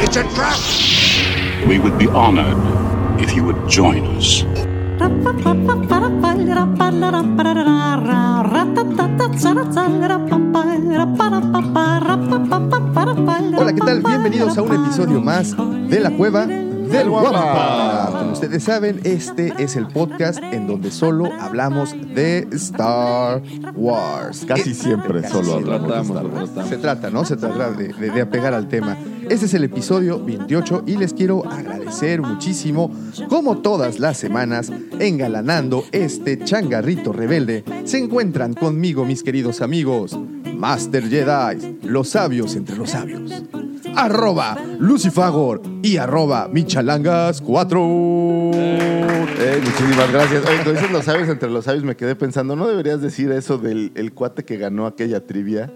It's a trap! We would be honored if you would join us. Hola, Hola, ¿qué tal? Bienvenidos a un episodio más de La Cueva del Guapa. Como ustedes saben, este es el podcast en donde solo hablamos de Star Wars. Casi Eh, siempre casi solo siempre. hablamos de Star Wars. Se trata, ¿no? Se trata de, de- de apegar al tema. Este es el episodio 28 y les quiero agradecer muchísimo, como todas las semanas, engalanando este changarrito rebelde. Se encuentran conmigo, mis queridos amigos, Master Jedi, los sabios entre los sabios. Arroba Lucifagor y arroba Michalangas 4. Eh, muchísimas gracias. Oye, cuando dices los sabios entre los sabios, me quedé pensando, ¿no deberías decir eso del el cuate que ganó aquella trivia?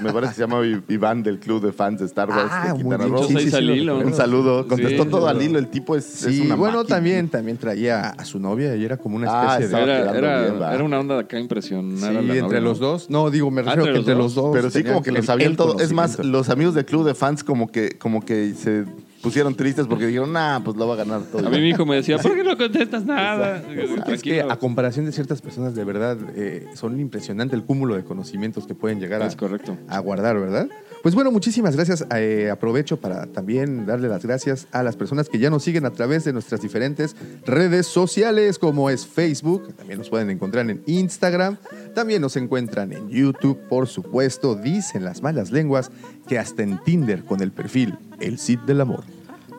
Me parece que se llama I- Iván del Club de Fans de Star Wars Ah, de muy Quintana bien. Roo. Sí, sí, sí, lo Un recuerdo. saludo. Contestó todo al hilo. El tipo es, es Sí, una bueno, máquina. también, también traía a su novia y era como una Ah, especie de... estaba Era, quedando era- bien, va. era una onda de acá impresionante. Sí, entre los dos. No, digo, me Ah, refiero entre que los entre dos. los dos. Pero sí, tenían como que el- les sabían el todo. Es más, conocimiento. los amigos del Club de Fans como que, como que se pusieron tristes porque dijeron, nah, pues lo va a ganar todo. A mí mi hijo me decía, ¿por qué no contestas nada? Pues Es que Tranquilo. a comparación de ciertas personas, de verdad, eh, son impresionante el cúmulo de conocimientos que pueden llegar a, Es correcto. a guardar, ¿verdad? Pues bueno, muchísimas gracias. Eh, aprovecho para también darle las gracias a las personas que ya nos siguen a través de nuestras diferentes redes sociales, como es Facebook, también nos pueden encontrar en Instagram, también nos encuentran en YouTube, por supuesto. Dicen las malas lenguas que hasta en Tinder con el perfil El Cid del Amor.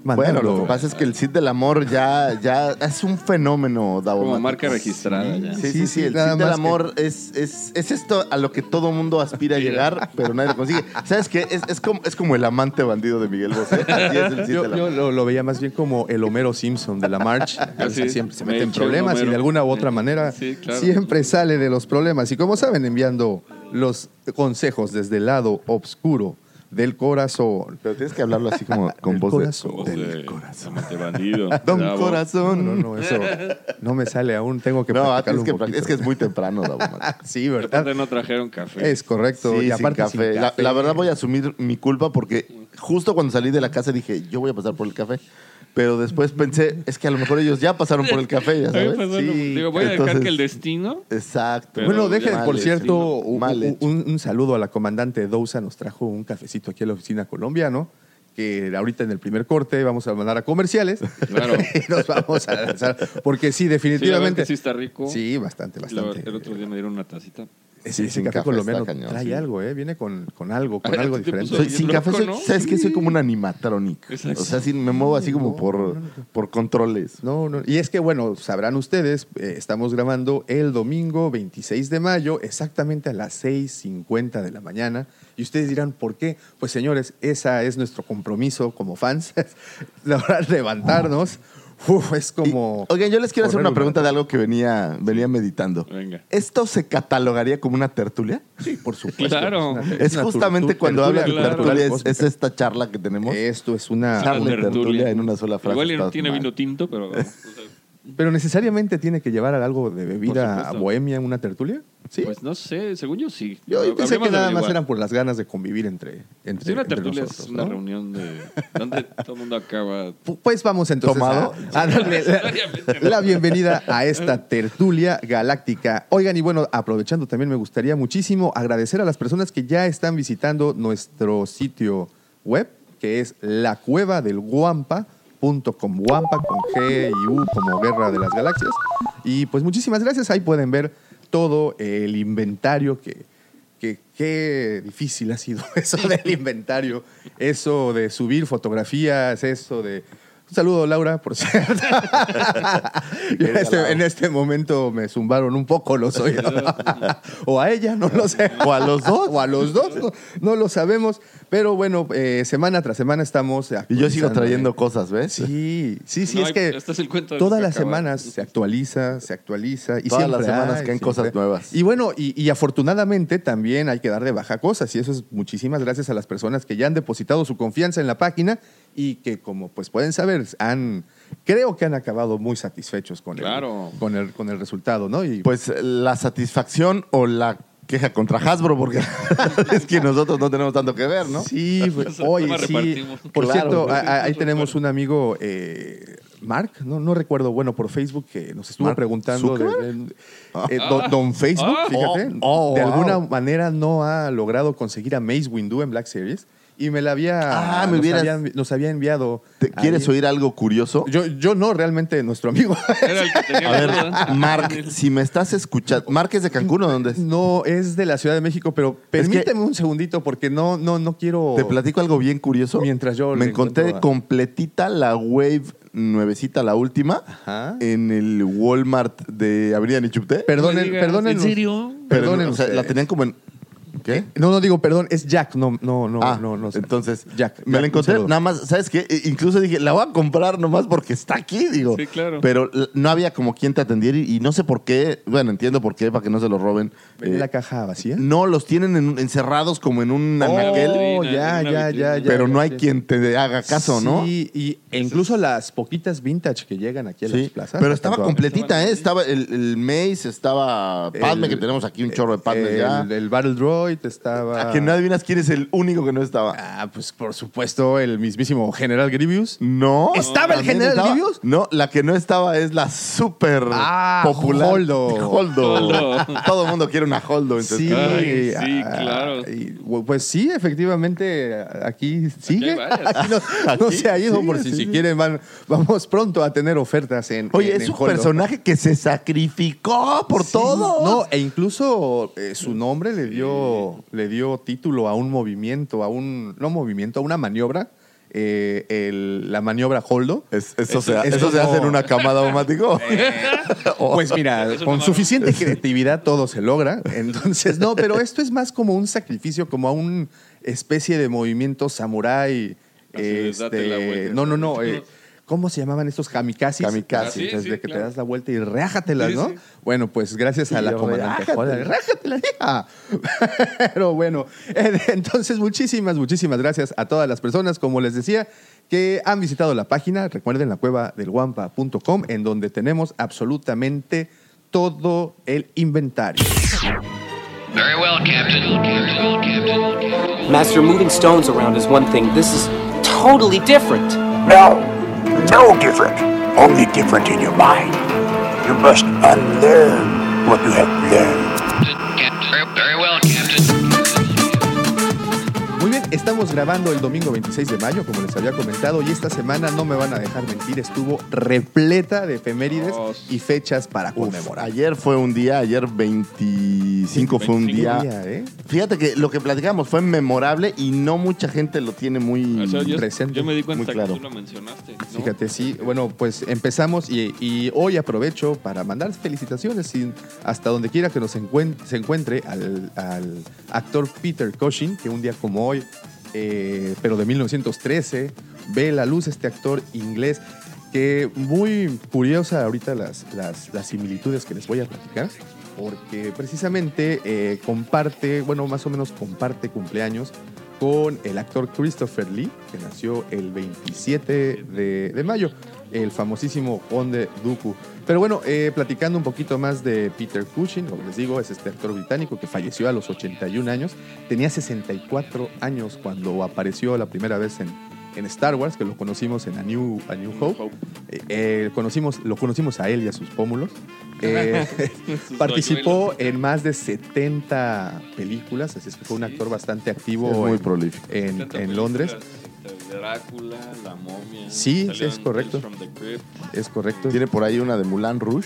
Bueno, lo Mandarlo- que pasa es que el Cid del Amor ya, ya es un fenómeno, Davo Como Matute. marca registrada ya. Sí, sí, Sí, sí, sí, el nada Cid del más Amor es, es, es esto a lo que todo mundo aspira a llegar, pero nadie lo consigue. ¿Sabes qué? Es, es, como, es como el amante bandido de Miguel Bosé. Así es el Cid Yo, del yo Amor. lo, lo veía más bien como el Homero Simpson de la March. O sea, es. siempre se Me mete en eché un problemas y Homero. de alguna u otra manera Sí, claro. siempre sale de los problemas. Y como saben, enviando los consejos desde el lado oscuro del corazón. Pero tienes que hablarlo así como con Del voz de... corazón. Voz Del de amante bandido. Don Bravo. No, Corazón. no, no, eso no me sale aún. Tengo que No, practicarlo tienes un que poquito. practicar. Es que es muy temprano, Davo Matute. Sí, Aparte ¿verdad? no trajeron café. Es correcto. Sí, y sin aparte café. sin La- café. La, verdad voy a asumir mi culpa porque justo cuando salí de la casa dije, yo voy a pasar por el café. Pero después pensé, es que a lo mejor ellos ya pasaron por el café, ya A mí me sabes. pasó Sí, lo- Digo, voy a entonces- dejar que el destino... Exacto. Pero Bueno, dejen, Mal por hecho. cierto, un, Mal un- hecho. un- un saludo a la comandante Dousa, nos trajo un cafecito aquí a la oficina Colombia, ¿no? Que ahorita en el primer corte vamos a mandar a comerciales. Claro. y nos vamos a lanzar. Porque Sí, sí, la verdad definitivamente. que sí está rico. Sí, bastante, La- bastante. el otro día me dieron una tacita. Ese, ese Sin café, café colombiano está cañón, trae sí. algo, ¿eh? Viene con, con algo, Ah, con algo ¿tú te diferente. puso Soy- bien sin café, loco, soy- ¿no? ¿sabes qué? Soy como un animatronic. Exacto. O sea, sí, me muevo así como por, por controles. No, no. Y es que, bueno, sabrán ustedes, eh, estamos grabando el domingo 26 de mayo, exactamente a las 6.50 de la mañana. Y ustedes dirán, ¿por qué? Pues señores, esa es nuestro compromiso como fans. la hora de levantarnos, uf, es como... Y, oigan, yo les quiero hacer correr una un pregunta de maratón. algo que venía, venía meditando. Venga. ¿Esto se catalogaría como una tertulia? Sí, por Pues, supuesto. Claro. una- Es una justamente tertu- cuando hablas de tertulia, claro. Eh, tertulia, es, cósmica. es esta charla que tenemos. Esto es una... Charla y tertulia en una sola frase. Igual y no estás tiene mal. vino tinto, pero... pues o sea, Pero necesariamente tiene que llevar algo de bebida supuesto. bohemia una tertulia. Sí. Pues no sé, según yo sí. yo yo pensé Habríamos de que nada más averiguar. eran por las ganas de convivir entre entre Sí, una entre tertulia nosotros, es una ¿no? reunión de... Donde todo el mundo acaba... Pu- Pues vamos entonces ¿Tomado? a, a darle la, la bienvenida a esta tertulia galáctica. Oigan, y bueno, aprovechando también me gustaría muchísimo agradecer a las personas que ya están visitando nuestro sitio web, que es la cueva del guampa.com, guampa con G y U como Guerra de las Galaxias. Y pues muchísimas gracias, ahí pueden ver todo el inventario que, que qué difícil ha sido eso del inventario, eso de subir fotografías, eso de Un saludo, Laura, por cierto. Yo en, este, Laura. en este momento me zumbaron un poco los oídos. o a ella, no lo sé. O a los dos. O a los dos, no, no lo sabemos. Pero bueno, eh, semana tras semana estamos. Y yo sigo actualizando, trayendo ¿eh? cosas, ¿ves? Sí, sí, sí, No, es hay- que este es el cuento de todas nunca las acabar. semanas se actualiza, se actualiza y Todas siempre las semanas hay, caen siempre. cosas nuevas. Y bueno, y, y afortunadamente también hay que dar de baja cosas y eso es muchísimas gracias a las personas que ya han depositado su confianza en la página y que como pues pueden saber han creo que han acabado muy satisfechos con Claro. el con el con el resultado, ¿no? Y Pues la satisfacción o la queja contra Hasbro, porque es que nosotros no tenemos tanto que ver, ¿no? Sí, güey, Ese hoy tema sí. repartimos. Por Claro. cierto, a- a- ahí tenemos un amigo, eh, Mark, no, no recuerdo, bueno, por Facebook, que nos estuvo Mark preguntando. de- Zuckerberg? Ah. de- eh, don, don Facebook, Ah. fíjate, Oh, oh, de wow. alguna manera no ha logrado conseguir a Mace Windu en Black Series y me la había. Ah, me nos, hubieras- había nos había enviado. ¿Te- ¿Quieres ahí. oír algo curioso? Yo, yo no, realmente, nuestro amigo. Era el que tenía A ver, duda. Mark, si me estás escuchando. ¿Mark es de Cancún o dónde es? No, es de la Ciudad de México, pero Es que- permíteme un segundito porque no, no, no quiero. Te platico algo bien curioso. Mientras yo me le encontré encuentro a- completita la Wave nuevecita, la última, Ajá. en el Walmart de Avenida Nichupté. No Perdonen, digas, perdonen. ¿En serio? Pero, Perdonen. o sea, la ustedes. tenían como en. ¿Qué? Eh, No, no digo, perdón, es Jack, no, no, no, ah, no, no. Entonces, Jack. me Jack, la encontré. un saludo. Nada más, ¿sabes qué? E- Incluso dije, la voy a comprar nomás porque está aquí, digo. Sí, claro. Pero l- no había como quien te atendiera y, y no sé por qué. Bueno, entiendo por qué, para que no se lo roben. ¿Venía Eh, la caja vacía? no, los tienen en- encerrados como en un anaquel, Oh, vitrina, ya, en una ya, ya, vitrina. ya. pero no hay sí. quien te haga caso, ¿no? Sí, y e incluso las poquitas vintage que llegan aquí a las Sí, plazas. pero estaba completo completita, ¿eh? Estaba el, el Mace, estaba Padme, que tenemos aquí un chorro de Padme el, ya. El Battle Droid estaba. A que no adivinas quién es el único que no estaba. Ah, pues por supuesto, el mismísimo General Grievous. No. ¿Estaba el ¿También general estaba? Grievous? No, la que no estaba es la súper Ah, popular. Holdo. Holdo. Holdo. Todo el mundo quiere una Holdo. entonces- Ay, sí, ah, claro. y, bueno, pues sí, efectivamente, aquí sigue. varias. Aquí no, no Aquí se ha ido, sigue, por si, sí, si sí. quieren, van- vamos pronto a tener ofertas en. Oye, en- es en un Holdo. personaje que se sacrificó por Sí, todo. No, e incluso eh, su nombre le dio, le dio título a un movimiento, a un. No movimiento, a una maniobra. eh, el- la maniobra Holdo. Es- eso se, ha- eso eso se no. hace en una camada automático. Eh, Oh. Pues mira, Es una con mano. suficiente creatividad todo se logra. Entonces, no, pero esto es más como un sacrificio, como a una especie de movimiento samurái. Así de date la Este, vuelta. no, no, no. eh, ¿Cómo se llamaban estos kamikazes? Kamikazes. Ah, sí, Desde sí, que te claro. das la vuelta y rájatelas, Sí, ¿no? sí. Bueno, pues gracias a Sí, la yo, comandante. rájatela. Juana, Rájatela, hija. Pero bueno, eh, entonces muchísimas, muchísimas gracias a todas las personas, como les decía, que han visitado la página. Recuerden la cueva del guampa.com, en donde tenemos absolutamente todo el inventario. Very well, Captain. Master, moving stones around is one thing. This is totally different. No, no different. Only different in your mind. You must unlearn what you have learned. Very, very well, Captain. Muy bien, estamos grabando el domingo 26 de mayo, como les había comentado, y esta semana no me van a dejar mentir, estuvo repleta de efemérides Dios. y fechas para Uf, conmemorar. ayer fue un día, ayer 25 fue un 25 día. Día, ¿eh? Fíjate que lo que platicamos fue memorable y no mucha gente lo tiene muy... O sea, yo, presente. yo me di Muy cuenta claro. que tú lo mencionaste. ¿no? Fíjate, sí. Bueno, pues empezamos y, y hoy aprovecho para mandar felicitaciones sin- hasta donde quiera que nos encuen- se encuentre al, al actor Peter Cushing, que un día como hoy, eh, pero de 1913, ve la luz este actor inglés, que muy curiosa ahorita las, las, las similitudes que les voy a platicar, porque precisamente eh, comparte, bueno, más o menos comparte cumpleaños con el actor Christopher Lee, que nació el 27 de, de mayo, el famosísimo Conde Dooku. Pero bueno, eh, platicando un poquito más de Peter Cushing, como les digo, es este actor británico que falleció a los 81 años. Tenía 64 años cuando apareció la primera vez en, en Star Wars, que lo conocimos en A New, A New Hope. Eh, eh, conocimos, lo conocimos a él y a sus pómulos. Eh, Sus participó hoyuelos. en más de 70 películas, así es que fue un Sí. actor bastante activo Es muy en- prolífico. en, Tantas en películas, Londres. este, Drácula, La Momia. Sí, sí, salió es en correcto. Tales from the Crypt. Es correcto. Tiene por ahí una de Mulan Rouge.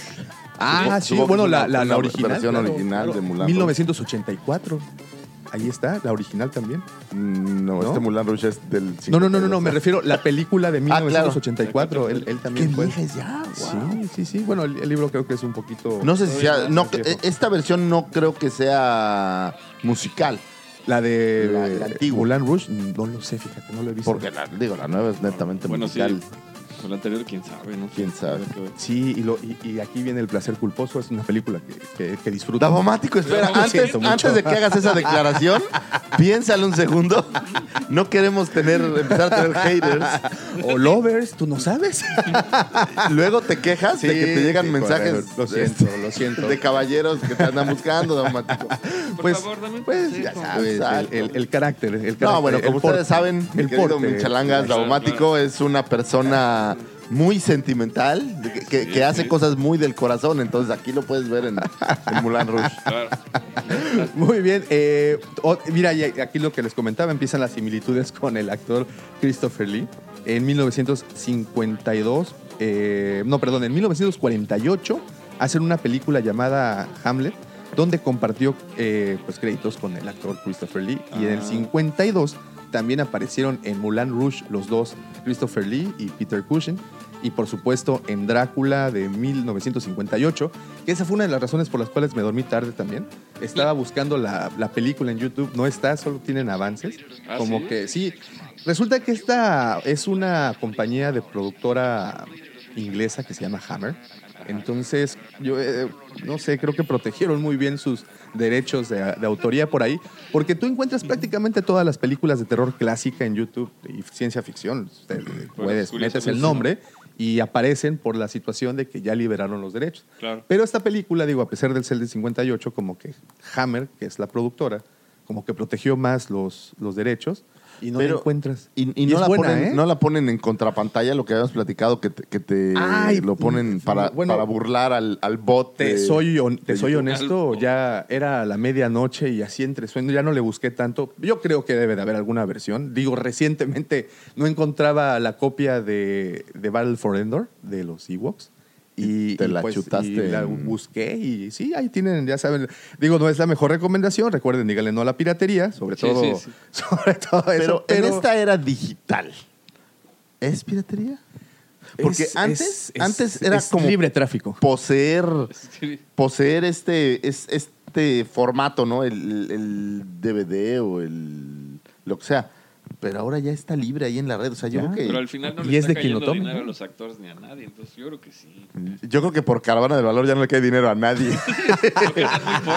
Ah, Supongo- sí, supongo que bueno, es la, una- la- la una original. versión original de Mulan Rouge. 1984. Ahí está, la original también. Mm, No, ¿No? este Mulan Rush es del No, no, no, no, 52. no, me refiero la película de Ah, claro. 1984. él, él también Qué fue. vieja es ya, guau. Sí, sí, sí. Bueno, el, el libro creo que es un poquito. No sé si sea. Más No, viejo. eh, esta versión no creo que sea musical. La de eh, La- la antigua. Mulan Rush, no lo sé, fíjate, no lo he visto. Porque la, digo, la nueva es netamente Bueno, sí. musical. Con la anterior, quién sabe, ¿no? Quién sabe. Habrá que ver. Sí, y, lo- y- y aquí viene el placer culposo. Es una película que, que, que disfruto. Davomático, espera, Yo me antes, siento mucho. antes de que hagas esa declaración, piénsalo un segundo. No queremos tener, empezar a tener haters. O Lovers, tú no sabes. Luego te quejas de Sí, que te llegan sí, mensajes este, correcto. Lo siento, lo siento. de caballeros que te andan buscando, Davomático. Por favor, dame un pues consejo. ya sabes, el, el- el carácter, el carácter, No, bueno, como el porte, ustedes saben, el el querido porte. Michalangas Claro, Daumático es una persona muy sentimental, de que, que- Sí, que hace sí. cosas muy del corazón. Entonces aquí lo puedes ver en, en Mulan Rouge. Claro. Muy bien. eh, o- mira, y aquí lo que les comentaba, empiezan las similitudes con el actor Christopher Lee. En 1952, eh, no, perdón, en 1948 hacen una película llamada Hamlet, donde compartió eh, pues, créditos con el actor Christopher Lee. Y en el 52 también aparecieron en Mulan Rouge los dos, Christopher Lee y Peter Cushing. Y por supuesto en Drácula de 1958, que esa fue una de las razones por las cuales me dormí tarde también. Estaba buscando la, la película en YouTube, no está, solo tienen avances. ¿Ah, Como sí? que sí. Resulta que esta es una compañía de productora inglesa que se llama Hammer. Entonces, yo eh, no sé, creo que protegieron muy bien sus derechos de, de autoría por ahí, porque tú encuentras prácticamente todas las películas de terror clásica en YouTube y ciencia ficción. Te- puedes, metes curiosamente, el nombre y aparecen por la situación de que ya liberaron los derechos. Claro. Pero esta película, digo, a pesar del cel del 58, como que Hammer, que es la productora, como que protegió más los, los derechos y no la Pero- encuentras. Y, y no, es la buena, ponen, ¿eh? no la ponen en contrapantalla, lo que habíamos platicado, que te, que te Ay, lo ponen para, bueno. para burlar al, al bot. Te de- soy, hon- te de soy YouTube. honesto, ya era la medianoche y así entre sueños, ya no le busqué tanto. Yo creo que debe de haber alguna versión. Digo, recientemente no encontraba la copia de, de Battle for Endor de los Ewoks. Y, Te y la chutaste y la en- busqué y sí, ahí tienen, ya saben. Digo, no es la mejor recomendación. Recuerden, díganle no a la piratería, sobre Sí, todo, sí, sí. sobre todo Pero, eso. Pero en esta era digital, ¿es piratería? Porque es- antes, es- es- antes era es como libre tráfico. poseer, Sí. poseer este, es, este formato, ¿no? El, el DVD o el lo que sea. Pero ahora ya está libre ahí en la red. O sea, Ya. yo creo Pero que. al final no Y le es está de quien lo cayendo tome, dinero ¿no? a los actores ni a nadie. Entonces yo creo que sí. Yo creo que por caravana del valor ya no le cae dinero a nadie.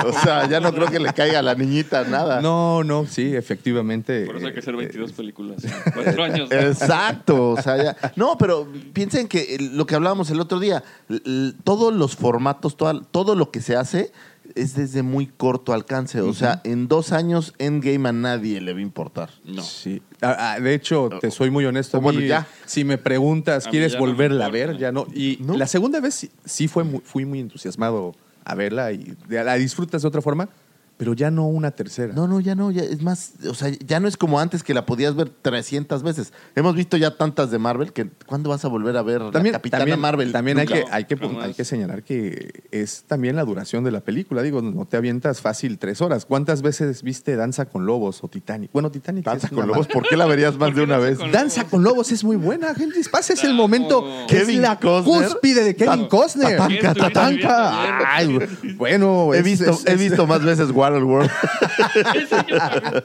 o sea, ya no creo que le caiga a la niñita nada. No, no, sí, efectivamente. Por eso hay que hacer eh, 22 películas. en Cuatro años. Exacto, o sea, ya- No, pero piensen que eh, lo que hablábamos el otro día, l- l- todos los formatos, toda- todo lo que se hace es desde muy corto alcance. O sea, en dos años Endgame a nadie le va a importar. No. Oh. Sí. Ah, ah, de hecho, te soy muy honesto. O a bueno, mí, ya. Si me preguntas, A mí ¿quieres ya no me volverla a importa. ver? Ya no. Y ¿No? la segunda vez sí, sí fue muy- fui muy entusiasmado a verla y de- la disfrutas de otra forma, pero ya no una tercera. No, no, ya no, ya es más, o sea, ya no es como antes que la podías ver 300 veces. Hemos visto ya tantas de Marvel que ¿cuándo vas a volver a ver También, la Capitana también, Marvel? también hay, Nunca. que, hay, que, pon- jamás. hay que señalar que es también la duración de la película. Digo, no te avientas fácil tres horas. ¿Cuántas veces viste Danza con Lobos o Titanic? Bueno, Titanic Danza es con una lobos, ¿por qué la verías más de una vez? con Danza con Lobos es muy buena, Henry Paz es el momento que es Kevin la Costner. cúspide de Kevin Ta- Costner. tatanca, Estuviste tatanca. viendo ayer. Ah. Ay, güey. bueno, He es- visto, es- he es- visto más veces Waterworld.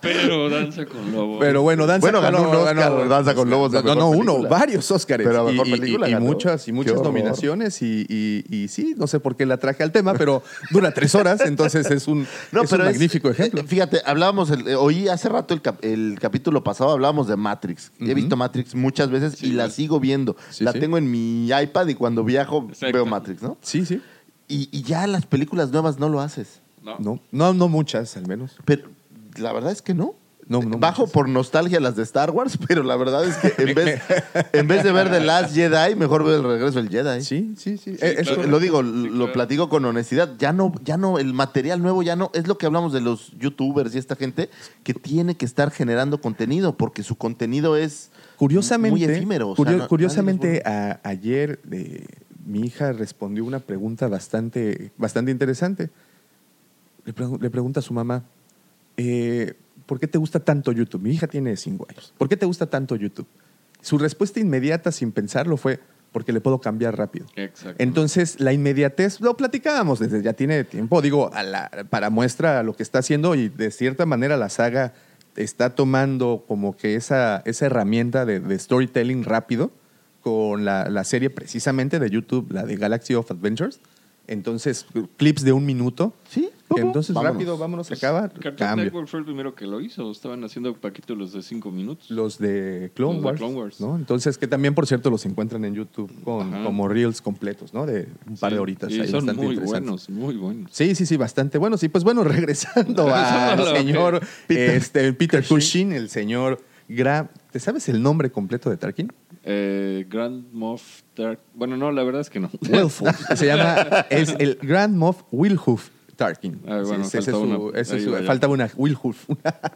Pero danza con lobo. Pero bueno, Danza Bueno, con ganó un Lobos. Oscar, Danza con Lobos, la No, no, mejor uno, película. varios Oscars. Pero la y, mejor y- película y ganó. muchas, y Qué muchas horror. nominaciones. Y, y- y sí, no sé por qué la traje al tema, pero dura tres horas, entonces es un, es un es- magnífico ejemplo. eh, Fíjate, hablábamos, el- eh, oí hace rato el, cap- el capítulo pasado, hablábamos de Matrix. He visto Matrix muchas veces y la sigo viendo. Sí, la sí. tengo en mi iPad y cuando viajo Exacto. veo Matrix, ¿no? Sí, sí. Y, y ya las películas nuevas no lo haces. No. No, no, no muchas, al menos. Pero la verdad es que no. No, no Bajo muchas. por nostalgia las de Star Wars, pero la verdad es que en vez, en vez de ver The Last Jedi, mejor veo El Regreso del Jedi. Sí, sí, sí. Sí, Eh, es- claro. Lo digo, lo claro. platico con honestidad. Ya no, ya no, el material nuevo ya no. Es lo que hablamos de los youtubers y esta gente que tiene que estar generando contenido porque su contenido es. Curiosamente, Muy efímero, o sea, curio- no- nadie curiosamente les a- ayer de- mi hija respondió una pregunta bastante, bastante interesante. Le, pregun- le pregunta a su mamá, eh, ¿por qué te gusta tanto YouTube? Mi hija tiene cinco años. ¿Por qué te gusta tanto YouTube? Su respuesta inmediata, sin pensarlo, fue porque le puedo cambiar rápido. Exacto. Entonces, la inmediatez, lo platicábamos desde ya tiene tiempo, digo, a la- para muestra lo que está haciendo y de cierta manera la saga está tomando como que esa, esa herramienta de, de storytelling rápido con la, la serie precisamente de YouTube, la de Galaxy of Adventures. Entonces, clips de un minuto. Sí. Entonces, Vámonos. rápido, vámonos, se Pues, acaba. Cartoon Cambio. Network fue el primero que lo hizo. Estaban haciendo paquítulos de 5 minutos. Los de Clone Los de Wars. Clone Wars. ¿no? Entonces, que también, por cierto, los encuentran en YouTube con, Ajá. como reels completos, ¿no? De un par de Sí, horitas. Y ahí, son bastante muy interesantes. buenos, muy buenos. Sí, sí, sí, bastante buenos. Y pues bueno, regresando al Regresando a lo señor Peter este, Peter Cushing. Cushing, el señor Graham. ¿Te sabes el nombre completo de Tarkin? Eh, Grand Moff Dark. Bueno, no, la verdad es que no. Se llama, es el Grand Moff Wilhoof Tarkin. Ah, bueno, Sí, ese es falta su- una. ese es Ahí su- va ya. falta una, Wilhoof.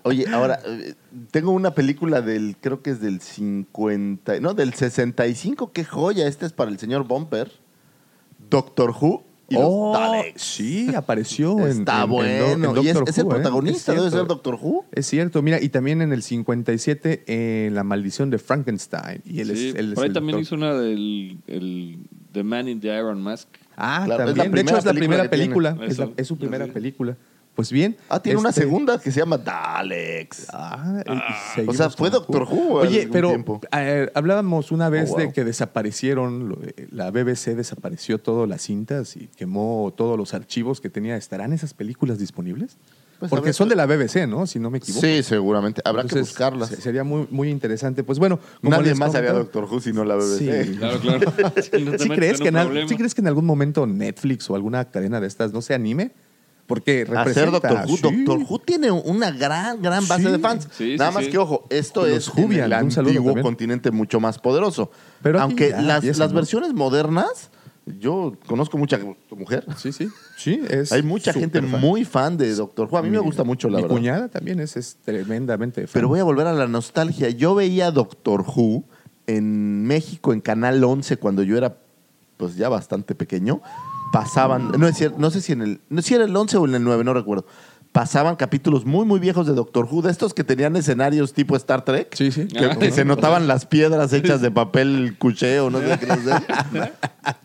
Oye, ahora, eh, tengo una película del, creo que es del 50, no, del 65, qué joya, esta es para el señor Bumper, Doctor Who y Oh, los Daleks. Sí, apareció en- en, Está en Do- en bueno, y es, Doctor es el Who, ¿eh? protagonista, Es debe ser cierto. Doctor Who. Es cierto, mira, y también en el 57, eh, La Maldición de Frankenstein. Y él Sí, es, él es por ahí el también doctor. hizo una del el, The Man in the Iron Mask. Ah, Claro, es la también. De hecho, es la primera primera película. película que Es, la- tiene. es su Eso, primera sí. película. Pues bien. Ah, tiene una este- segunda que se llama Daleks. Ah, y o seguimos sea, fue con Doctor Who Oye, algún pero tiempo. eh, hablábamos una vez Oh, de wow. que desaparecieron, lo- eh, la BBC desapareció todas las cintas y quemó todos los archivos que tenía. ¿Estarán esas películas disponibles? Pues, Porque habrá son que- de la BBC, ¿no? Si no me equivoco. Sí, seguramente, habrá Entonces, que buscarlas. se- Sería muy, muy interesante. Pues bueno, como Nadie les más sabía comentaba- Doctor Who si no la bebé. Sí. Claro, claro. Si no te metes ¿Sí crees, en que un en al- problema. sí crees que en algún momento Netflix o alguna cadena de estas no se anime? Porque hacer representa... Doctor Who. sí. Doctor Who tiene una gran, gran base Sí. de fans. Sí, sí, Nada más sí. que, ojo, esto Los es Jubian, en el un saludo antiguo también. continente mucho más poderoso. Pero aquí Aunque ya las, empiezan, las ¿no? versiones modernas, yo conozco mucha mujer. Sí, sí. Sí, es Hay mucha gente superfan. muy fan de Doctor Who. A mí me Mi- gusta mucho, la mi verdad. cuñada también es, es tremendamente fan. Pero voy a volver a la nostalgia. Yo veía Doctor Who en México, en Canal 11, cuando yo era, pues ya bastante pequeño. Pasaban, no, es cierto, no sé si en el, no sé si era el 11 o en el 9, no recuerdo. Pasaban capítulos muy, muy viejos de Doctor Who, de estos que tenían escenarios tipo Star Trek. Sí, sí. Ah. Que, que se notaban las piedras hechas de papel cuché o no sé qué. no sé.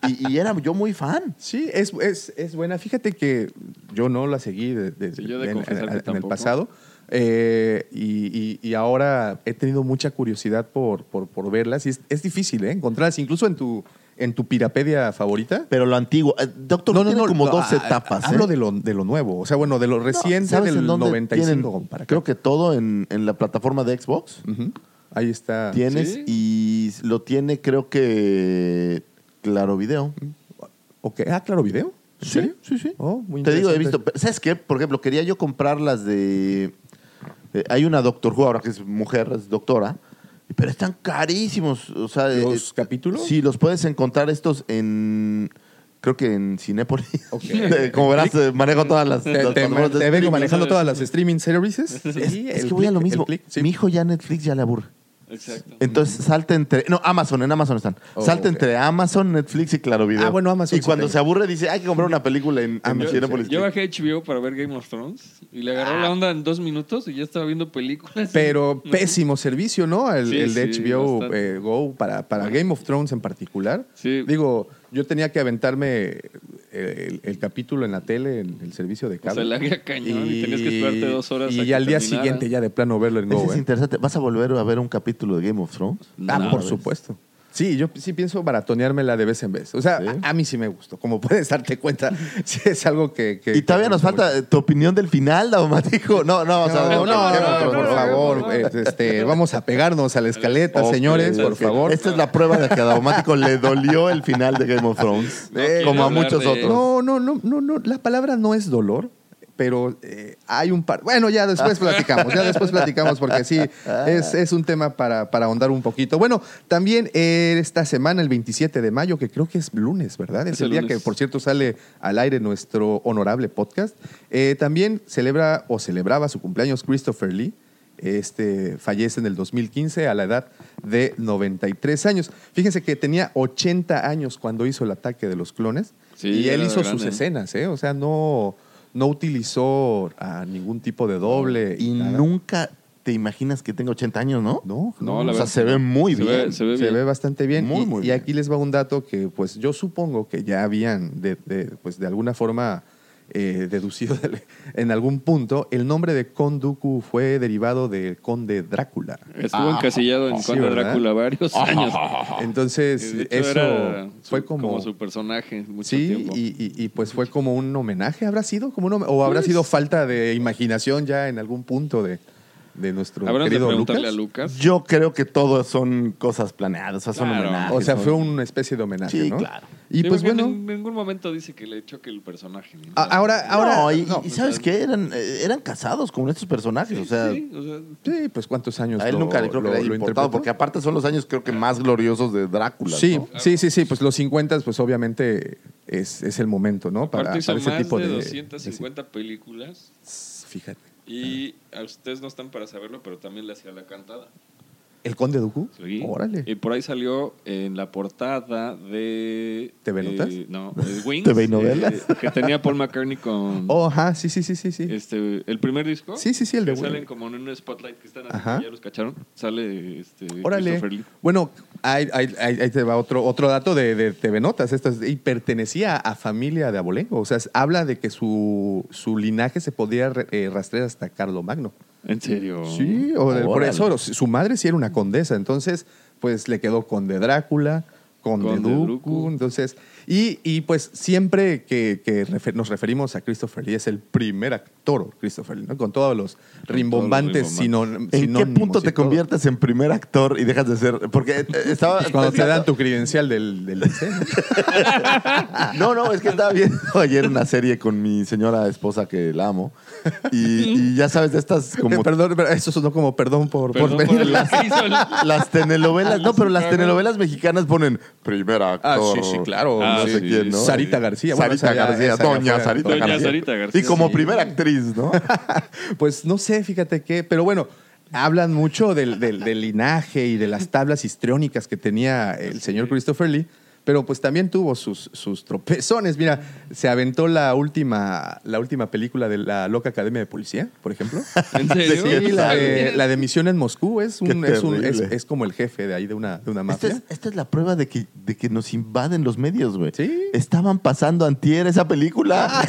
Y, y era yo muy fan. Sí, es, es, es buena. Fíjate que yo no la seguí de- de- Sí, yo he de en- en, confesar que en el tampoco. pasado. Eh, y, y- y ahora he tenido mucha curiosidad por, por, por verlas. Y es, es difícil, ¿eh? Encontrarlas, incluso en tu, en tu pirapedia favorita. Pero lo antiguo. eh, Doctor Who tiene como dos ah, etapas. Hablo ¿eh? de, lo, de lo nuevo, o sea, bueno, de lo No, reciente ¿sabes del en dónde 95 tienen? para acá. Creo que todo en, en la plataforma de Xbox. Ujú. Ahí está. Tienes Sí. y lo tiene creo que Claro Video. Ok. Ah, claro, video. ¿En serio? sí, sí. Oh, muy Te digo, he interesante. visto. ¿Sabes qué? Por ejemplo, quería yo comprar las de. eh, hay una Doctor Who ahora que es mujer, es doctora. Pero están carísimos. O sea, eh, ¿Los capítulos? Sí, los puedes encontrar estos en. Creo que en Cinépolis. Ok. Como verás, eh, manejo todas las. Te, te- las plataformas te de vengo streaming. manejando todas las streaming services. Sí, Es, es el que voy a click, lo el mismo. click, sí. Mi hijo ya Netflix ya le aburre. Exacto. Entonces salta entre. No, Amazon, en Amazon están. Oh, salta ok. entre Amazon, Netflix y Claro Video. Ah, bueno, Amazon Y sí cuando tengo. se aburre dice, hay que comprar una película en, en Amazon, Cinépolis. Yo bajé HBO para ver Game of Thrones y le agarró la onda en dos minutos y ya estaba viendo películas. Ah. Pero Ujú. pésimo servicio, ¿no? El, Sí, el de sí, HBO bastante. eh, Go para, para Game of Thrones en particular. Sí. Digo, yo tenía que aventarme eh, el, el capítulo en la tele, en el servicio de cable. sea, la guía cañón y tenías que esperarte dos horas Y a ya que al día terminara. siguiente ya de plano verlo en Ese Go. es ¿eh? interesante. ¿Vas a volver a ver un capítulo de Game of Thrones? Ah, No, por ves. supuesto. Sí, yo sí pienso baratoneármela de vez en vez. O sea, Sí. a, a mí sí me gustó. Como puedes darte cuenta, sí es algo que... que- Y que todavía nos me gusta falta eh, tu opinión del final, Daumatico. No, no, o sea, No, no, Game of no, Thrones, por no, favor, eh, este, vamos a pegarnos a la escaleta, señores, por Ok, favor. Esta es la prueba de que a Daumático le dolió el final de Game of Thrones. No eh, quiero como a hablar muchos de- otros. No, no, no, no, no, la palabra no es dolor, pero eh, hay un par. Bueno, ya después platicamos, ya después platicamos porque sí, es, es un tema para, para ahondar un poquito. Bueno, también eh, esta semana, el 27 de mayo, que creo que es lunes, ¿verdad? Es, Es el, el día lunes. que, por cierto, sale al aire nuestro honorable podcast. Eh, también celebra o celebraba su cumpleaños Christopher Lee. Este fallece en el 2015 a la edad de 93 años. Fíjense que tenía 80 años cuando hizo el ataque de los clones Sí, y él era hizo grande, sus ¿no? escenas, ¿eh? O sea, no, no utilizó a ningún tipo de doble. Eh, Y nada. nunca te imaginas que tenga 80 años, ¿no? No, No, o la sea, verdad. se ve muy Se bien. ve- se ve se bien. ve bastante bien. Muy, y, muy y bien. aquí les va un dato que, pues, yo supongo que ya habían, de, de- pues, de alguna forma eh, deducido del- en algún punto. El nombre de Konduku fue derivado de Conde Drácula. Estuvo encasillado en Ah, sí, Conde ¿verdad? Drácula varios años. Eh, Entonces, De hecho, eso era su- fue como. su personaje. Mucho Sí, tiempo. y, y- y, pues fue como un homenaje, ¿habrá sido? como un home- ¿O habrá Pues- sido falta de imaginación ya en algún punto de, de nuestro Habrán de querido preguntarle Lucas? a Lucas. Yo creo que todo son cosas planeadas, o sea, son Claro. homenajes. O sea, son- fue una especie de homenaje, Sí, ¿no? claro. Y Sí, pues porque bueno, En ningún momento dice que le choque el personaje. ni a- nada. ahora, ahora. no, y, no, y ¿sabes qué? Eran, eh, eran casados con estos personajes, o sea, Sí, o sea, Sí, pues cuántos años. a él lo- nunca le creo que lo- le haya lo importado, interpretó? porque aparte son los años creo que más gloriosos de Drácula. Sí, ¿no? sí, sí, sí, pues los 50, pues obviamente es, es el momento, ¿no? aparte Para, hizo para ese más tipo de, de. de- 250 películas Fíjate. y Ah. a ustedes no están para saberlo, pero también le hacía la cantada. ¿El Conde Duku? Sí. Órale. Y Eh, por ahí salió en la portada de. ¿TV Notas? eh, no, de Wings. ¿TV novelas? eh, que tenía Paul McCartney con. Oh, ajá, sí, sí, sí, sí. sí. Este, el primer disco. Sí, sí, sí, el que de Wings. Salen como en un spotlight que están así, Ajá. ya los cacharon. Sale este. Órale. Christopher Lee. Bueno, ahí, ahí- ahí- ahí te va otro, otro dato de, de TV Notas. Esto es- y pertenecía a familia de abolengo. O sea, es- habla de que su, su linaje se podía re- eh, rastrear hasta Carlomagno. En serio. Sí, o del- por Órale. eso su madre sí era una condesa, entonces pues le quedó conde Drácula, conde, Conde Dooku, Dooku. entonces y, y, pues siempre que, que refer- nos referimos a Christopher Lee es el primer actor Christopher Lee, ¿no? con todos los rimbombantes sino- ¿En qué sinónimos punto y te todo. conviertes en primer actor y dejas de ser? Porque eh, estaba Pues cuando te dan tu credencial del, del liceo. No, no, es que estaba viendo ayer una serie con mi señora esposa que la amo. Y, y ya sabes, de estas como Eh, perdón, pero eso sonó como perdón por, por Perdón por venir. el lastizo, el- las telenovelas. No, pero las telenovelas mexicanas ponen primer actor. Ah, sí, sí, claro. Ah, no sé sí. quién, ¿no? Sarita García. Bueno, Sarita esa ya- García, esa ya doña fue- Sarita Doña García. Sarita García, Y como sí. primera actriz, ¿no? Pues no sé, fíjate que, pero bueno, hablan mucho del, del- del linaje y de las tablas histriónicas que tenía el señor Christopher Lee, pero pues también tuvo sus, sus tropezones. Mira, se aventó la última, la última película de la Loca Academia de Policía, por ejemplo. ¿En serio? Sí, la de, ¿Tienes- la de Misión en Moscú es, un, Qué es, un- es- terrible. es como el jefe de ahí de una, de una Esta mafia. es, esta es la prueba de que, de que nos invaden los medios, güey. Sí. Ah, Estaban pasando antier esa película.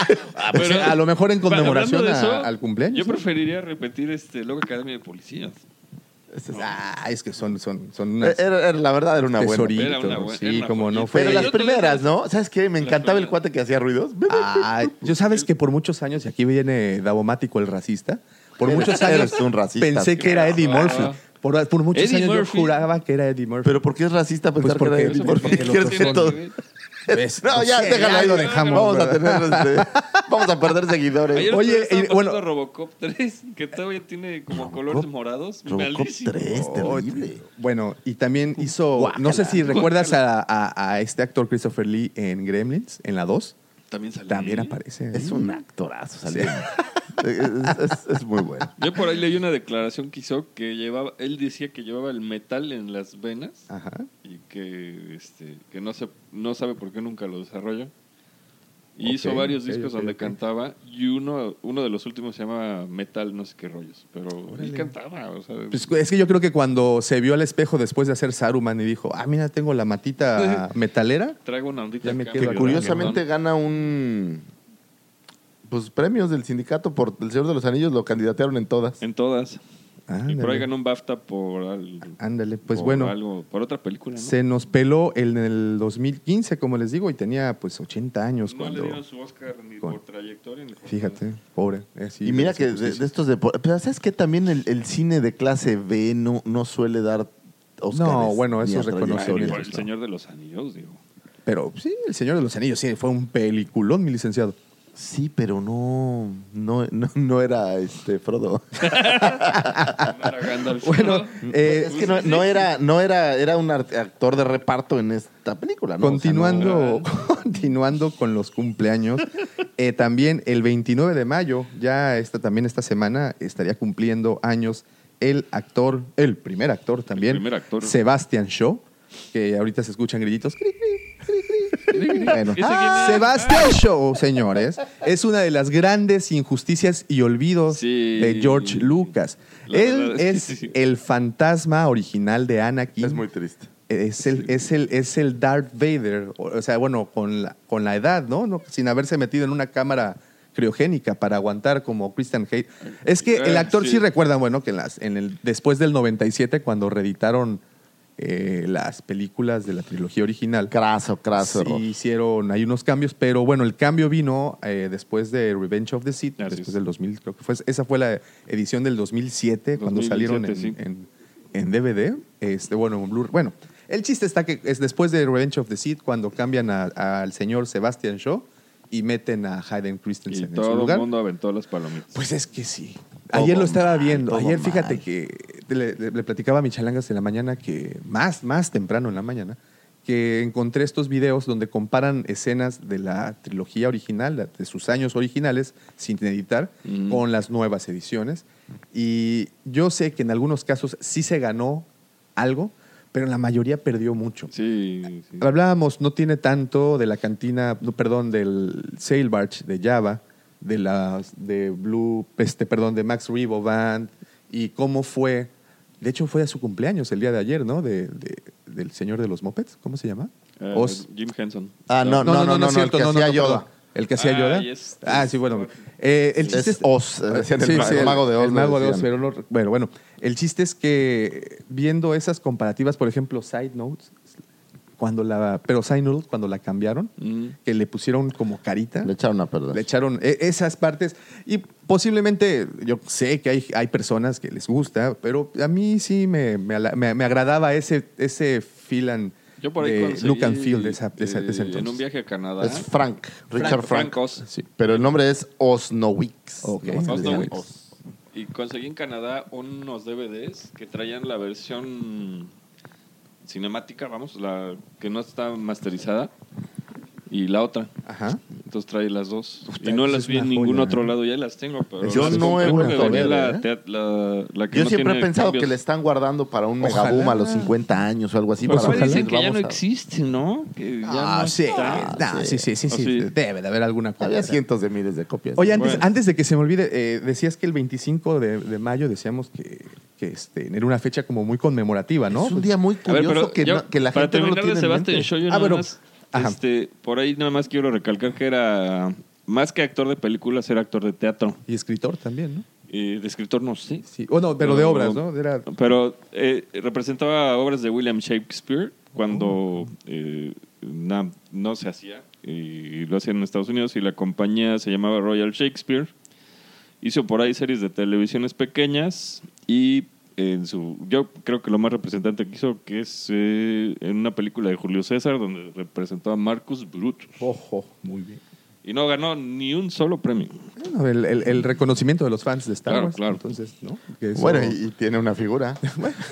Ah, pues, a lo mejor en Pero conmemoración hablando de a- al cumpleaños, Yo ¿no? preferiría repetir este Logo Academia de Policías. Esta es- Ah, es que son, son, son unas Era- era- la verdad era una buena. tesoritos. Era una buena- sí, era una como no joyita. fue. Pero las Yo tuve primeras, las- ¿no? ¿Sabes qué? Me las encantaba el primeras. cuate que hacía ruidos. Ah, Ay, yo sabes que por muchos años, y aquí viene Davomático el racista, por Eres- muchos años eres un racista. Ah, pensé que era Eddie Murphy. Por, por muchos Eddie años Murphy. yo juraba que era Eddie Murphy. Pero ¿por qué es racista pensar Pues porque- que era Eso ¿Por porque qué los crees dos que son- todo? Ves, No, ya, sé, déjalo ya ahí. lo dejamos. Vamos a ¿verdad? tener este, Vamos a perder seguidores. Ayer Oye, Oye, y bueno- bueno, Robocop 3, que todavía tiene como colores morados. Robocop Malísimo. 3, terrible. Bueno, y también hizo, no sé si recuerdas a, a- a este actor Christopher Lee en Gremlins, en la 2, También salió. también aparece. ahí. Es un actorazo, salió. Es, es- es muy bueno. Yo por ahí leí una declaración que hizo que llevaba, él decía que llevaba el metal en las venas Ajá. y que, este, que no, se, no sabe por qué nunca lo desarrolla. Y Ok, hizo varios ok, discos ok, donde ok. cantaba y uno, uno de los últimos se llama Metal, no sé qué rollos, pero él cantaba. O sea, Pues es que yo creo que cuando se vio al espejo después de hacer Saruman y dijo, ah, mira, tengo la matita metalera, traigo una ondita Ya me acá, quedo medio acá. Curiosamente random. gana un. Pues premios del sindicato por El Señor de los Anillos lo candidatearon en todas. En todas. Y por Ándale. ahí ganó Oh, un BAFTA por, al- Ándale, pues por bueno. algo, por otra película. ¿no? Se nos peló en el 2015, como les digo, y tenía pues 80 años No le cuando. dieron su Oscar ni con- por trayectoria ni por Fíjate, pobre. eh, así y mira las que de, injusticias. de estos deportes. Pero ¿sabes que También el, el cine de clase B no, no suele dar Oscars. No, bueno, ni esos a nada. Ay, ni reconocimientos, por trayectorias, el ¿no? Señor de los Anillos, digo. Pero sí, El Señor de los Anillos, sí, fue un peliculón, mi licenciado. Sí, pero no, no, no, no era este Frodo. No era Gandalf, Bueno, ¿no? eh, es que no, no era, no era, era un art- actor de reparto en esta película, ¿no? O sea, no- continuando, continuando con los cumpleaños, eh, también el 29 de mayo, ya esta, también esta semana, estaría cumpliendo años el actor, el primer actor también, primer actor. Sebastian Shaw, que ahorita se escuchan grillitos. cri, cri, cri, cri, cri, Bueno, ¿Ese quién es? Sebastian Show, señores, es una de las grandes injusticias y olvidos Sí. de George Lucas. La Él verdad es que es sí. el fantasma original de Anakin. Es muy triste. Es el, es el, es el Darth Vader, o o sea, bueno, con la, con la edad, ¿no? ¿no? Sin haberse metido en una cámara criogénica para aguantar como Christian Hate. Es que el Ah, actor sí, sí. recuerdan, bueno, que en las, en el, después del 97, cuando reeditaron eh, las películas de la trilogía original, Craso, craso. sí error. hicieron ahí unos cambios, pero bueno, el cambio vino eh, después de Revenge of the Sith, Así después es. del 2000, creo que fue. Esa fue la edición del 2007, cuando 2007, salieron en, sí. en- en DVD. Este, bueno, en Blu-ray. Bueno, el chiste está que es después de Revenge of the Sith, cuando cambian a- al señor Sebastian Shaw y meten a Hayden Y Christensen en su todo el lugar. mundo aventó las palomitas. Pues es que sí. Todo Ayer lo estaba mal, viendo. todo Ayer fíjate mal. que le, le- le platicaba a mi chalangas en la mañana que más, más temprano en la mañana, que encontré estos videos donde comparan escenas de la trilogía original, la- de sus años originales, sin editar, Mm. con las nuevas ediciones. Y yo sé que en algunos casos sí se ganó algo, pero en la mayoría perdió mucho. sí, sí. Hablábamos, no tiene tanto de la cantina, no, perdón, del Sail Barge de Java, de las de Blue, este, perdón, de Max Rebo Band y cómo fue. De hecho, fue a su cumpleaños el día de ayer, ¿no? De, de- del señor de los mopeds, ¿cómo se llama? Eh, Os- Jim Henson. Ah, no, no, no, no, no, es el que no, no, hacía no, perdón. Yoda. El que hacía Ah, Yoda. yes. Ah, sí, bueno. Eh, el Es chiste es, Oz, eh, decían el mago- el mago de Oz, El le mago de Oz, decían. pero no- bueno, bueno, el chiste es que viendo esas comparativas, por ejemplo, Side Notes, cuando la, pero Side Notes cuando la cambiaron, Mm. que le pusieron como carita, Le echaron a perder. le echaron e- esas partes y posiblemente yo sé que hay, hay personas que les gusta, pero a mí sí me, me, ala- me- me agradaba ese, ese feel and, Yo por ahí de conseguí, look and feel de, esa, de esa- de eh, ese En entonces. Pues, un viaje a Canadá. es Frank, Richard Frank. Oz. Sí. Pero el nombre es Osnowix. Ok. Nomás que le Osnowix. digan Oz. Y conseguí en Canadá unos DVDs que traían la versión cinemática, vamos, la que no está masterizada y la otra. Ajá. Entonces trae las dos. Puta, y no esa las es vi en una ningún joya, otro ¿eh? lado, ya las tengo. Pero Yo las no he compré vuelto porque venía a ver, la, ¿eh? teat- la- la que Yo no siempre he tiene pensado que cambios. le están guardando para un Ojalá. megaboom a los 50 años o algo así. Pues para igual dicen decir, que ya vamos no a- existe, ¿no? Que ya Ah, no sí. está. Ah, sí, sí, sí, Ah, sí. sí. Debe de haber alguna cosa. Había cientos de miles de copias. Oye, antes, Bueno. antes de que se me olvide, eh, decías que el 25 de, de mayo decíamos que, que, este, era una fecha como muy conmemorativa, ¿no? es un día muy A ver, curioso pero que, yo, no- que la para gente no lo terminar tiene de en Sebastian mente. Shaw, yo Ah, nada bueno, más, ajá. este, por ahí nada más quiero recalcar que era más que actor de películas era actor de teatro Y escritor también, ¿no? y de escritor no sé. Sí. Bueno, pero de obras, ¿no? Era- Pero eh, representaba obras de William Shakespeare cuando Oh. eh, na- no se hacía y lo hacían en Estados Unidos y la compañía se llamaba Royal Shakespeare. Hizo por ahí series de televisiones pequeñas y en su yo creo que lo más representante que hizo que es eh, en una película de Julio César donde representó a Marcus Brutus Ojo, muy bien. y no ganó ni un solo premio. Bueno, el, el- el reconocimiento de los fans de Star Claro, Wars. claro. Entonces, ¿no? Que eso- Bueno, y, y tiene una figura.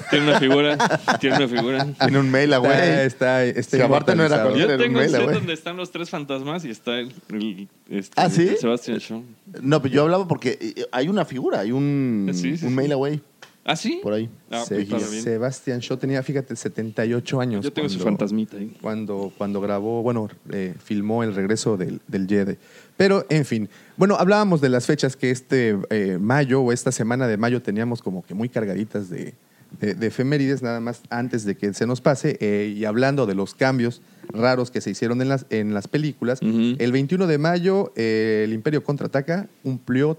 Tiene una figura, tiene una figura. tiene un mail, güey. está, está, está Si aparte no era inmortalizado. con- Yo Era tengo un un mela, set güey. donde están los tres fantasmas y está el, el- este, ¿Ah, sí? el Sebastian Shaw. No, pero yo hablaba porque eh, hay una figura, hay un, Sí, sí, un sí. mail away ¿Ah, sí? por ahí. Ah, pues, Se- está bien. Sebastián Shaw tenía, fíjate, 78 años. Yo tengo su cuando- fantasmita ahí. cuando, cuando grabó, bueno, eh, filmó el regreso del, del Jedi. Pero, en fin, bueno, hablábamos de las fechas que este eh, mayo o esta semana de mayo teníamos como que muy cargaditas de, de- de efemérides, nada más antes de que se nos pase. eh, y hablando de los cambios raros que se hicieron en las, en las películas, Ujú. el 21 de mayo eh, el Imperio Contraataca cumplió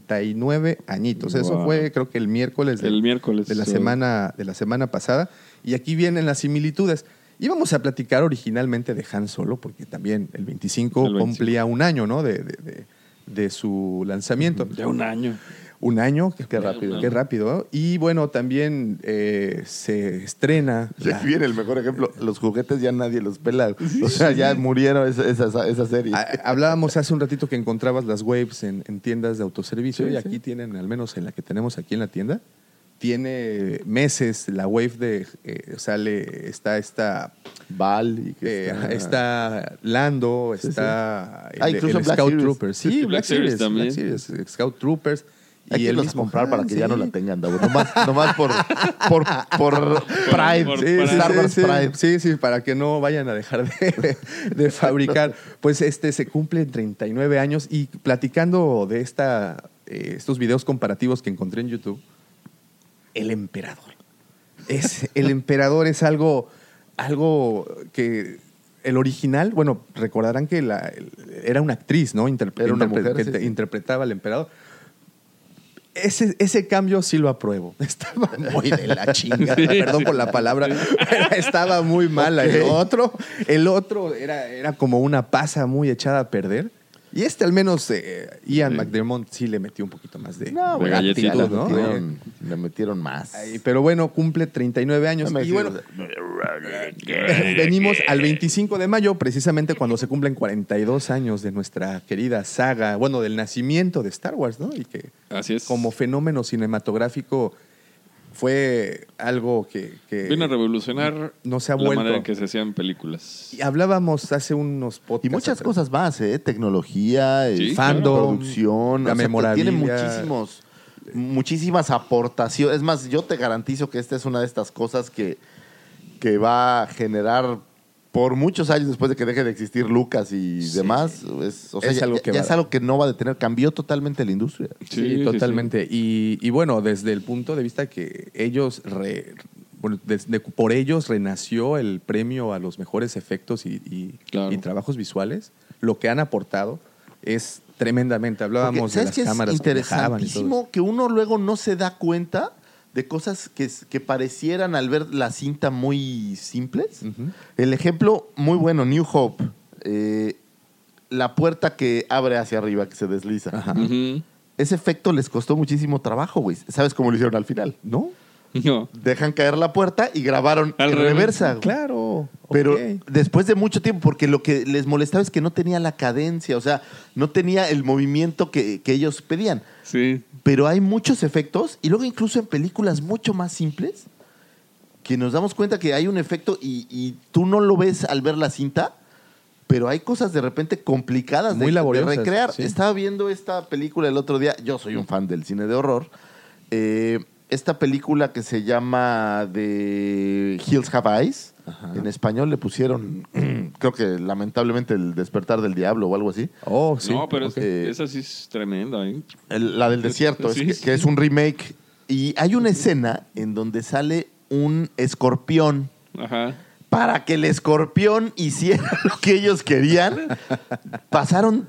39 añitos. Eso Wow. fue creo que el miércoles de, El miércoles, eh, de la sí. semana de la semana pasada y aquí vienen las similitudes. Íbamos a platicar originalmente de Han Solo porque también el 25, El 25. cumplía un año, ¿no? De, de- de- de su lanzamiento. Ya un año. Un año, qué, rápido. Qué rápido. ¿no? Y bueno, también eh, se estrena. Y la- Aquí viene el mejor ejemplo. Los juguetes ya nadie los pela. O sea, ya murieron esa, esa, esa serie. Ah, Hablábamos hace un ratito que encontrabas las waves en, en tiendas de autoservicio y aquí tienen, al menos en la que tenemos aquí en la tienda, tiene meses la wave de, eh, sale, está esta, Val y que eh, ajá, está Lando, está el- Ah, el, incluso Black Scout Series. Troopers, sí, Black, Black Series, Series también. Black Series, Scout Troopers Hay Y que él los mismo, comprar para ah, que ya no sí. la tengan, Davo. Nomás, nomás por, por, por Prime. por Sí, sí, Star sí, Wars sí, Prime. sí, sí, para que no vayan a dejar de, de fabricar. Pues este se cumple en 39 años y platicando de esta, eh, estos videos comparativos que encontré en YouTube, el emperador. Es, el emperador es algo, algo que el original, bueno, recordarán que la- el- era una actriz, ¿no? Interpre- Era una interpre- mujer, que sí, te- sí. interpretaba al emperador. Ese, ese cambio sí lo apruebo. Estaba muy de la chingada, Sí, perdón sí. por la palabra, pero estaba muy mala. El Ok. otro, el otro era, era como una pasa muy echada a perder. Y este al menos eh, Ian Sí. McDermott sí le metió un poquito más de, No, De güey, galletitas, le actitud, ¿no? Eh, metieron- Le metieron más. Ay, pero bueno, cumple 39 años. No me y bueno, venimos al 25 de mayo, precisamente cuando se cumplen 42 años de nuestra querida saga, bueno, del nacimiento de Star Wars, ¿no? Y que Así es. como fenómeno cinematográfico fue algo que... que Vino a revolucionar No se ha la vuelto. manera en que se hacían películas. y hablábamos hace unos podcasts. Y muchas atrás. cosas más, ¿eh? Tecnología, eh, Sí, claro. producción, La o sea, te- tiene memorabilia. muchísimos, muchísimas aportaciones. Es más, yo te garantizo que esta es una de estas cosas que, que va a generar por muchos años después de que deje de existir Lucas y demás. Es, o sea, Es ya, algo ya- que ya va- es algo que no va a detener. Cambió totalmente la industria. Sí, totalmente. Y, y bueno, desde el punto de vista que ellos, re- bueno, des- de- por ellos renació el premio a los mejores efectos y, y- Claro. y trabajos visuales, lo que han aportado es tremendamente. Porque, Hablábamos de ¿Sabes las qué es cámaras que viajaban y todo eso. interesantísimo? Que uno luego no se da cuenta de cosas que, que parecieran al ver la cinta muy simples. Ujú. El ejemplo muy bueno, New Hope. eh, la puerta que abre hacia arriba, que se desliza. Ajá. Ujú. Ese efecto les costó muchísimo trabajo, güey. ¿Sabes cómo lo hicieron al final? ¿No? No. Dejan caer la puerta y grabaron Al en revés. reversa. güey. Claro. Pero ok. después de mucho tiempo, porque lo que les molestaba es que no tenía la cadencia, o sea, no tenía el movimiento que, que ellos pedían. Sí. Pero hay muchos efectos y luego incluso en películas mucho más simples que nos damos cuenta que hay un efecto y, y tú no lo ves al ver la cinta, pero hay cosas de repente complicadas de- Muy de, laboriosas, recrear. sí. Estaba viendo esta película el otro día, yo soy un fan del cine de horror, eh, esta película que se llama The Hills Have Eyes, Ajá. en español le pusieron, creo que lamentablemente El despertar del diablo o algo así. Oh, sí. no, pero es- ok. Eh, esa sí es tremenda. ¿eh? El- la del desierto, es Sí, que, sí. que es un remake. Y hay una escena en donde sale un escorpión. Ajá. Para que el escorpión hiciera lo que ellos querían, pasaron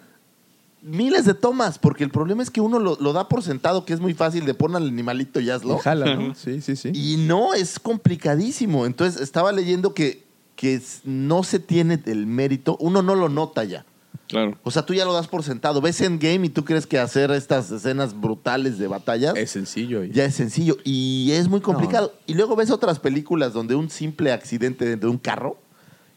miles de tomas, porque el problema es que uno lo, lo da por sentado, que es muy fácil de poner al animalito y hazlo. Y Jala, ¿no? Sí, sí, sí. Y no, es complicadísimo. Entonces estaba leyendo que, que es- no se tiene el mérito, uno no lo nota ya. Claro. O sea, tú ya lo das por sentado. Ves Endgame y tú crees que hacer estas escenas brutales de batallas es sencillo. y- ya es sencillo y es muy complicado. Y luego ves otras películas donde un simple accidente dentro de un carro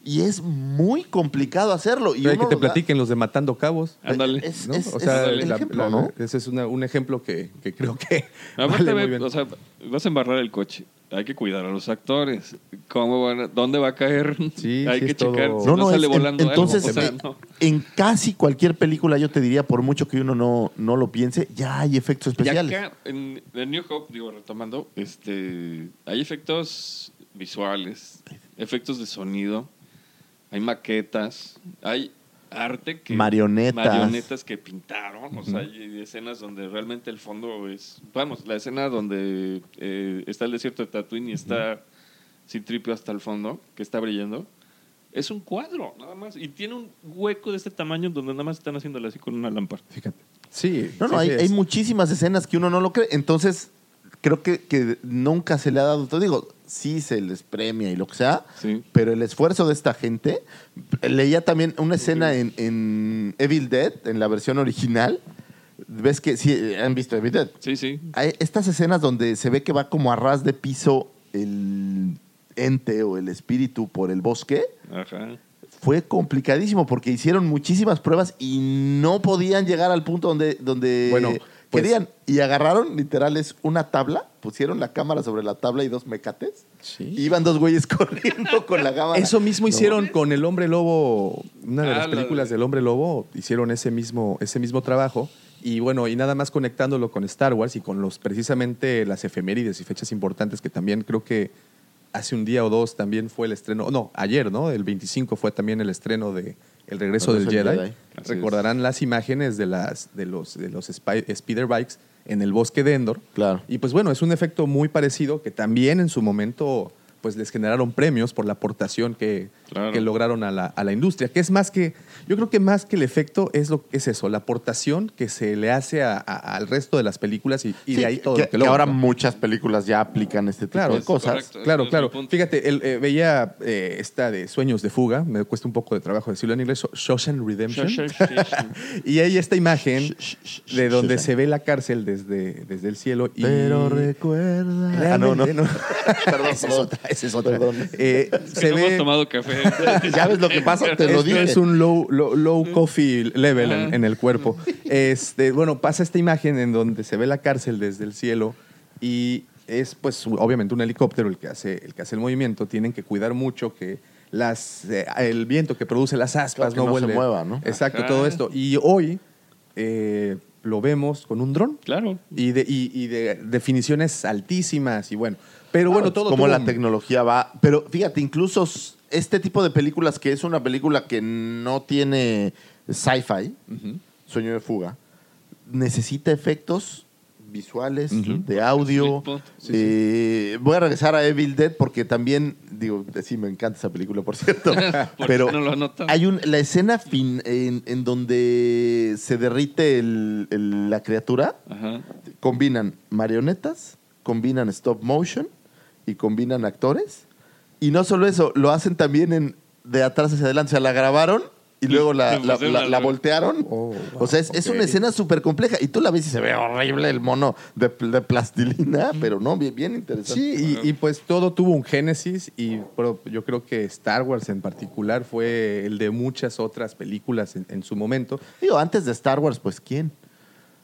y es muy complicado hacerlo. Y Pero hay que uno te lo da- platiquen los de Matando Cabos. Ándale. Es- ¿no? es- o sea, es el la- ejemplo, la- ¿no? ese es una- un ejemplo que, que creo que Aparte, vale ve, muy bien. o sea, vas a embarrar el coche. Hay que cuidar a los actores. ¿Cómo van a- ¿Dónde va a caer? Sí, Hay sí que es todo- checar. si No, no, sale es- en- volando algo. entonces O sea, eh, no. en casi cualquier película yo te diría, por mucho que uno no, no lo piense, ya hay Y efectos especiales. acá, en, en New Hope, digo, retomando, este, hay efectos visuales, efectos de sonido, hay maquetas, hay arte que... Marionetas. Marionetas que pintaron, o sea, hay escenas donde realmente el fondo es... Vamos, la escena donde eh, está el desierto de Tatooine y está sin tripio hasta el fondo, que está brillando. Es un cuadro, nada más. Y tiene un hueco de este tamaño donde nada más están haciéndolo así con una lámpara. Fíjate. Sí. No, sí, no, hay, sí hay es. muchísimas escenas que uno no lo cree. Entonces, creo que, que nunca se le ha dado. Te digo, sí se les premia y lo que sea, Sí. pero el esfuerzo de esta gente. Leía también una escena en, en Evil Dead, en la versión original. ¿Ves que sí han visto Evil Dead? Sí, sí. Hay estas escenas donde se ve que va como a ras de piso el ente o el espíritu por el bosque Ajá. fue complicadísimo porque hicieron muchísimas pruebas y no podían llegar al punto donde, donde Bueno, pues- querían. Y agarraron, literal, es una tabla, pusieron la cámara sobre la tabla y dos mecates. Sí. y Iban dos güeyes corriendo con la cámara. Eso mismo hicieron con El Hombre Lobo, una de Ah, las la películas de- del Hombre Lobo, hicieron ese mismo, ese mismo trabajo Y bueno, y nada más conectándolo con Star Wars y con los precisamente las efemérides y fechas importantes que también creo que hace un día o dos también fue el estreno, no, ayer, ¿no? El 25 fue también el estreno de El regreso del Regreso Jedi. del Jedi. Así Recordarán las imágenes de las de los de los spy- speeder bikes en el bosque de Endor. Claro. Y pues bueno, es un efecto muy parecido que también en su momento pues les generaron premios por la aportación que, Claro. que lograron a la, a la industria, que es más que, yo creo que más que el efecto es lo es eso, la aportación que se le hace a- a- al resto de las películas y, y Sí, de ahí todo que, lo que que logra. ahora muchas películas ya aplican este tipo Claro, de es cosas. correcto. Claro, Es claro. mi punto. Fíjate, él, eh, veía eh, esta de Sueños de Fuga, me cuesta un poco de trabajo decirlo en inglés, Shoshan Redemption. Y hay esta imagen de donde se ve la cárcel desde, desde el cielo. Y Pero recuerda. Ah, no, no. Realmente Perdón, Esa es perdón. otra, esa es otra. Perdón. Eh, se no hemos ve. tomado café. Ya ves lo que pasa, te lo Esto dije. es un low, low, low coffee level en, Ajá. Ah. en el cuerpo. Este, bueno, pasa esta imagen en donde se ve la cárcel desde el cielo y es pues u- obviamente un helicóptero el que hace el, que hace el movimiento. Tienen que cuidar mucho que las, eh, el viento que produce las aspas Claro, que no se vuele. mueva, ¿no? Exacto, Ajá. todo esto. Y hoy eh, lo vemos con un dron Claro. y de, y, y de definiciones altísimas y bueno. Pero bueno, Ah, todo Como tuvo la un- tecnología va. Pero fíjate, incluso s- este tipo de películas que es una película que no tiene sci-fi, sueño de fuga, necesita efectos visuales, de audio. Sí, sí. eh, voy a regresar a Evil Dead porque también, digo, eh, sí, me encanta esa película, por cierto. ¿Por pero qué no lo anotamos? hay un, la escena fin, en, en donde se derrite el- el- la criatura Ajá. combinan marionetas, combinan stop motion y combinan actores. Y no solo eso, lo hacen también en de atrás hacia adelante. O sea, la grabaron y luego la, Le la- pusieron la- la- la voltearon. Oh, wow, o sea, es, es ok. una escena súper compleja. Y tú la ves y se ve horrible el mono de, pl- de plastilina, pero no, bien, bien interesante. Sí, y, y, pues todo tuvo un génesis y pero yo creo que Star Wars en particular fue el de muchas otras películas en, en su momento. Digo, antes de Star Wars, pues ¿quién?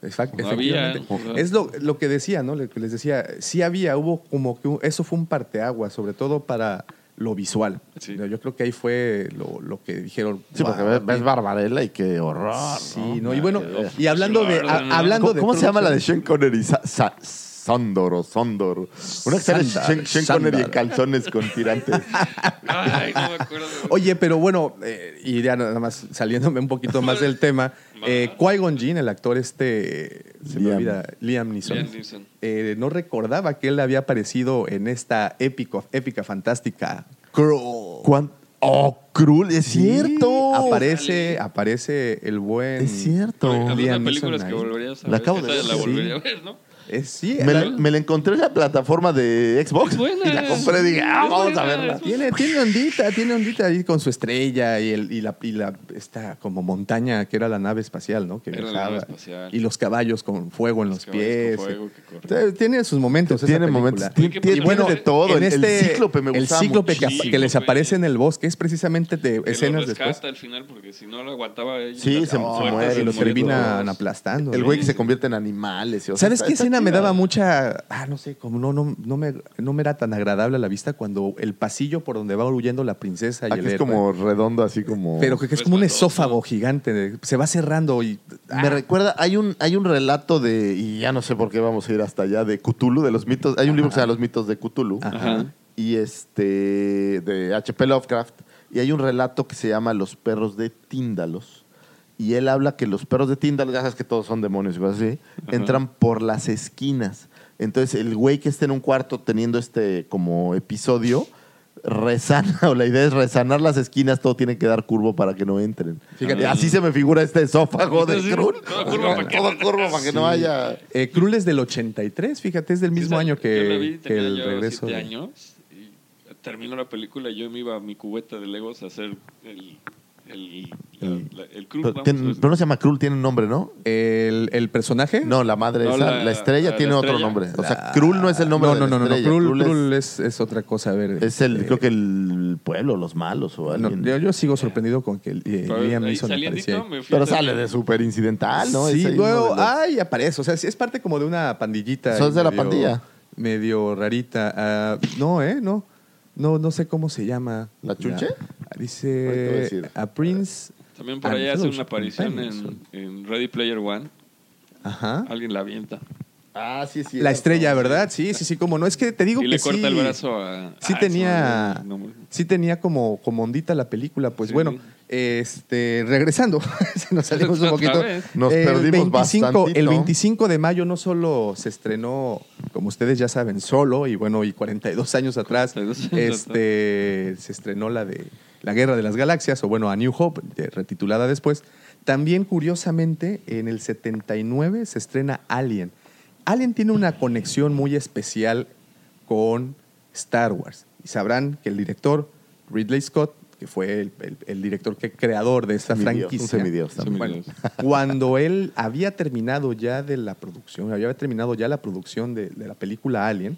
Efa- No había, Efectivamente. ¿no? Es lo, lo que decía, ¿no? Lo que les decía, sí había, hubo como que un- eso fue un parteaguas, sobre todo para lo visual. Sí. Yo creo que ahí fue lo, lo que dijeron. Sí, porque "Wow, ves, ves Barbarella y qué horror. Sí, ¿no? Y bueno, y hablando de... Jordan, ¿no? a- hablando ¿Cómo, de cómo se llama la de producción- Sean Connery? Sa- Sa- Sándor o Sondor. Una que sale Sándar, Sean, Sean Connery en Sándar. calzones con tirantes. Ay, no me acuerdo. Oye, pero bueno, eh, y ya nada más saliéndome un poquito más del tema, eh, Qui-Gon Jinn, el actor este, se me Liam. olvida, Liam Neeson, Liam Neeson. eh, no recordaba que él había aparecido en esta épico, épica fantástica. Cruel. Oh, cruel, es cierto. Aparece, Órale. aparece el buen... Es cierto. Hablando de Liam películas Neeson que ahí. volverías a La ver. acabo esa de ver, la sí. volvería a ver, ¿no? Es, sí, Me la, era- me la encontré en la plataforma de Xbox. Es buena. Y la compré y dije, ah, Es vamos a buena, verla. es buena. Tiene, tiene ondita, tiene ondita ahí con su estrella y, el, y, la, y la- esta como montaña que era la nave espacial, ¿no? Que Era la viajaba. nave espacial. Y los caballos con fuego en los, Los caballos pies. con fuego que corren. Te- tiene sus momentos. esa Tiene película. momentos. Oye, Tiene, qué tiene- y bueno, tiene de todo. En el, el este- cíclope me El gustaba cíclope que, muchísimo. que les aparece en el bosque es precisamente Que de lo escenas rescata después. al final porque si no lo aguantaba ella. Sí, se- Oh, se muere, fuertes, y lo muere. terminan aplastando. El ¿no? güey que se convierte en animales. y, o sea, ¿Sabes está- qué está escena me chida. daba mucha... Ah, no sé, como no, no, no, me, no me era tan agradable a la vista cuando el pasillo por donde va huyendo la princesa y Ah, que el es héroe. como redondo, así como. Pero pues que, que es como un esófago gigante. de- Se va cerrando y... ah, Me recuerda, hay un, hay un relato de, y ya no sé por qué vamos a ir hasta allá, de Cthulhu, de los mitos. Hay un libro que se llama Los mitos de Cthulhu. Ajá. Y este, de H.P. Lovecraft. Y hay un relato que se llama Los perros de Tíndalos. Y él habla que los perros de Tíndalos, ya sabes que todos son demonios y cosas así, entran por las esquinas. Entonces, el güey que está en un cuarto teniendo este como episodio, resana, o la idea es resanar las esquinas, todo tiene que dar curvo para que no entren. Fíjate, así se me figura este esófago de Sí, Krul. todo curvo para que- Todo curvo para que no haya. Eh, Krul es del 83, fíjate, es del mismo Esa- año yo la vi, que, que tenía el yo regreso. siete de- años y terminó la película y yo me iba a mi cubeta de Legos a hacer el el el, la- el club, Pero, vamos, tiene- pues. pero no se llama Krul, tiene un nombre, ¿no? ¿El, el personaje? No, la madre, No, esa, la- la, estrella la tiene otro estrella. nombre. O sea, La- Krul no es el nombre no, de no, la no, no, no, estrella. Krul, Krul es- Krul es, es otra cosa. A ver, Es el, eh, creo que el pueblo, los malos o no, alguien. yo, yo sigo sorprendido con que eh, Pero Liam ahí Neeson aparecía. saliendito ahí. me fui a pero hacer- sale de súper incidental, ¿no? sí, Es ahí uno luego, ah, de los- ay, aparece. O sea, sí, es parte como de una pandillita. Sos ahí de la medio- pandilla. Medio rarita. Ah, no, ¿eh? No. No, no sé cómo se llama. ¿La chuche? Ahorita voy a dice decir. a Prince. También por Ah, allá hace nosotros una aparición acompañamos. Ah. en, en Ready Player One. Ajá. Alguien la avienta. Ah, sí, sí. La estrella, ¿verdad? Sí, sí, sí, cómo no. Es que te digo y que le sí. corta el brazo a. Sí Ah, tenía, eso no, no, no. sí tenía como, como ondita la película. Pues Sí. bueno, este, regresando, se nos salimos un Otra poquito. vez. Nos perdimos bastantito. El 25 de mayo no solo se estrenó, como ustedes ya saben, solo, y bueno, y 42 años atrás, 42 años este, se estrenó la de La Guerra de las Galaxias, o bueno, A New Hope, de- retitulada después. También, curiosamente, en el 79 se estrena Alien. Alien tiene una conexión muy especial con Star Wars. Y sabrán que el director Ridley Scott, que fue el, el- el director que creador de esta Semidios, un franquicia, semidios también. bueno, Semidios. cuando él había terminado ya de la producción, había terminado ya la producción de, de la película Alien,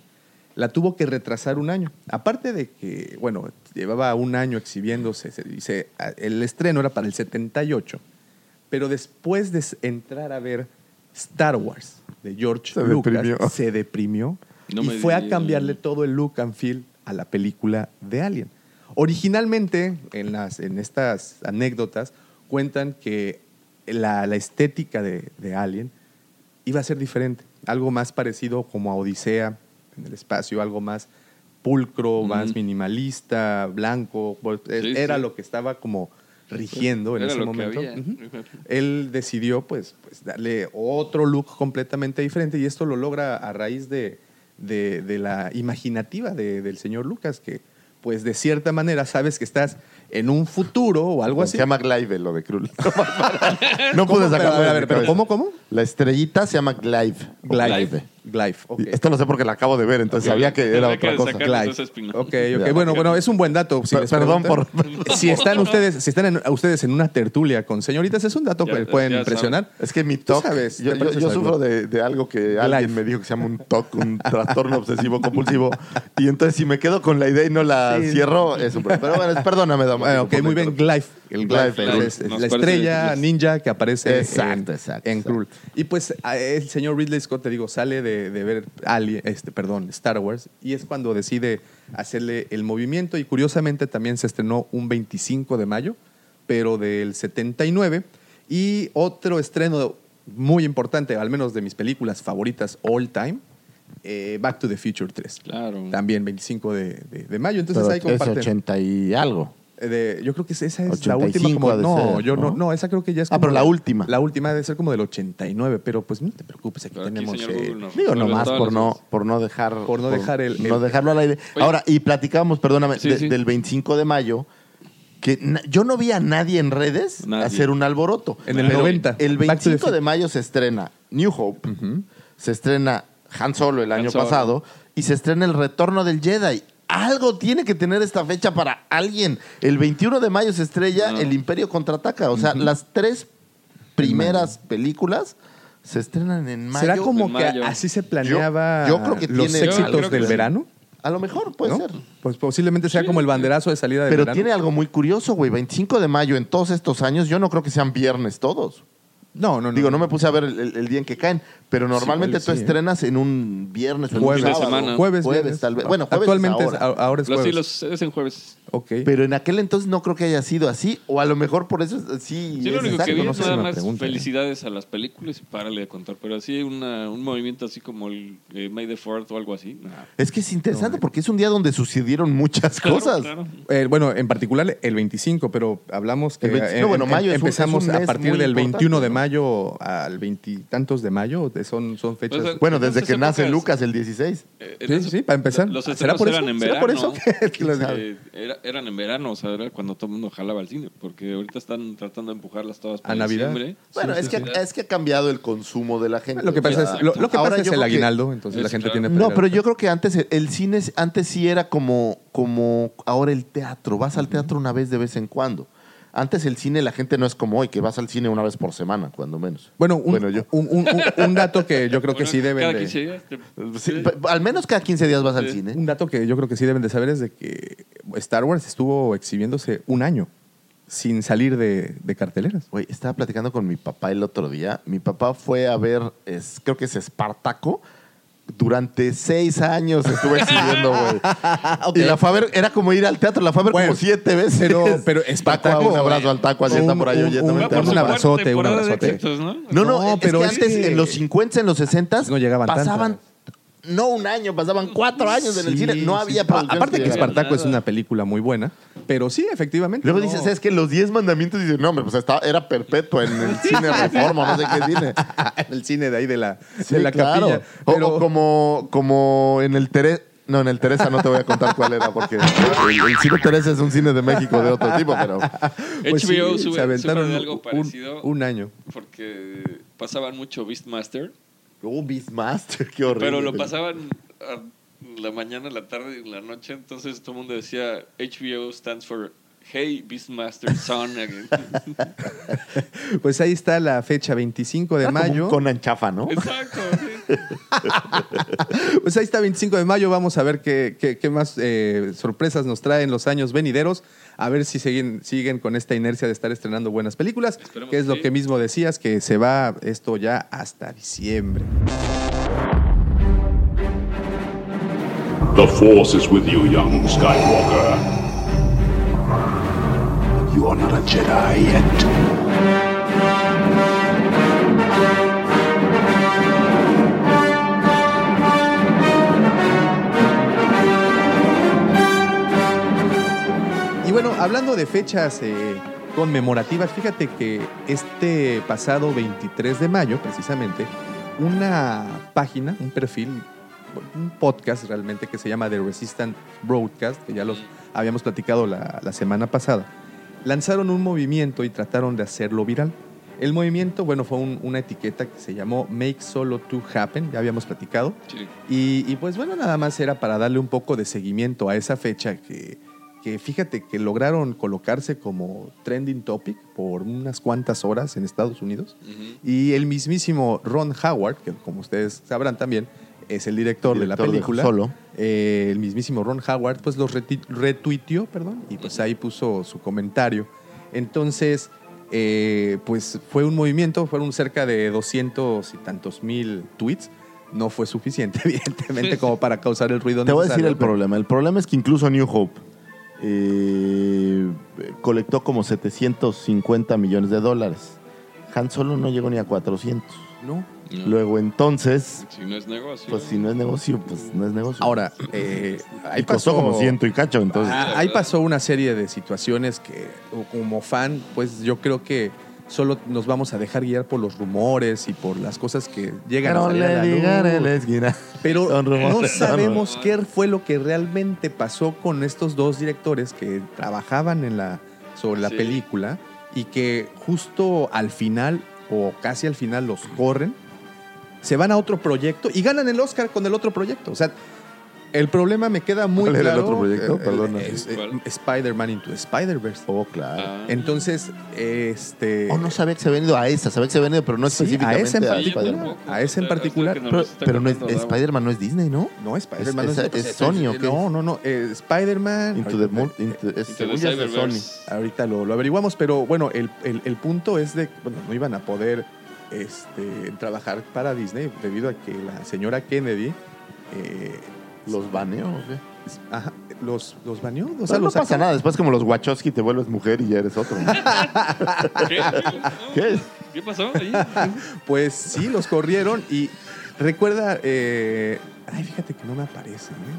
la tuvo que retrasar un año. Aparte de que, bueno, llevaba un año exhibiéndose, se dice, a- el estreno era para el 78, pero después de s- entrar a ver Star Wars de George Se Lucas, deprimió. se deprimió No y me fue a digas. cambiarle todo el look and feel a la película de Alien. Originalmente, en, las, en estas anécdotas, cuentan que la, la estética de, de Alien iba a ser diferente, algo más parecido como a Odisea en el espacio, algo más pulcro, más minimalista, blanco, pues, Sí, era sí. lo que estaba como rigiendo en Era ese lo que momento. había. Ujú. Él decidió pues, pues darle otro look completamente diferente y esto lo logra a raíz de, de- de la imaginativa de- del señor Lucas, que pues de cierta manera sabes que estás en un futuro o algo así. Se llama Clive lo de Krull. no pude ¿Cómo? Pero, sacarlo. a ver, de a mi ver, pero cabeza. ¿cómo, cómo? La estrellita se llama Clive. o Clive. Glyph, ok. Esto lo sé porque la acabo de ver, entonces sabía que era Había que otra cosa. sacar- Glide. Entonces, espina. Ok, ok. Ya. Bueno, bueno, es un buen dato. si Per- les perdón preguntan. por- Si están ustedes, si están en- ustedes en una tertulia con señoritas, es un dato Ya- que pueden ya impresionar. Es que mi Tú TOC, sabes, yo, te yo- pareces yo al sufro Globo. de, de algo que alguien me dijo que se llama un TOC, un trastorno obsesivo compulsivo, y entonces si me quedo con la idea y no la Sí. cierro, es un problema. Pero bueno, es- perdóname, Dama. Ah, ok, muy bien. Glyph. El Glyph. Glyph, es Glyph. Nos la parece estrella bien. ninja que aparece Exacto, en, exacto, en exacto. Krul. Y pues a- el señor Ridley Scott, te digo, sale de, de ver Ali- este, perdón, Star Wars y es cuando decide hacerle el movimiento. Y curiosamente también se estrenó un 25 de mayo, pero del 79. Y otro estreno muy importante, al menos de mis películas favoritas all time, eh, Back to the Future 3. Claro. También 25 de, de- de mayo. Entonces ahí comparten. y algo. Eh, de- yo creo que esa es la 85 última. como- ha de no, ser, yo ¿no? ¿no? no, esa creo que ya es. Ah, como pero la última. La última debe ser como del 89, pero pues no te preocupes, aquí Pero aquí, tenemos. señor eh, Google, no. Digo, Sobre nomás todas por las no, cosas. por no dejar. Por no dejar el- no el- dejarlo al aire. Ahora, y platicábamos, perdóname, Sí, de- sí. del 25 de mayo, que na- yo no vi a nadie en redes Nadie. hacer un alboroto. En el Pero 90, Back to El the 25 Future. de mayo se estrena New Hope, se estrena Han Solo el Han año Solo. pasado, y se estrena El Retorno del Jedi. Algo tiene que tener esta fecha para alguien. El 21 de mayo se estrella Ah. El Imperio contraataca. O sea, las tres primeras películas se estrenan en mayo. ¿Será como en que mayo. así se planeaba Yo- yo creo que los tiene- yo creo éxitos que del sí. verano? A lo mejor puede ¿no? ser. Pues posiblemente sea como el banderazo de salida de Pero verano. tiene algo muy curioso, güey. 25 de mayo en todos estos años, yo no creo que sean viernes todos. No, no, no. Digo, no me puse a ver el, el- el día en que caen, pero normalmente Sí, tú sí, ¿eh? estrenas en un viernes o en un Jueves, Fin de sábado. semana. jueves, Jueves, viernes. Ah, tal vez. Bueno, jueves Actualmente es ahora. a- ahora es Los jueves. sí, los es en jueves. Ok. Pero en aquel entonces no creo que haya sido así, o a lo mejor por eso es- eh, Sí, sí. es lo único que exacto, vi no es sé. nada una más pregunta, ¿eh? felicidades a las películas y párale de contar. Pero así una, un movimiento así como el eh, May the Fourth o algo así. no. Es que es interesante porque es un día donde sucedieron muchas Claro, cosas. claro. Eh, bueno, en particular el 25, pero hablamos que eh, em, El 25, bueno, mayo es un- empezamos es un mes a partir muy del 21 de importante, ¿no? mayo al veintitantos de mayo, son, son fechas. Pues, Bueno, desde Entonces, que nace épocas- Lucas el 16. Eh, Sí, sí, sí, para empezar. Los ¿Será estrenos por eso? eran en ¿Será verano. por eso que- que Eh, las- era- eran en verano, o sea, era cuando todo el mundo jalaba al cine. Porque ahorita están tratando de empujarlas todas para A Navidad. diciembre. Bueno, Sí, es, sí, que, es que ha cambiado el consumo de la gente. Lo que O sea, pasa es, lo, lo que ahora pasa es yo el creo que- aguinaldo, entonces Es la gente claro. tiene... No, pero yo creo que antes el- el cine es- antes sí era como, como ahora el teatro. Vas al teatro una vez de vez en cuando. Antes el cine la gente no es como hoy, que vas al cine una vez por semana, cuando menos. Bueno, un, Bueno, yo- un- un- un- un dato que eh, yo creo que Bueno, sí deben cada de- 15 días te- Sí, te- pa- Al menos cada 15 días vas al Sí. cine. Un dato que yo creo que sí deben de saber es de que Star Wars estuvo exhibiéndose un año sin salir de, de carteleras. Güey, estaba platicando con mi papá el otro día. Mi papá fue a ver, es- creo que es Espartaco, Durante seis años estuve exhibiendo, güey. Y la fue a ver, era como ir al teatro, la fue a ver Bueno, como siete veces. pero- pero taco, Espartaco, un abrazo al taco, así un- está por ahí un- oyéndome. un- Te amo. un abrazote, un temporada de abrazote. éxitos, ¿no? No, no, No, pero pero que es antes, que- en los 50, en los 60, No llegaban pasaban, tantas. no un año, pasaban cuatro años en el Sí, cine. No sí. había A- producciones Aparte que llegaran. Espartaco es una película muy buena, pero sí, efectivamente. Luego no. dices, es que los 10 mandamientos dicen, no, hombre, pues estaba, era perpetuo en el cine Reforma, no sé qué cine. en el cine de ahí de la, Sí, de la claro. capilla. O- Pero- O, como, como en el Teresa. No, en el Teresa no te voy a contar cuál era, porque el, el cine Teresa es un cine de México de otro tipo, pero. Pues sí, HBO se sube, sube aventaron de algo un- parecido un año. porque pasaban mucho Beastmaster, Oh, Beastmaster, qué horrible. pero lo pasaban a la mañana, la tarde y la noche, entonces todo el mundo decía HBO stands for Hey Beastmaster Son Again. Pues ahí está la fecha 25 de Era como un mayo. Conan chafa, ¿no? Exacto. sí. Pues ahí está 25 de mayo. Vamos a ver qué, qué- qué más eh, sorpresas nos traen los años venideros. A ver si siguen, siguen con esta inercia de estar estrenando buenas películas, Esperemos que es que lo sí. que mismo decías, que se va esto ya hasta diciembre. The Force is with you, young Skywalker. You are not a Jedi yet. Y bueno, hablando de fechas eh, conmemorativas, fíjate que este pasado 23 de mayo, precisamente, una página, un perfil, un podcast realmente que se llama The Resistant Broadcast, que ya los habíamos platicado la, la semana pasada, lanzaron un movimiento y trataron de hacerlo viral. El movimiento, bueno, fue un- una etiqueta que se llamó Make Solo To Happen, ya habíamos platicado. Sí. Y, y, pues bueno, nada más era para darle un poco de seguimiento a esa fecha que, que fíjate que lograron colocarse como trending topic por unas cuantas horas en Estados Unidos. Ujú. Y el mismísimo Ron Howard, que como ustedes sabrán también, es el director, de Director la de película. Solo. Eh, el mismísimo Ron Howard, pues los reti- retuiteó, perdón, y pues ahí puso su comentario. Entonces, eh, pues fue un movimiento, fueron cerca de 200 y tantos mil tweets. No fue suficiente, evidentemente, como para causar el ruido Te voy a decir necesario, el pero- problema. El problema es que incluso New Hope eh, colectó como 750 millones de dólares. Han Solo no llegó ni a 400. No. No. Luego entonces, Si no es negocio. pues si no es negocio, pues no es negocio. Ahora, eh, ahí y costó pasó- como ciento y cacho, entonces. Ah, ahí pasó una serie de situaciones que o- como fan, pues yo creo que solo nos vamos a dejar guiar por los rumores y por las cosas que llegan a no salir a la le digan luz. en la esquina. Pero Son rumores, no son sabemos rumores. qué fue lo que realmente pasó con estos dos directores que trabajaban en la, sobre la Sí. película y que justo al final o casi al final los corren, se van a otro proyecto y ganan el Oscar con el otro proyecto. O sea, el problema me queda muy ¿Cuál era claro. el otro proyecto? eh, Perdona. es- eh, ¿Cuál? Spider-Man into Spider-Verse. Oh, claro. Ah. Entonces, este... Oh, no sabía que se había venido a esa, sabía que se había venido, pero no Sí, a específicamente esa en Sí, particular. Spider-Man. tampoco. a ese en O sea, particular. es lo que Pero, nos está pero no es, contando Davo. Spider-Man no es Disney, ¿no? No, Spider-Man Es- no es- es Sony, ¿o qué No, es? no, no. eh, Spider-man... Into the Moon. Into, es, Into the según yo es de Cyberverse. Sony. Ahorita lo, lo averiguamos, pero bueno, el, el- el punto es de, bueno, no iban a poder este, trabajar para Disney debido a que la señora Kennedy eh, Los baneó. ¿o qué? ajá, los, los baneó. O O sea, sea, no los pasa sacó. nada. Después, como los Wachowski, te vuelves mujer y ya eres otro. ¿Qué? No, ¿Qué? ¿Qué pasó ahí? Pues sí, los corrieron y recuerda, eh, ay, fíjate que no me aparece, ¿eh?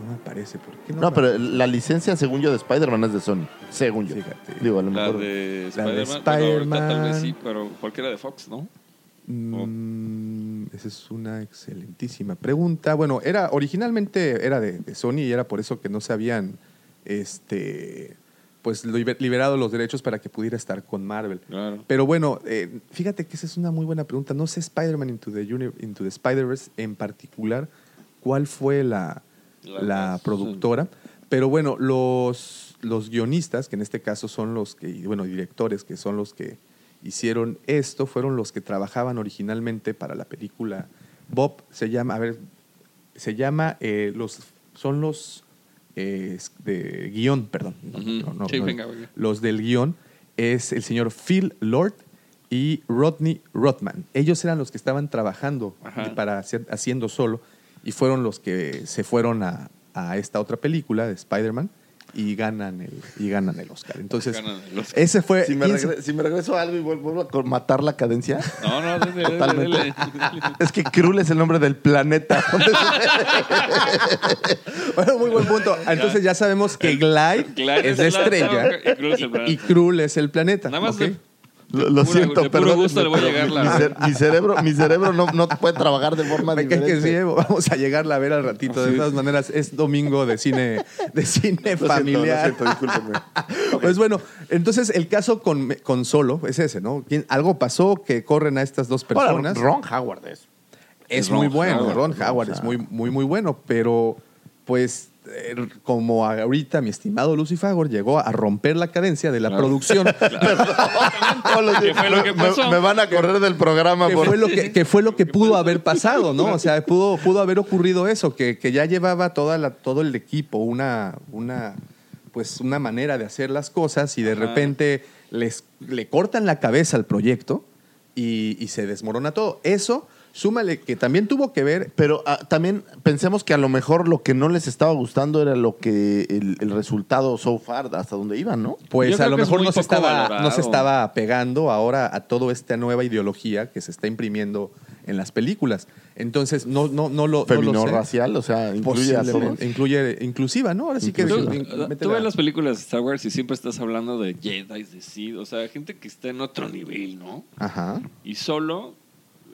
No me aparece, ¿por qué no? No, me pero la licencia, según yo, de Spider-Man es de Sony. Según yo. Fíjate. Digo, a lo La mejor. de Spider-Man. Bueno, Spider-Man. ahorita tal vez sí, pero cualquiera de Fox, ¿no? Mm, esa es una excelentísima pregunta. Bueno, era originalmente era de, de Sony y era por eso que no se habían este pues liber- liberado los derechos para que pudiera estar con Marvel. Claro. Pero bueno, eh, fíjate que esa es una muy buena pregunta. No sé Spider-Man into the, Uni- into the Spider-Verse en particular, cuál fue la, La la, más- productora. Pero bueno, los, los guionistas, que en este caso son los que, y bueno, directores, que son los que hicieron esto, fueron los que trabajaban originalmente para la película Bob. Se llama, a ver, se llama, eh, los, son los eh, es- de guión, perdón. Ujú. Sí, venga, venga. Los del guión es el señor Phil Lord y Rodney Rothman. Ellos eran los que estaban trabajando Ajá. para hacer- haciendo solo y fueron los que se fueron a, a esta otra película de Spider-Man y ganan el y ganan el Oscar. Entonces, Ganan el Oscar. ese fue Si me, ¿quién se- regre- si me regreso a algo y vuel- vuelvo a co- matar la cadencia. No, no, dele, dele, Totalmente. dele, dele. Es que Krul es el nombre del planeta. Bueno, muy buen punto. Entonces ya sabemos que Glide, Glide es la estrella y Krul es el planeta. y Krul es el planeta. Nada más ¿ok? de- Lo, lo De pura- siento, de puro perdón. gusto le voy a pero llegar la- mi, cer- mi cerebro, mi cerebro no, no puede trabajar de forma Me cae diferente. que sí, ¿eh? Evo. vamos a llegarla a ver al ratito. De todas maneras, es domingo de cine, de cine Lo siento, familiar. lo siento, discúlpenme. Pues bueno, entonces el caso con, con Solo es ese, ¿no? ¿Quién- Algo pasó que corren a estas dos Ahora, personas. Ron Howard es. es Ron muy bueno, Howard. Ron Howard O es sea. muy, muy, muy bueno, pero pues eh, como ahorita mi estimado Lucy Fagor llegó a romper la cadencia de la Claro. producción, No, lo siento. fue lo que Me- pasó? Me, van a correr del programa que por fue lo que, que fue lo que pudo haber pasado, ¿no? O sea, pudo, pudo haber ocurrido eso, que, que ya llevaba toda la, todo el equipo una, una, pues una manera de hacer las cosas y de Ajá. repente les, le cortan la cabeza al proyecto y, y se desmorona todo. Eso, súmale que también tuvo que ver Pero ah, también pensemos que a lo mejor lo que no les estaba gustando era lo que el, el resultado so far, hasta donde iban, ¿no? Yo Pues a creo lo que es mejor muy no se, poco estaba, valorado. no se estaba pegando ahora a toda esta nueva ideología que se está imprimiendo en las películas. Entonces, no, no, no lo. no lo sé. Feminor-racial, o sea, incluye a todos. Posiblemente. Incluye, inclusiva, ¿no? Ahora sí que. Tú, ah, in- tú métela. ves las películas de Star Wars y siempre estás hablando de Jedi, de Sith, o sea, gente que está en otro nivel, ¿no? Ajá. Y solo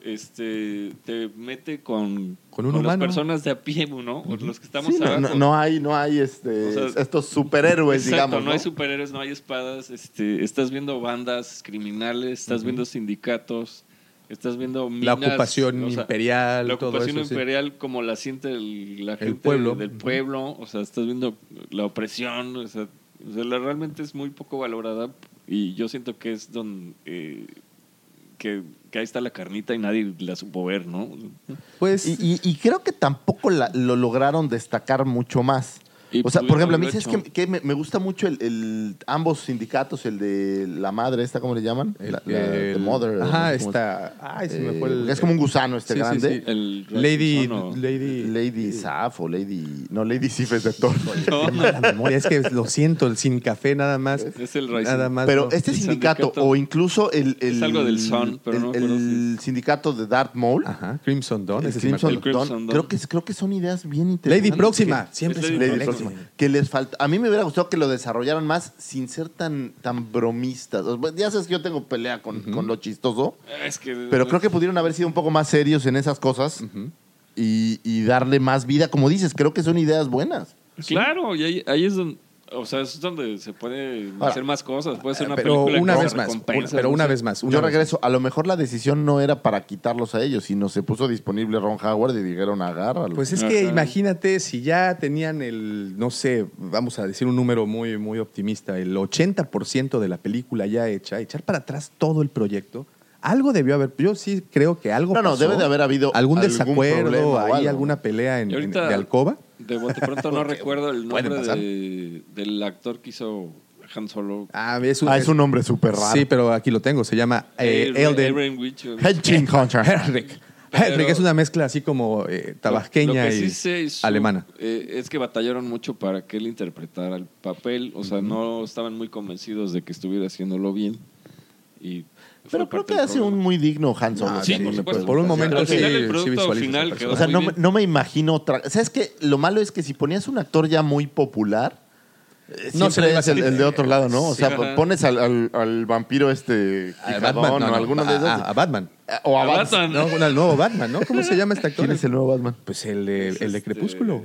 este te mete con, Con un con las humano. personas de a pie, ¿no? O los que estamos Sí, no, abajo. no- no hay, no hay este, O sea, estos superhéroes, Exacto, digamos. no, ¿no? hay superhéroes, no hay espadas, este, estás viendo bandas criminales, estás viendo sindicatos, estás viendo minas, La ocupación o sea, imperial, la todo ocupación eso. sí. imperial como la siente el, la gente pueblo. del Ujú. pueblo, o sea, estás viendo la opresión, o sea, o sea, la- realmente es muy poco valorada y yo siento que es donde eh, que, que ahí está la carnita y nadie la supo ver, ¿no? Pues. Y, y- y creo que tampoco la- lo lograron destacar mucho más. Y O sea, por ejemplo, a mí pudieron ¿sabes haberlo qué- qué me, me gusta mucho el, el- ambos sindicatos, el de la madre, esta, ¿cómo le llaman? el- la, la- el- the mother. Ajá, no sé cómo- esta. Ay, se me eh, fue el. es como un gusano este Sí, sí, grande. sí. El Lady. Rapunzel, ¿no? Lady. Lady Saf o Lady. No, Lady Sif es de Thor. No, Tengo la memoria, es que lo siento, el sin café nada más. Es el Raisin. Nada más. Pero no. este El sindicato, sindicato. o incluso el. el- Es algo del Sun, pero el, no me acuerdo el sindicato de Darth Maul. Ajá, Crimson Dawn. el ese sí me Crimson El Crimson Dawn, Dawn. Creo que, creo que son ideas bien interesantes. Lady Próxima, siempre Es se que- me Lady olvida. Próxima. Que les falta. A mí me hubiera gustado que lo desarrollaran más sin ser tan, tan bromistas. O- bueno, Ya sabes que yo tengo pelea con, con lo chistoso, Es que- pero creo que pudieron haber sido un poco más serios en esas cosas y, y darle más vida. Como dices, creo que son ideas buenas. Claro, y ahí, ahí es donde, o sea, es donde se puede Ahora, hacer más cosas. Puede ser una eh, pero película una que vez más, recompensa, pero no una sé. vez más. una Yo vez regreso, a lo mejor la decisión no era para quitarlos a ellos, sino se puso disponible Ron Howard y dijeron agárralo. Pues es Ajá. que imagínate si ya tenían el, no sé, vamos a decir un número muy, muy optimista, el 80% de la película ya hecha, echar para atrás todo el proyecto. Algo debió haber, yo sí creo que algo No, no, pasó. debe de haber habido algún algún problema desacuerdo, o ahí algo. alguna pelea en, Y ahorita- en- de alcoba. De bote pronto no recuerdo el pueden nombre pasar. de- del actor que hizo Han Solo. Ah, es un, Ah, es un nombre súper raro. Sí, pero aquí lo tengo, se llama eh, Eh, Elden Elden Witch, o- Hedging Contra. Herrick. Pero- Herrick es una mezcla así como eh, Lo- lo tabasqueña que sí y sé es- alemana. eh, es que batallaron mucho para que él interpretara el papel. O sea, no estaban muy convencidos de que estuviera haciéndolo bien. Y fue Pero creo parte que del hace problema. un muy digno Han Solo. Ah, Sí, o sea, no por le supuesto. puedes Por un quitar. momento Al final sí- el sí producto visualizo esa final persona. quedó O sea, muy no, bien. me- no me imagino otra. ¿Sabes qué? Lo malo es que si ponías un actor ya muy popular, eh, No siempre se le iba a es el, salir. el de otro lado, ¿no? O Sí, sea, ajá. pones al, al- al vampiro este A Quijadón Batman, no, o no, alguno de esos. a- a Batman. Eh, O a A Batman. Batman. No, bueno, el nuevo Batman, ¿no? ¿Cómo se llama este actor? ¿Quién es el nuevo Batman? Pues el de, el de Este, Crepúsculo.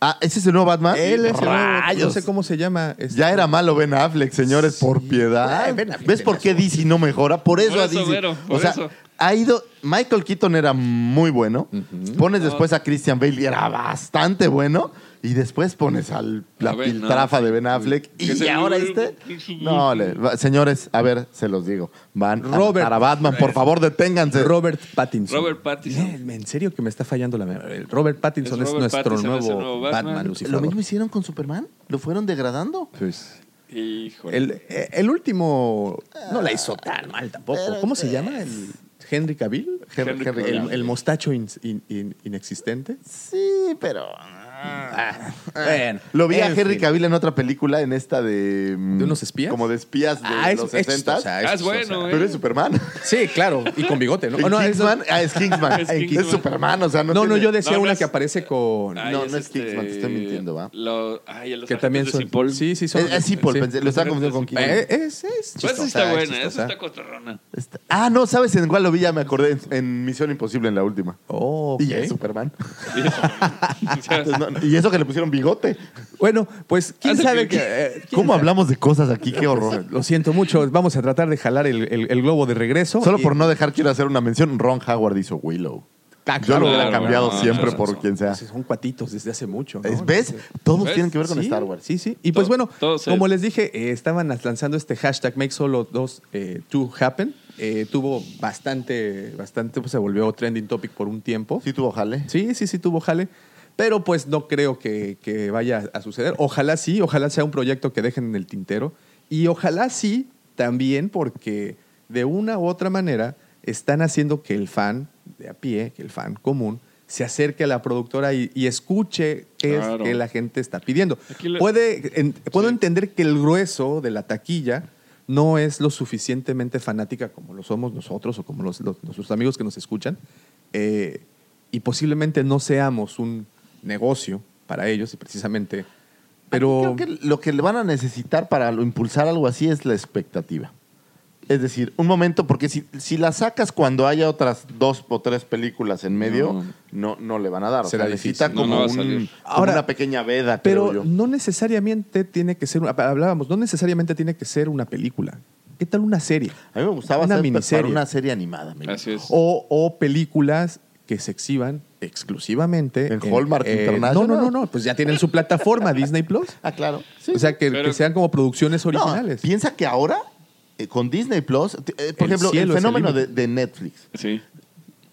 Ah, ¿ese es el nuevo Batman? Él es el nuevo, no ¡Rayos! sé cómo se llama. este- Ya era malo Ben Affleck, señores, por piedad. Ay, Ben Affleck ¿Ves tenía por qué DC no mejora? Por eso, Por a eso, DC. Vero, por o sea, eso. ha ido. Michael Keaton era muy bueno. Ah. Pones después a Christian Bale y era bastante bueno. Y después pones al la A Ben piltrafa de Ben Affleck. Que Y se- ahora este. No, le- va- señores, a ver, se los digo. Van Robert. para Batman, por favor, deténganse. Robert Pattinson. Robert Pattinson. Eh, En serio que me está fallando la memoria. Robert Pattinson Es es, Robert nuestro Pattinson, es el nuevo, nuevo Batman, Batman. Lo Lucifer. mismo hicieron con Ah, Superman. Lo fueron degradando. Pues, Híjole. El, eh, el último no la hizo tan mal tampoco. ¿Cómo se llama? ¿El Henry Cavill? Her- Henry Her- Cavill. el, el mostacho in- in- in- inexistente. Ah, Sí, pero. ah. bueno. eh, Lo vi a En Henry fin. Cavill en otra película, en esta de. mm, ¿De unos espías? Como de espías de Ah, es, los es 60. chistosa, Ah, es chistosa. bueno, pero es Superman. Sí, claro, y con bigote, ¿no? ¿En Oh, no, es- Kingsman? Ah, es Kingsman. Es es, Kingsman. Superman, o sea, no no, no, tiene- yo decía No, no una es- Ah, que aparece con Ay, este, no, no es Kingsman, te estoy mintiendo, ¿va? Lo, ay, los que también agentes son de Cipoll. Sí, sí son. Es, es Cipoll, sí. eh, pensé, lo estaba confundiendo con Kingsman. Eh, Es, es Pues esa chistosa, está es buena, esa chistosa. está cotorrona. Está- Ah, no, ¿sabes en cuál lo vi? Ya me acordé. En, en Misión Imposible, en la última. Oh, ok. Y es Superman. Sí, o sea, Entonces, Ah, no, no, y eso que le pusieron bigote. Bueno, pues quién Hace sabe que- que. eh, quién ¿Cómo sabe? Pues, eh, hablamos de cosas aquí? Qué horror. Lo siento mucho, vamos a tratar de jalar el, el- el globo de regreso. Solo Y- por no dejar, quiero hacer una mención. Ron Howard hizo Willow. Ah, Yo claro, lo hubiera claro, cambiado bueno, siempre tienes por razón. quien sea. Pues Son cuatitos desde hace mucho. ¿no? Es- ¿Ves? Todos ¿Ves? tienen que ver con Sí, Star Wars. Sí, sí. Y Todo- pues bueno, todo se- como les dije, eh, estaban lanzando este hashtag Make Solo 2 eh, to Happen. Eh, tuvo bastante, bastante, pues se volvió trending topic por un tiempo. Sí tuvo jale. ¿eh? Sí, sí, sí tuvo jale. Pero pues no creo que, que vaya a suceder. Ojalá sí, ojalá sea un proyecto que dejen en el tintero. Y ojalá sí también porque de una u otra manera están haciendo que el fan de a pie, que el fan común, se acerque a la productora y, y escuche qué Claro. es que la gente está pidiendo. Aquí le- Puede, en- puedo Sí. entender que el grueso de la taquilla no es lo suficientemente fanática como lo somos nosotros o como los, los- nuestros amigos que nos escuchan. eh, y posiblemente no seamos un negocio para ellos, y precisamente. Pero Creo que lo que le van a necesitar para lo- impulsar algo así es la expectativa. Es decir, un momento, porque si, si la sacas cuando haya otras dos o tres películas en medio, No. no, no, le van a dar. O Será sea, necesita difícil. No, como, no va a un- salir. como Ahora- una pequeña veda, creo Pero yo. no necesariamente tiene que ser, una- hablábamos, no necesariamente tiene que ser una película. ¿Qué tal una serie? A mí me gustaba una hacer miniserie. para una serie animada. Oh, amigo. Así es. O, o películas que se exhiban exclusivamente eh, En Hallmark No, International. no, no, no, pues ya tienen su plataforma Disney Plus. Ah, claro. Sí. O sea, que, Pero- que sean como producciones No, originales. piensa que ahora, eh, con Disney Plus, t- eh, por El ejemplo, cielo es el el fenómeno de, límite. de Netflix. Sí.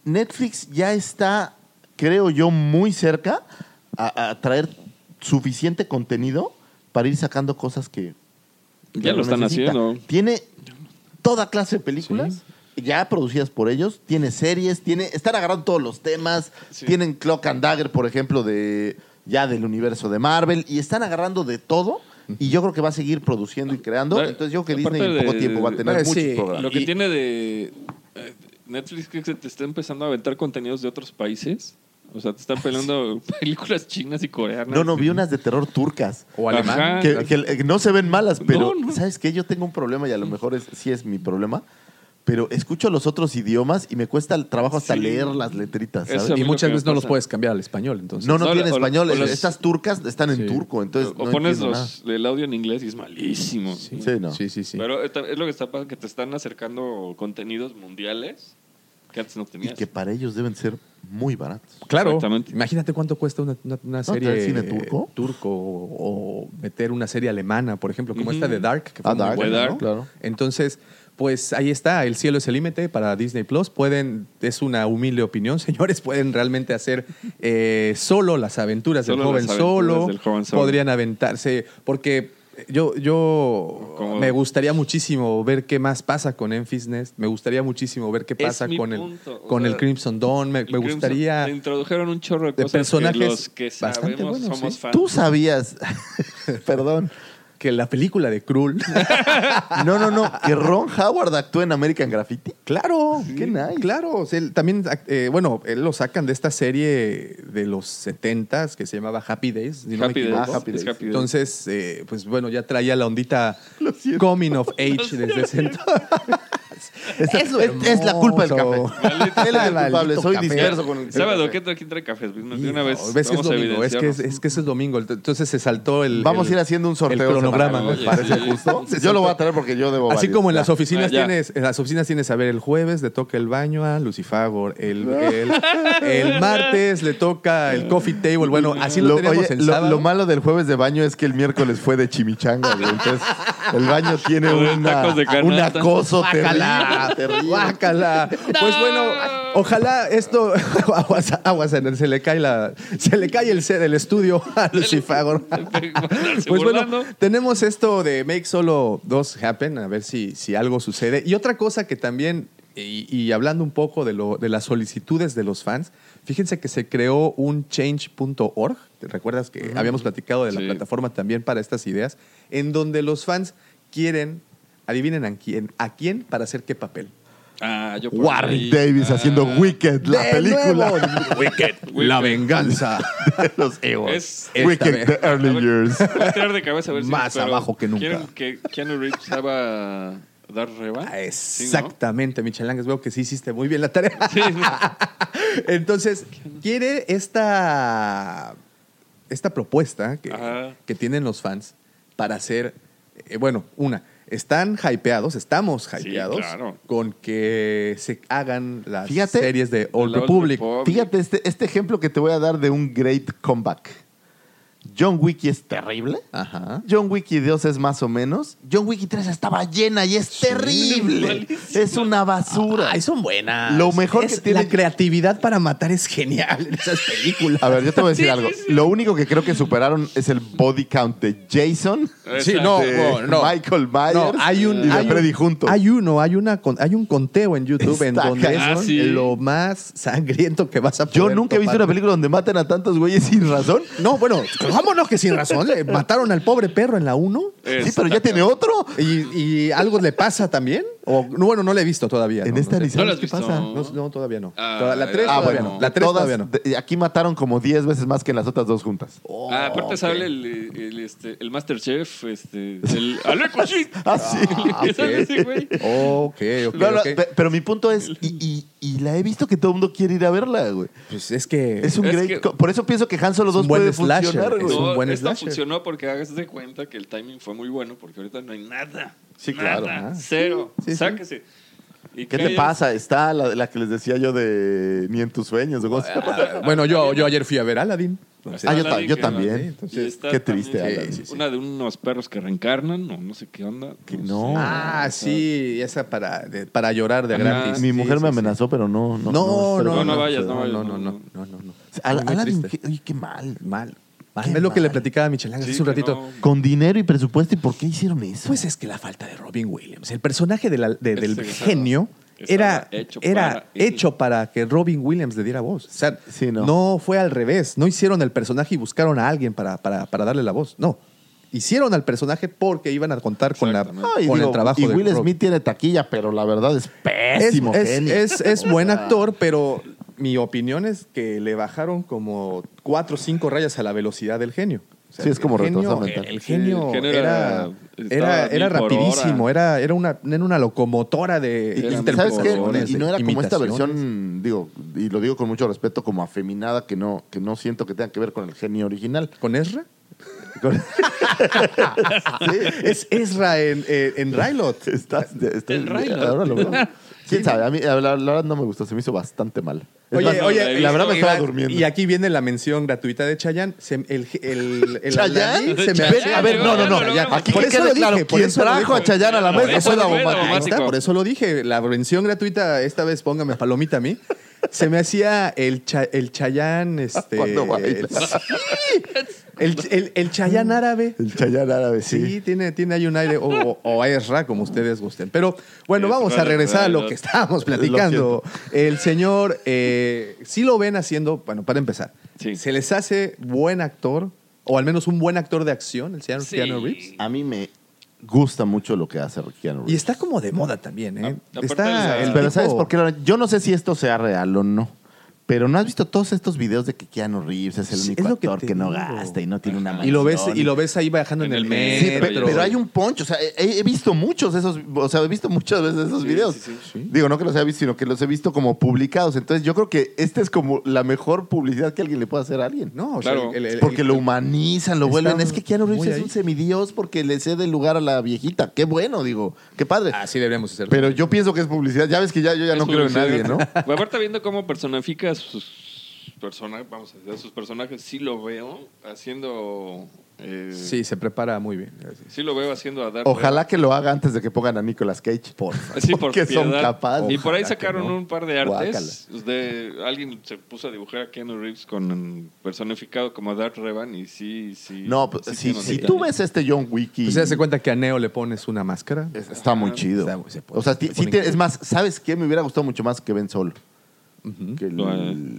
Netflix ya está, creo yo, muy cerca a, a traer suficiente contenido para ir sacando cosas que. que Ya lo están necesita. haciendo. Tiene toda clase de películas. Ya producidas por ellos, tiene series, tiene, están agarrando todos los temas, Sí. tienen Clock and Dagger, por ejemplo, de ya del universo de Marvel, y están agarrando de todo, y yo creo que va a seguir produciendo y creando. Da- Entonces yo creo que aparte Disney en poco de- tiempo va a tener Pues, muchos sí, programas. Lo que Y- tiene de eh, Netflix que se te está empezando a aventar contenidos de otros países. O sea, te están peleando películas chinas y coreanas. Ah, no, no, vi unas de terror turcas. o Ajá. alemán. que, que- que no se ven malas, pero Ah, No, no. ¿sabes qué? Yo tengo un problema y a lo mejor es, sí es mi problema, pero escucho los otros idiomas y me cuesta el trabajo hasta Sí. leer las letritas, ¿sabes? Eso a mí Y lo que muchas me veces no los pasa. puedes cambiar al español, entonces. No, no, No, tiene o- español. o las- Estas turcas están en Sí. turco, entonces o no pones entiendo los- el audio en inglés y es malísimo. nada. Sí, no. Sí, sí, sí. Pero esta- es lo que está pasando, que te están acercando contenidos mundiales que antes no Y tenías. que para ellos deben ser muy baratos. claro. Exactamente. Imagínate cuánto cuesta una, una- una serie traer cine turco? turco o, o meter una serie alemana, por ejemplo, como Ujú. esta de Dark, que fue Ah, muy Dark, buena, Dark, ¿no? claro. Entonces, pues ahí está, el cielo es el límite para Disney Plus. Pueden, es una humilde opinión, señores, pueden realmente hacer eh, solo las aventuras, del, Solo joven las aventuras solo. del joven solo. Podrían aventarse, porque yo, yo Como- me gustaría muchísimo ver qué más pasa con Enfis Nest, me gustaría muchísimo ver qué Es pasa mi con punto, el o con el sea, Crimson Dawn, me, El me Crimson- gustaría te introdujeron un chorro de, de cosas personajes que los que bastante sabemos buenos, somos sí. fans. Tú sabías, perdón, que la película de Krull. no, no, no, que Ron Howard actuó en American Graffiti. claro, qué nice. Claro, o sea, él también, eh, bueno, él lo sacan de esta serie de los 70s que se llamaba Happy Days. si no me Happy Days, equivoco. Ah, Happy es Days. Happy Days. Entonces, eh, pues bueno, ya traía la ondita coming of age desde ese entonces. Es, es- es la culpa del hermoso. café. Él es el culpable, Maldito soy café. disperso con el Sábado, ¿qué aquí trae cafés? De una Hijo, vez. ves que es vamos a domingo, es que es, evidenciarnos. es que ese es domingo. Entonces se saltó el. Vamos el- a ir haciendo un sorteo. El cronograma. semanal, ¿Les Oye, parece sí. justo? Yo lo voy a traer porque yo debo. Así varios. como en las Ya. oficinas Ah, ya. tienes, en las oficinas tienes, a ver, el jueves le toca el baño a Lucifagor, el, el, el martes le toca el coffee table. Bueno, así lo, tenemos oye, en lo- sábado. lo malo del jueves de baño es que el miércoles fue de chimichanga, güey. Entonces, el baño tiene Lo de una, tacos de un canasta. acoso terrible. Guácala, terrible. guácala. Pues bueno, Ojalá esto aguas, aguas, se le cae la se le cae el set del estudio a Lucifago. Pues bueno, tenemos esto de Make Solo 2 Happen, a ver si, si algo sucede. Y otra cosa que también y, y hablando un poco de, lo, de las solicitudes de los fans, fíjense que se creó un change.org, ¿te recuerdas que habíamos platicado de la Sí. plataforma también para estas ideas? En donde los fans quieren, adivinen a quién, a quién para hacer qué papel. Ah, yo por Warren ahí. Davis Ah, haciendo Wicked, la De película nuevo, Wicked, Wicked. venganza. de los Ewoks. Es- Esta Wicked, vez. the A Eh, early ver, years. voy a tirar de cabeza a ver si Más pero abajo que nunca. ¿Quieren que Keanu Reeves sabe dar reba? Ah, Sí, ¿no? Exactamente, Michelangas. Veo que sí hiciste muy bien la tarea. Sí, ¿no? Entonces, quiere esta, esta propuesta que, Ajá. que tienen los fans para hacer, eh, bueno, una, están hypeados, estamos Sí, hypeados claro. con que se hagan las Fíjate. series de Old Old Republic. Republic. Fíjate este, este ejemplo que te voy a dar de un great comeback. John Wick es terrible. Ajá. John Wick y Dios es más o menos. John Wick 3 estaba llena y es terrible. malísimo. Es una basura. Ay, son buenas. Lo mejor Es- que tiene- La creatividad para matar es genial en esas películas. A ver, yo te voy a decir algo. Lo único que creo que superaron es el body count de Jason. Sí, no, de no, no. Michael Myers No, hay un, y de hay un- Freddy juntos. Hay uno, hay, una, con- hay un conteo en YouTube en Está donde cañón. es Ah, sí. lo más sangriento que vas a Yo poder nunca he visto una topar. película donde matan a tantos güeyes sin razón. No, bueno, vámonos que sin razón. le mataron al pobre perro en la 1 Sí, pero ya tiene otro. y, y algo le pasa también. O, no, bueno, no la he visto todavía. En no, esta no, ni sé. ¿No lo sabes has qué visto? pasa. no, no, todavía no. Ah, Toda- la 3 ah, todavía no. La 3 Todas- todavía no. de- aquí mataron como 10 veces más que en las otras dos juntas. Ah, aparte sale el, el, este, el Masterchef, este, el Aleco sí. Ah, sí. Ah, Sale ese güey. ok, ok, No, no, ok. pe- Pero mi punto es, y, y- y la he visto que todo el mundo quiere ir a verla, güey. Pues es que. Es un Es great que- co- Por eso pienso que Han Solo Es un 2 buen puede slasher, funcionar, es güey. un- No, buen esta slasher. funcionó porque hagas de cuenta que el timing fue muy bueno porque ahorita no hay nada. Sí, Nada, claro. Ah, Cero. sí, sí. Sáquese. Y ¿Qué te Kyle- pasa? Está la, la que les decía yo de Ni en tus sueños. o cómo se llama. Ah, bueno, yo, yo ayer fui a ver Aladdin. Entonces, Ah, yo, la ta- de yo que- también. Sí, Y entonces, está qué triste, también Alan. Sí, sí, sí. Una de unos perros que reencarnan o no sé qué onda. Que sé. no. Ah, sí, esa para, de- para llorar Ah, de Ajá. gratis. Mi Sí, mujer sí, me sí. amenazó, pero no. No, No, no, espero no, que no vayas, suceda. no vayas. No, no, no, no, no, no. Al- Muy Aladdin, triste. qué- oye, qué mal. Mal. Qué es lo que le mal. platicaba a Michelanga Sí, hace un que ratito. no. Con dinero y presupuesto, ¿y por qué hicieron eso? Pues es que la falta de Robin Williams. El personaje de la- de- del Ese estaba- genio era, estaba hecho era para él. hecho para que Robin Williams le diera voz. O sea, Sí, no. no. fue al revés. No hicieron el personaje y buscaron a alguien para, para, para darle la voz. No. Hicieron al personaje porque iban a contar con, la, Exactamente. No, Ah, y con digo, el trabajo y de Will Robin. Smith tiene taquilla, pero la verdad es Es, pésimo es- genio. es- es buen actor, pero mi opinión es que le bajaron como cuatro o cinco rayas a la velocidad del genio. O Sí, es el como genio- retrasado mental. El Sí, genio, el genio era, era- era, estaba era mil por rapidísimo, hora. era, era, una, era una locomotora de Y- y ¿Sabes qué? interpretaciones. Y no era de como esta imitaciones. versión, digo, y lo digo con mucho respeto, como afeminada, que no, que no siento que tenga que ver con el genio original. ¿Con Ezra? Con- Es Ezra en, en, en Rylot. Estás, estás- El Rey, ¿no? ahora lo veo. ¿Quién sabe? A mí, la, la verdad no me gustó, se me hizo bastante mal. Es Oye, más, oye, la verdad me estaba Iván, durmiendo. Y aquí viene la mención gratuita de Chayanne. Se- el, el, el Aladdin ¿Chayanne? se me Chayanne, hace- a ver, no, no, no. Chayanne. Aquí Por que eso quede lo dije, claro, por quien eso lo trajo a dije. Chayanne a la Por mesa eso fue la lo veo, bomba. Ahí está, Automático. por eso lo dije. La mención gratuita, esta vez póngame palomita a mí. Se me hacía el, cha, el chayán, este. Cuando baila. el- sí. El, el, el chayán árabe. El Chayanne árabe, Sí, sí. tiene, tiene ahí un aire, o, o, o a Ezra, como ustedes gusten. Pero bueno, Ezra, vamos a regresar a lo Ezra. que estábamos platicando. El señor, eh, sí lo ven haciendo, bueno, para empezar, Sí. se les hace buen actor, o al menos un buen actor de acción, el señor Sí. Keanu Reeves. A mí me gusta mucho lo que hace Keanu Reeves. Y está como de moda también, ¿eh? A- aparte Está de la- el Pero tipo- ¿sabes por qué? Lola? Yo no sé si esto sea real o no. Pero ¿no has visto todos estos videos de que Keanu Reeves es el Sí, único es lo que actor te que, no digo. gasta y no tiene una mansión? Y lo ves, y lo ves ahí bajando en, En el el metro. Sí, pe- pero, Pero- hay un poncho. O sea, he, he visto muchos de esos. O sea, he visto muchas veces esos Sí, videos. sí, Digo, no que los haya visto, sino que los he visto como publicados. Entonces, yo creo que esta es como la mejor publicidad que alguien le puede hacer a alguien. No, o sea, Claro. el- el- Porque el- lo humanizan, lo Está vuelven. Es que Keanu Reeves muy es ahí. un semidios porque le cede el lugar a la viejita. Qué bueno, digo. Qué padre. Así Ah, deberíamos hacerlo. Pero yo pienso que es publicidad. Ya ves que ya, yo ya no Es creo en nadie, publicidad. ¿no? Pues aparte viendo cómo personifica a sus personajes, vamos a decir, a sus personajes, sí lo veo haciendo Eh, sí. Sí, se prepara muy bien. lo veo haciendo a Darth Ojalá que lo haga antes de que pongan a Nicolas Cage. Por favor. Vader. Sí, por porque son piedad. capaces. Y por ahí Ojalá que sacaron no. un par de artes. De, alguien se puso a dibujar a Keanu Reeves con mm, personificado como Darth Revan y sí, sí. No, pues, si, tiene si un tú detalle. ves este John Wiki, Pues se hace cuenta que a Neo le pones una máscara. está muy chido. Está muy- se pone- o sea, se ti- pone sí te- increíble. es más, ¿sabes qué? Me hubiera gustado mucho más que Ben Solo. que, el-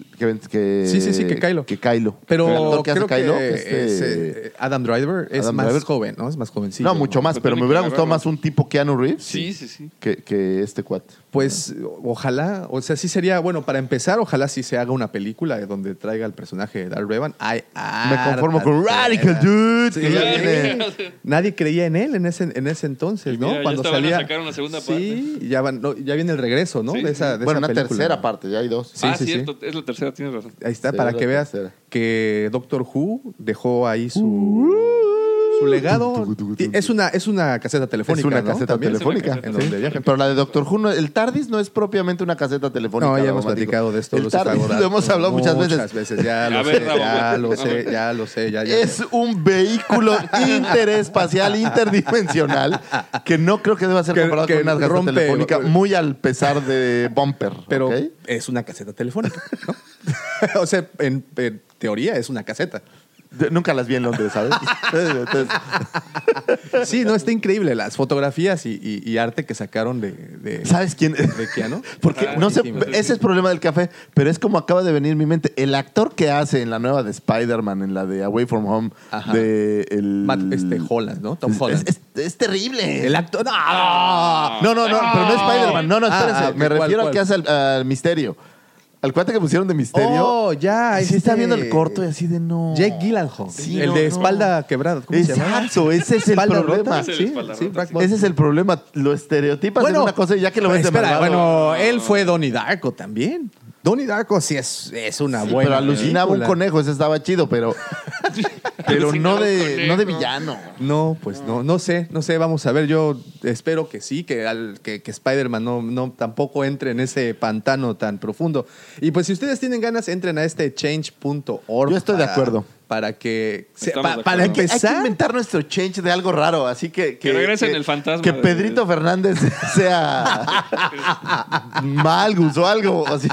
Ah. que Ben- que- Sí, sí, sí, que Kylo. Que Kylo. El Pero actor que hace creo que Kylo, este- ese, eh, Adam Driver es Adam más Driver. joven, ¿no? Es más jovencito. no, mucho más, Pero pero me tiene hubiera que gustado agarrarlo. más un tipo Keanu Reeves Sí, sí, sí. que, que este cuate. Pues ojalá, o sea, sí sería, bueno, para empezar, ojalá sí se haga una película de donde traiga el personaje de Darth Revan. Ay, Me conformo harta con tela. Radical Dude. Sí, que ya sí. viene. Nadie creía en él en ese, en ese entonces, Y ¿no? mira, ya hasta van a sacar una segunda Sí, ya, van- no, ya viene el regreso, ¿no? Sí. De esa, de esa Bueno, una película. tercera parte, ya hay dos. Sí, ah, sí, sí. cierto, es la tercera, tienes razón. Ahí está, Sí, para la que veas tercera. que Doctor Who dejó ahí su, Uh. su legado. Y Es una, es una caseta telefónica. Es una ¿no? caseta También. telefónica. Es una caseta En Sí. donde viajan. Pero la de Doctor Who, no- el TARDIS no es propiamente una caseta telefónica. No, ya hemos Raúl, digo. platicado de esto. ah, El Luz TARDIS Azagorato, lo hemos hablado muchas veces. ya lo A sé, ver, Raúl. ya lo A sé, ver. ya lo sé, ya, ya. Es un vehículo interespacial interdimensional que no creo que deba ser Que- comparado que con una caseta rompe- eh, telefónica, muy al pesar de Bumper. Pero ¿ok? es una caseta telefónica, ¿no? o sea, en, en teoría es una caseta. De- Nunca las vi en Londres, ¿sabes? Entonces, Sí, no, está increíble. Las fotografías y, y- y arte que sacaron de, de, ¿Sabes quién? de Keanu. Ah, Porque no sé, Buenísimo. ese es el problema del café, pero es como acaba de venir en mi mente. El actor que hace en la nueva de Spider-Man, en la de Away From Home, Ajá. de el. Matt, este, Holland, ¿no? Tom Es- Holland. Es, es- es terrible. el acto. ¡No! No, no, no, pero no es Spider-Man. No, no, Ah, espérense. ah, Me ¿cuál, refiero al cuál? que hace al, al misterio. Al cuate que pusieron de misterio. Oh, ya. Sí, este- está viendo el corto y así de no. Jake Gyllenhaal. Sí, el no, "Ah, de no. espalda quebrada. ¿Cómo se llama? Exacto, ese es el Espalda problema. rota. Es el Sí, espalda sí, rota, Black sí. Bolt. Ese es el problema. Lo estereotipas en una cosa y ya que lo ves de Ah, espera, malvado. Bueno, él fue Donnie Darko también. Donnie Darko sí es, es una Sí, buena. pero alucinaba película. un conejo, ese estaba chido, pero, pero no, Alucinaba un de, conejo. no de villano. No, pues no, no sé, no sé, vamos a ver, yo espero que sí, que, al- que, que Spider-Man no, no, tampoco entre en ese pantano tan profundo. Y pues si ustedes tienen ganas, entren a este change.org. Yo estoy de acuerdo. Para que, se- Estamos pa- de acuerdo. para Hay que, hay que empezar, inventar nuestro change de algo raro, así que... Que regresen el fantasma Que de- Pedrito Fernández sea Malgus o algo así.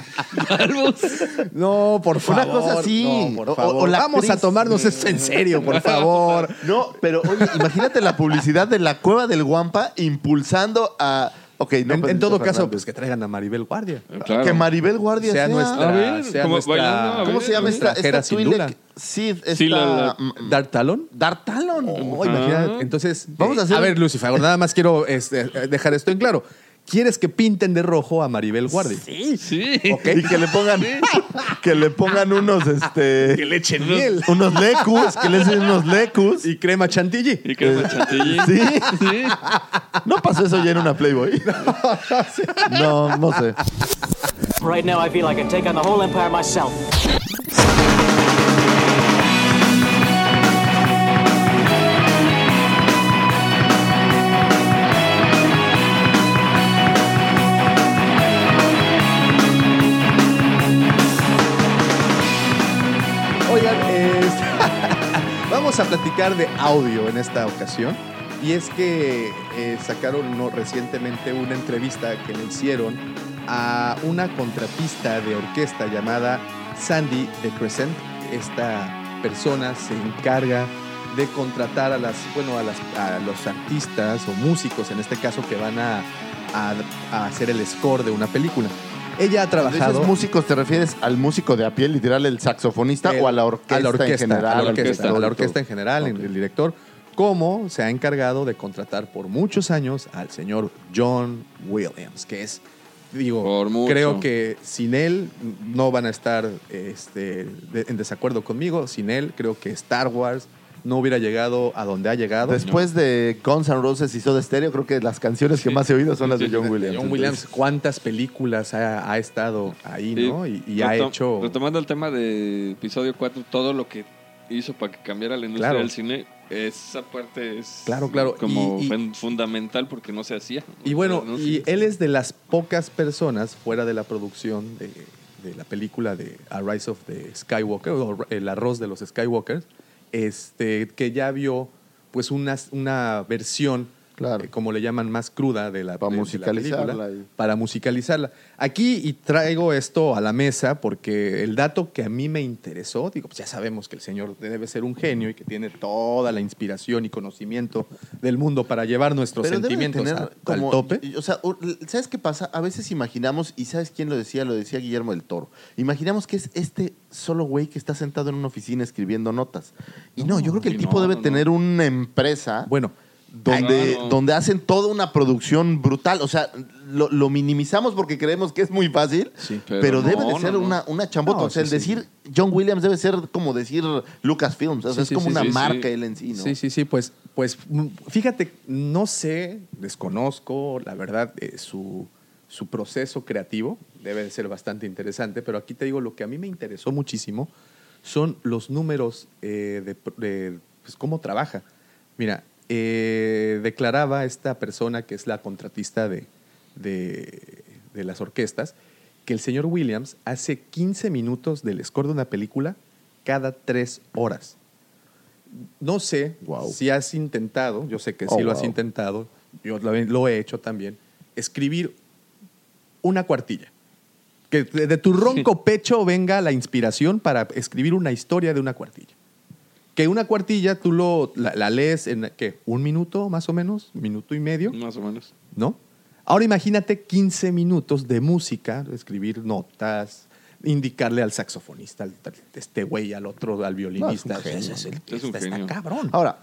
no, por favor. Una cosa así. no, por O- o- favor. o la vamos a actriz. tomarnos este esto en serio, por favor. No, pero oye, imagínate la publicidad de la cueva del Guampa impulsando a... Ok, no, en, en Pedrito todo caso, Fernández. pues que traigan a Maribel Guardia. Claro. Que Maribel Guardia Sea sea, nuestra, A ver, sea como nuestra- bailando, a Ah, ¿Cómo ver, se llama esta? Extranjera Esta pues, sin Twi'lek? duda. Sí, esta... Sí, la- la- Dark Talon. Dark Talon. Oh, imagina- Entonces, Vamos vamos a a hacer- ver, Lucifer, nada más quiero este, dejar esto en claro. ¿Quieres que pinten de rojo a Maribel Guardia? Sí. Sí. Y que le pongan que le pongan unos este le echen unos lecus, que le echen unos lecus. Y crema chantilly. Y que era chantilly. Sí. Sí. ¿No pasó eso ya en una Playboy? No, no sé. Right now, I feel I can take on the whole empire myself. Oigan, es- vamos a platicar de audio en esta ocasión. Y es que eh, sacaron no, recientemente una entrevista que le hicieron a una contratista de orquesta llamada Sandy de Crescent. Esta persona se encarga de contratar a, las, bueno, a, las, a los artistas o músicos, en este caso, que van a, a- a hacer el score de una película. Ella ha Cuando trabajado... dices músicos, ¿te refieres al músico de a pie, literal, el saxofonista El- o a la orquesta, a la orquesta en general? A la orquesta, Al a la orquesta en general, en Ok. el director. Cómo se ha encargado de contratar por muchos años al señor John Williams, que es, digo, Por mucho. creo que sin él no van a estar este, de- en desacuerdo conmigo. Sin él, creo que Star Wars no hubiera llegado a donde ha llegado. Después de Guns N' Roses y Soda Stereo, creo que las canciones que más he oído son las de John Williams. John Williams, ¿cuántas películas ha, ha estado ahí, no? Y, y ha Retom- hecho. Retomando el tema de episodio 4, todo lo que hizo para que cambiara la industria Claro. del cine, esa parte es Claro, claro. como Y- y- fen- fundamental porque no se hacía. Y bueno, No se- y él es de las pocas personas fuera de la producción de, de la película de A Rise of the Skywalker, o El arroz de los Skywalkers, este, que ya vio pues una, una versión, Claro. eh, como le llaman, más cruda de la, Para de- de la musicalizarla película, y- para musicalizarla. Aquí y traigo esto a la mesa porque el dato que a mí me interesó, digo, pues ya sabemos que el señor debe ser un genio y que tiene toda la inspiración y conocimiento del mundo para llevar nuestros deben sentimientos tener a- como- al tope. y- O sea, u- ¿sabes qué pasa? A veces imaginamos, y ¿sabes quién lo decía? Lo decía Guillermo del Toro. Imaginamos que es este solo güey que está sentado en una oficina escribiendo notas. Y no, yo creo que el y tipo no, debe no, no. tener una empresa Bueno, donde, Claro. donde hacen toda una producción brutal. O sea, lo, lo minimizamos porque creemos que es muy fácil, Sí. pero, Pero no, debe de no, ser no. una, una chambota. No, o sea, el sí, sí. decir John Williams debe ser como decir Lucasfilms. O sea, Sí, es sí, como sí, una sí, sí. marca él en sí, ¿no? Sí, sí, sí, pues, pues mm, fíjate, no sé, desconozco, la verdad, eh, su, su proceso creativo debe de ser bastante interesante, pero aquí te digo, lo que a mí me interesó muchísimo son los números eh, de, pr- de, pues, cómo trabaja. Mira, eh, declaraba esta persona que es la contratista de, de, de las orquestas, que el señor Williams hace 15 minutos del score de una película cada tres horas. No sé Guau. si has intentado, yo sé que sí Oh, lo has guau. intentado, yo lo he- lo he hecho también, escribir una cuartilla. Que de de tu ronco pecho venga la inspiración para escribir una historia de una cuartilla. Que una cuartilla tú lo, la, la lees en, ¿qué? ¿Un minuto más o menos? ¿Minuto y medio? Más o menos. ¿no? Ahora imagínate 15 minutos de música, escribir notas, indicarle al saxofonista, al, al- este güey, al otro, al violinista. No, es un O sea, genio, ese es el- Es un está- genio. Está cabrón. Ahora,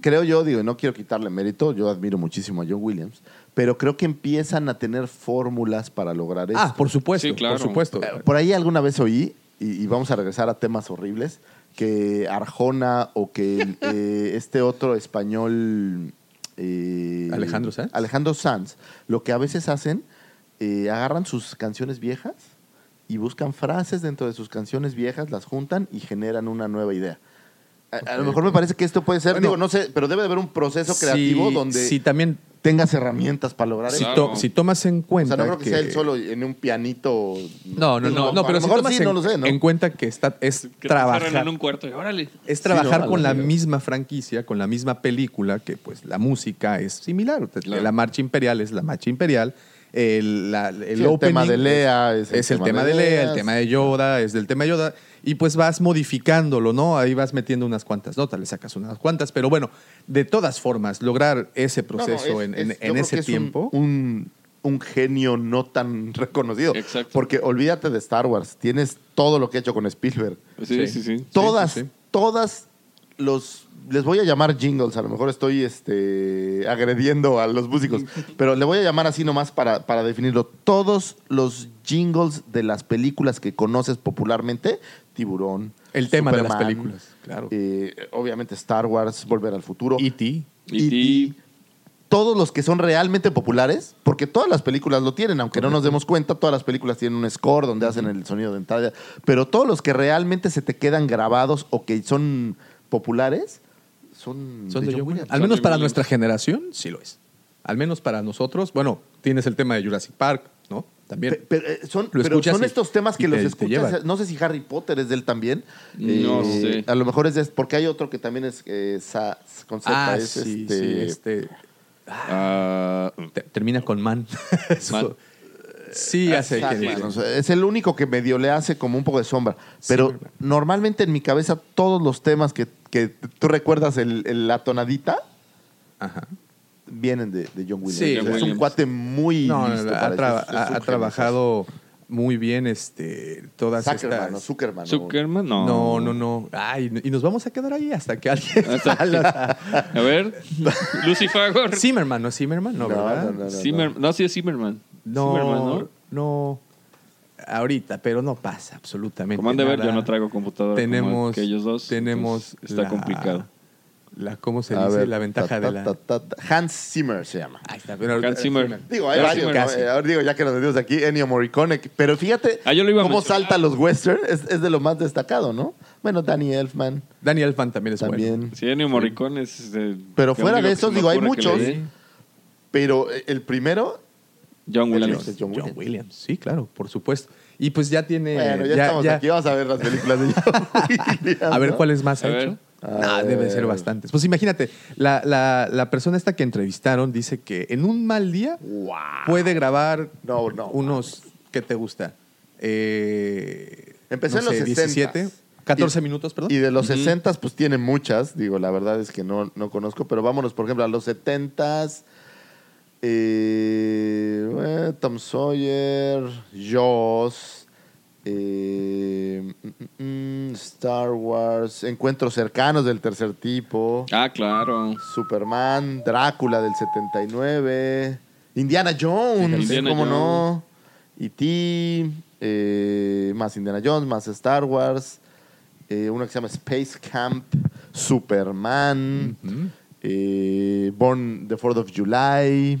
creo yo, digo, y no quiero quitarle mérito, yo admiro muchísimo a John Williams, pero creo que empiezan a tener fórmulas para lograr eso. ah, por supuesto, Sí, claro. por supuesto. Por ahí alguna vez oí, y, y vamos a regresar a temas horribles, que Arjona o que el, eh, este otro español... eh, Alejandro Sanz. Alejandro Sanz. Lo que a veces hacen, eh, agarran sus canciones viejas y buscan frases dentro de sus canciones viejas, las juntan y generan una nueva idea. A, a lo mejor me parece que esto puede ser, Bueno. digo, no sé, pero debe de haber un proceso creativo Si- donde si también, tengas herramientas para lograr si, eso. Claro. to- si tomas en O cuenta. sea, no creo que, sea él solo en un pianito. No, no, Digo, no, no, a pero lo si mejor tomas sí, en, no lo sé, ¿no? en cuenta que está, es Que te trabajar. encerran en un cuarto y órale. Es trabajar no, con la sí. misma franquicia, con la misma película, que pues la música es similar. Claro. La marcha imperial es la marcha imperial. El, la- el Sí, el tema opening de Lea es es, es el tema de Lea, el tema de Yoda es del tema de Yoda. Y pues vas modificándolo, ¿no? Ahí vas metiendo unas cuantas notas, le sacas unas cuantas. Pero bueno, de todas formas, lograr ese No, no, es- proceso en, en- es- yo en creo que ese es un- tiempo. Un, un genio no tan reconocido. Exacto. Porque olvídate de Star Wars. Tienes todo lo que ha hecho con Spielberg. Sí, Sí. sí, sí. todas, sí, sí. todas los. Les voy a llamar jingles, a lo mejor estoy este, agrediendo a los músicos, pero le voy a llamar así nomás para, para definirlo. Todos los jingles de las películas que conoces popularmente, Tiburón. El tema de las Superman, películas, claro. E eh, obviamente Star Wars, Volver al Futuro. E Y ti. Y, todos los que son realmente populares, porque todas las películas lo tienen, aunque no nos demos cuenta, todas las películas tienen un score donde hacen el sonido de entrada, pero todos los que realmente se te quedan grabados o que son populares son, Son de John Williams. Al Son menos de para Williams. nuestra generación, sí lo es. Al menos para nosotros, bueno, tienes el tema de Jurassic Park, ¿no? También. Pe- pero, eh, son, Lo pero escuchas son y- estos temas y que los te- te escuchas. llevan. No sé si Harry Potter es de él también. eh, No sé. A lo mejor es de- porque hay otro que también es eh, sa- con Z, ah, es sí, este- sí, este, Ah, te- termina con man. Man. sí, ya sé Exacto. quién es. O sea, es el único que medio le hace como un poco de sombra. Pero ¿verdad? normalmente en mi cabeza todos los temas que, que tú recuerdas el, el- la tonadita Ajá. vienen de, de John Williams. Sí, O sea, John es un Williams. cuate muy No, no, no, listo para ha, eso. traba- Es- es un ha- ha genio. trabajado muy bien este, todas Zuckerman, ¿no? estas... Zuckerman, ¿no? Zuckerman, no. no, no, no. Ay, y nos vamos a quedar ahí hasta que alguien... Ah, Ah, A ver, Lucy Fagor. Zimmerman, ¿no es Zimmerman? No, No, ¿verdad? no, no, no. Zimmer- no, sí es Zimmerman. No, Zimmerman, no, Ahorita, pero no pasa absolutamente. Como han de ver, nada. yo no traigo computadora como Tenemos, que ellos dos, Tenemos entonces está la- complicado. La, ¿Cómo se A dice? ver, la ventaja ta, de ta, la. ta, ta, ta. Hans Zimmer se llama. Ahí está, pero- Hans Zimmer. Digo, hay Hans varios, Zimmer. ¿no? Eh, ahora digo, ya que nos metimos aquí, Ennio Morricone. que- Pero fíjate Ah, yo lo iba a cómo mencionar. saltan los western. Es, es de lo más destacado, ¿no? Bueno, Danny Elfman Daniel Fan también es también. bueno. Sí, Ennio Morricone es. eh, Pero lo fuera único de que se esos, me digo, hay ocurre que le muchos. dé. Pero eh, el primero John Ese es Williams. John Williams. Sí, claro, por supuesto. Y pues ya tiene. Bueno, ya, estamos aquí. Vamos a ver las películas de John Williams, A ver ¿no? cuáles más A ha ver. hecho. Nah, deben ser bastantes. Pues imagínate, la, la- la persona esta que entrevistaron dice que en un mal día puede grabar No, no, unos, ¿qué te gusta? Eh, Empecé no en los sé, 60s. 17, 14 Y- minutos, perdón. Y de los 60s, pues tiene muchas. Digo, la verdad es que no, no conozco. Pero vámonos, por ejemplo, a los 70s. eh, eh, Tom Sawyer, Jaws, eh, mm, mm, mm, Star Wars, Encuentros cercanos del tercer tipo, Ah, claro. Superman, Drácula del 79, Indiana Jones, ¿eh? Indiana ¿cómo Jones. no? E.T., eh, más Indiana Jones, más Star Wars, eh, una que se llama Space Camp, Superman, eh, Born the 4th of July,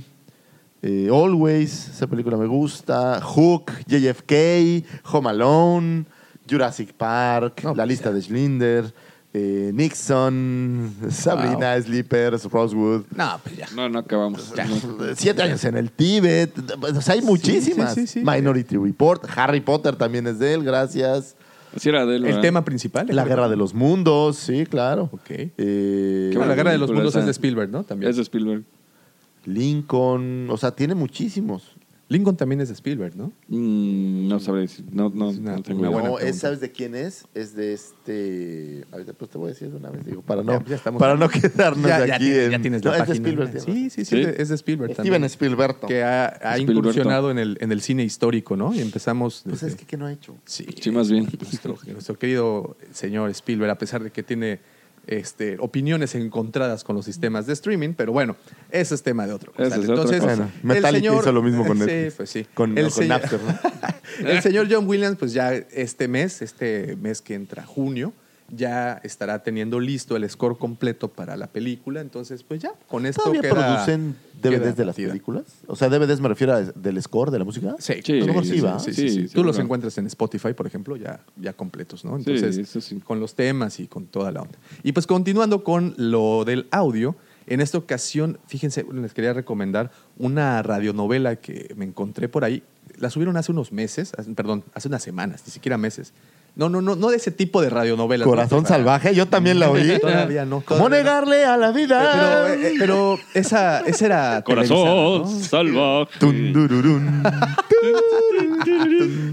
eh, Always, esa película me gusta, Hook, JFK, Home Alone, Jurassic Park, La pues lista de Schlinder, eh, Nixon, Sabrina, Sleepers, Rosewood. No, pues ya. No, no acabamos. No. Siete años en el Tíbet. O sea, hay muchísimas. sí, sí, sí. Minority Report. Harry Potter también es de él, gracias. Así era de él, El ¿verdad? tema principal. La Guerra de los Mundos, sí, claro. Ok. Eh, Qué Ah, la Guerra de los película Mundos esa. es de Spielberg, ¿no? También. Es de Spielberg. Lincoln. O sea, tiene muchísimos. Lincoln también es de Spielberg, ¿no? Mm, no sabré decir. No, no, Es una- no tengo una idea. buena- no, es, pregunta. ¿sabes de quién es? Es de este. Ahorita pues te voy a decir de una vez, digo, para no, Ya, ya estamos- para no quedarnos Ya, de ya aquí. tienes- en- ya tienes No, la es de página. Spielberg. sí, sí, sí, ¿Sí? de- es de Spielberg Steven también. Spielberg. que ha, ha Spielberto. incursionado en el, en el cine histórico, ¿no? Y empezamos Pues desde- es que ¿qué no ha hecho. Sí, Sí, más bien. Nuestro, nuestro querido señor Spielberg, a pesar de que tiene este, opiniones encontradas con los sistemas de streaming, pero bueno, ese es tema de otro. Ese es constante. otra Entonces, cosa. Bueno, Metallica hizo lo mismo con sí, Netflix. pues sí. Con- con señor- Napster, ¿no? el señor John Williams, pues ya este mes, este mes que entra junio, ya estará teniendo listo el score completo para la película. Entonces, pues ya, con esto ¿Todavía queda- producen queda DVDs de las batida. películas? O sea, DVDs me refiero a del score, de la música. Sí, Sí, a lo mejor sí, sí, va. sí, Sí, sí, sí, sí. Tú los seguro. encuentras en Spotify, por ejemplo, ya, ya completos, ¿no? Sí, Entonces, eso sí. con los temas y con toda la onda. Y pues continuando con lo del audio, en esta ocasión, fíjense, les quería recomendar una radionovela que me encontré por ahí. La subieron hace unos meses, hace- perdón, hace unas semanas, ni siquiera meses. No, no, no, no de ese tipo de radionovela. Corazón salvaje, yo también la oí. Todavía no, ¿Cómo todavía no. negarle a la vida? Pero, eh, pero esa, esa era. televisada, ¿no? Corazón salvaje. Tun, dururún.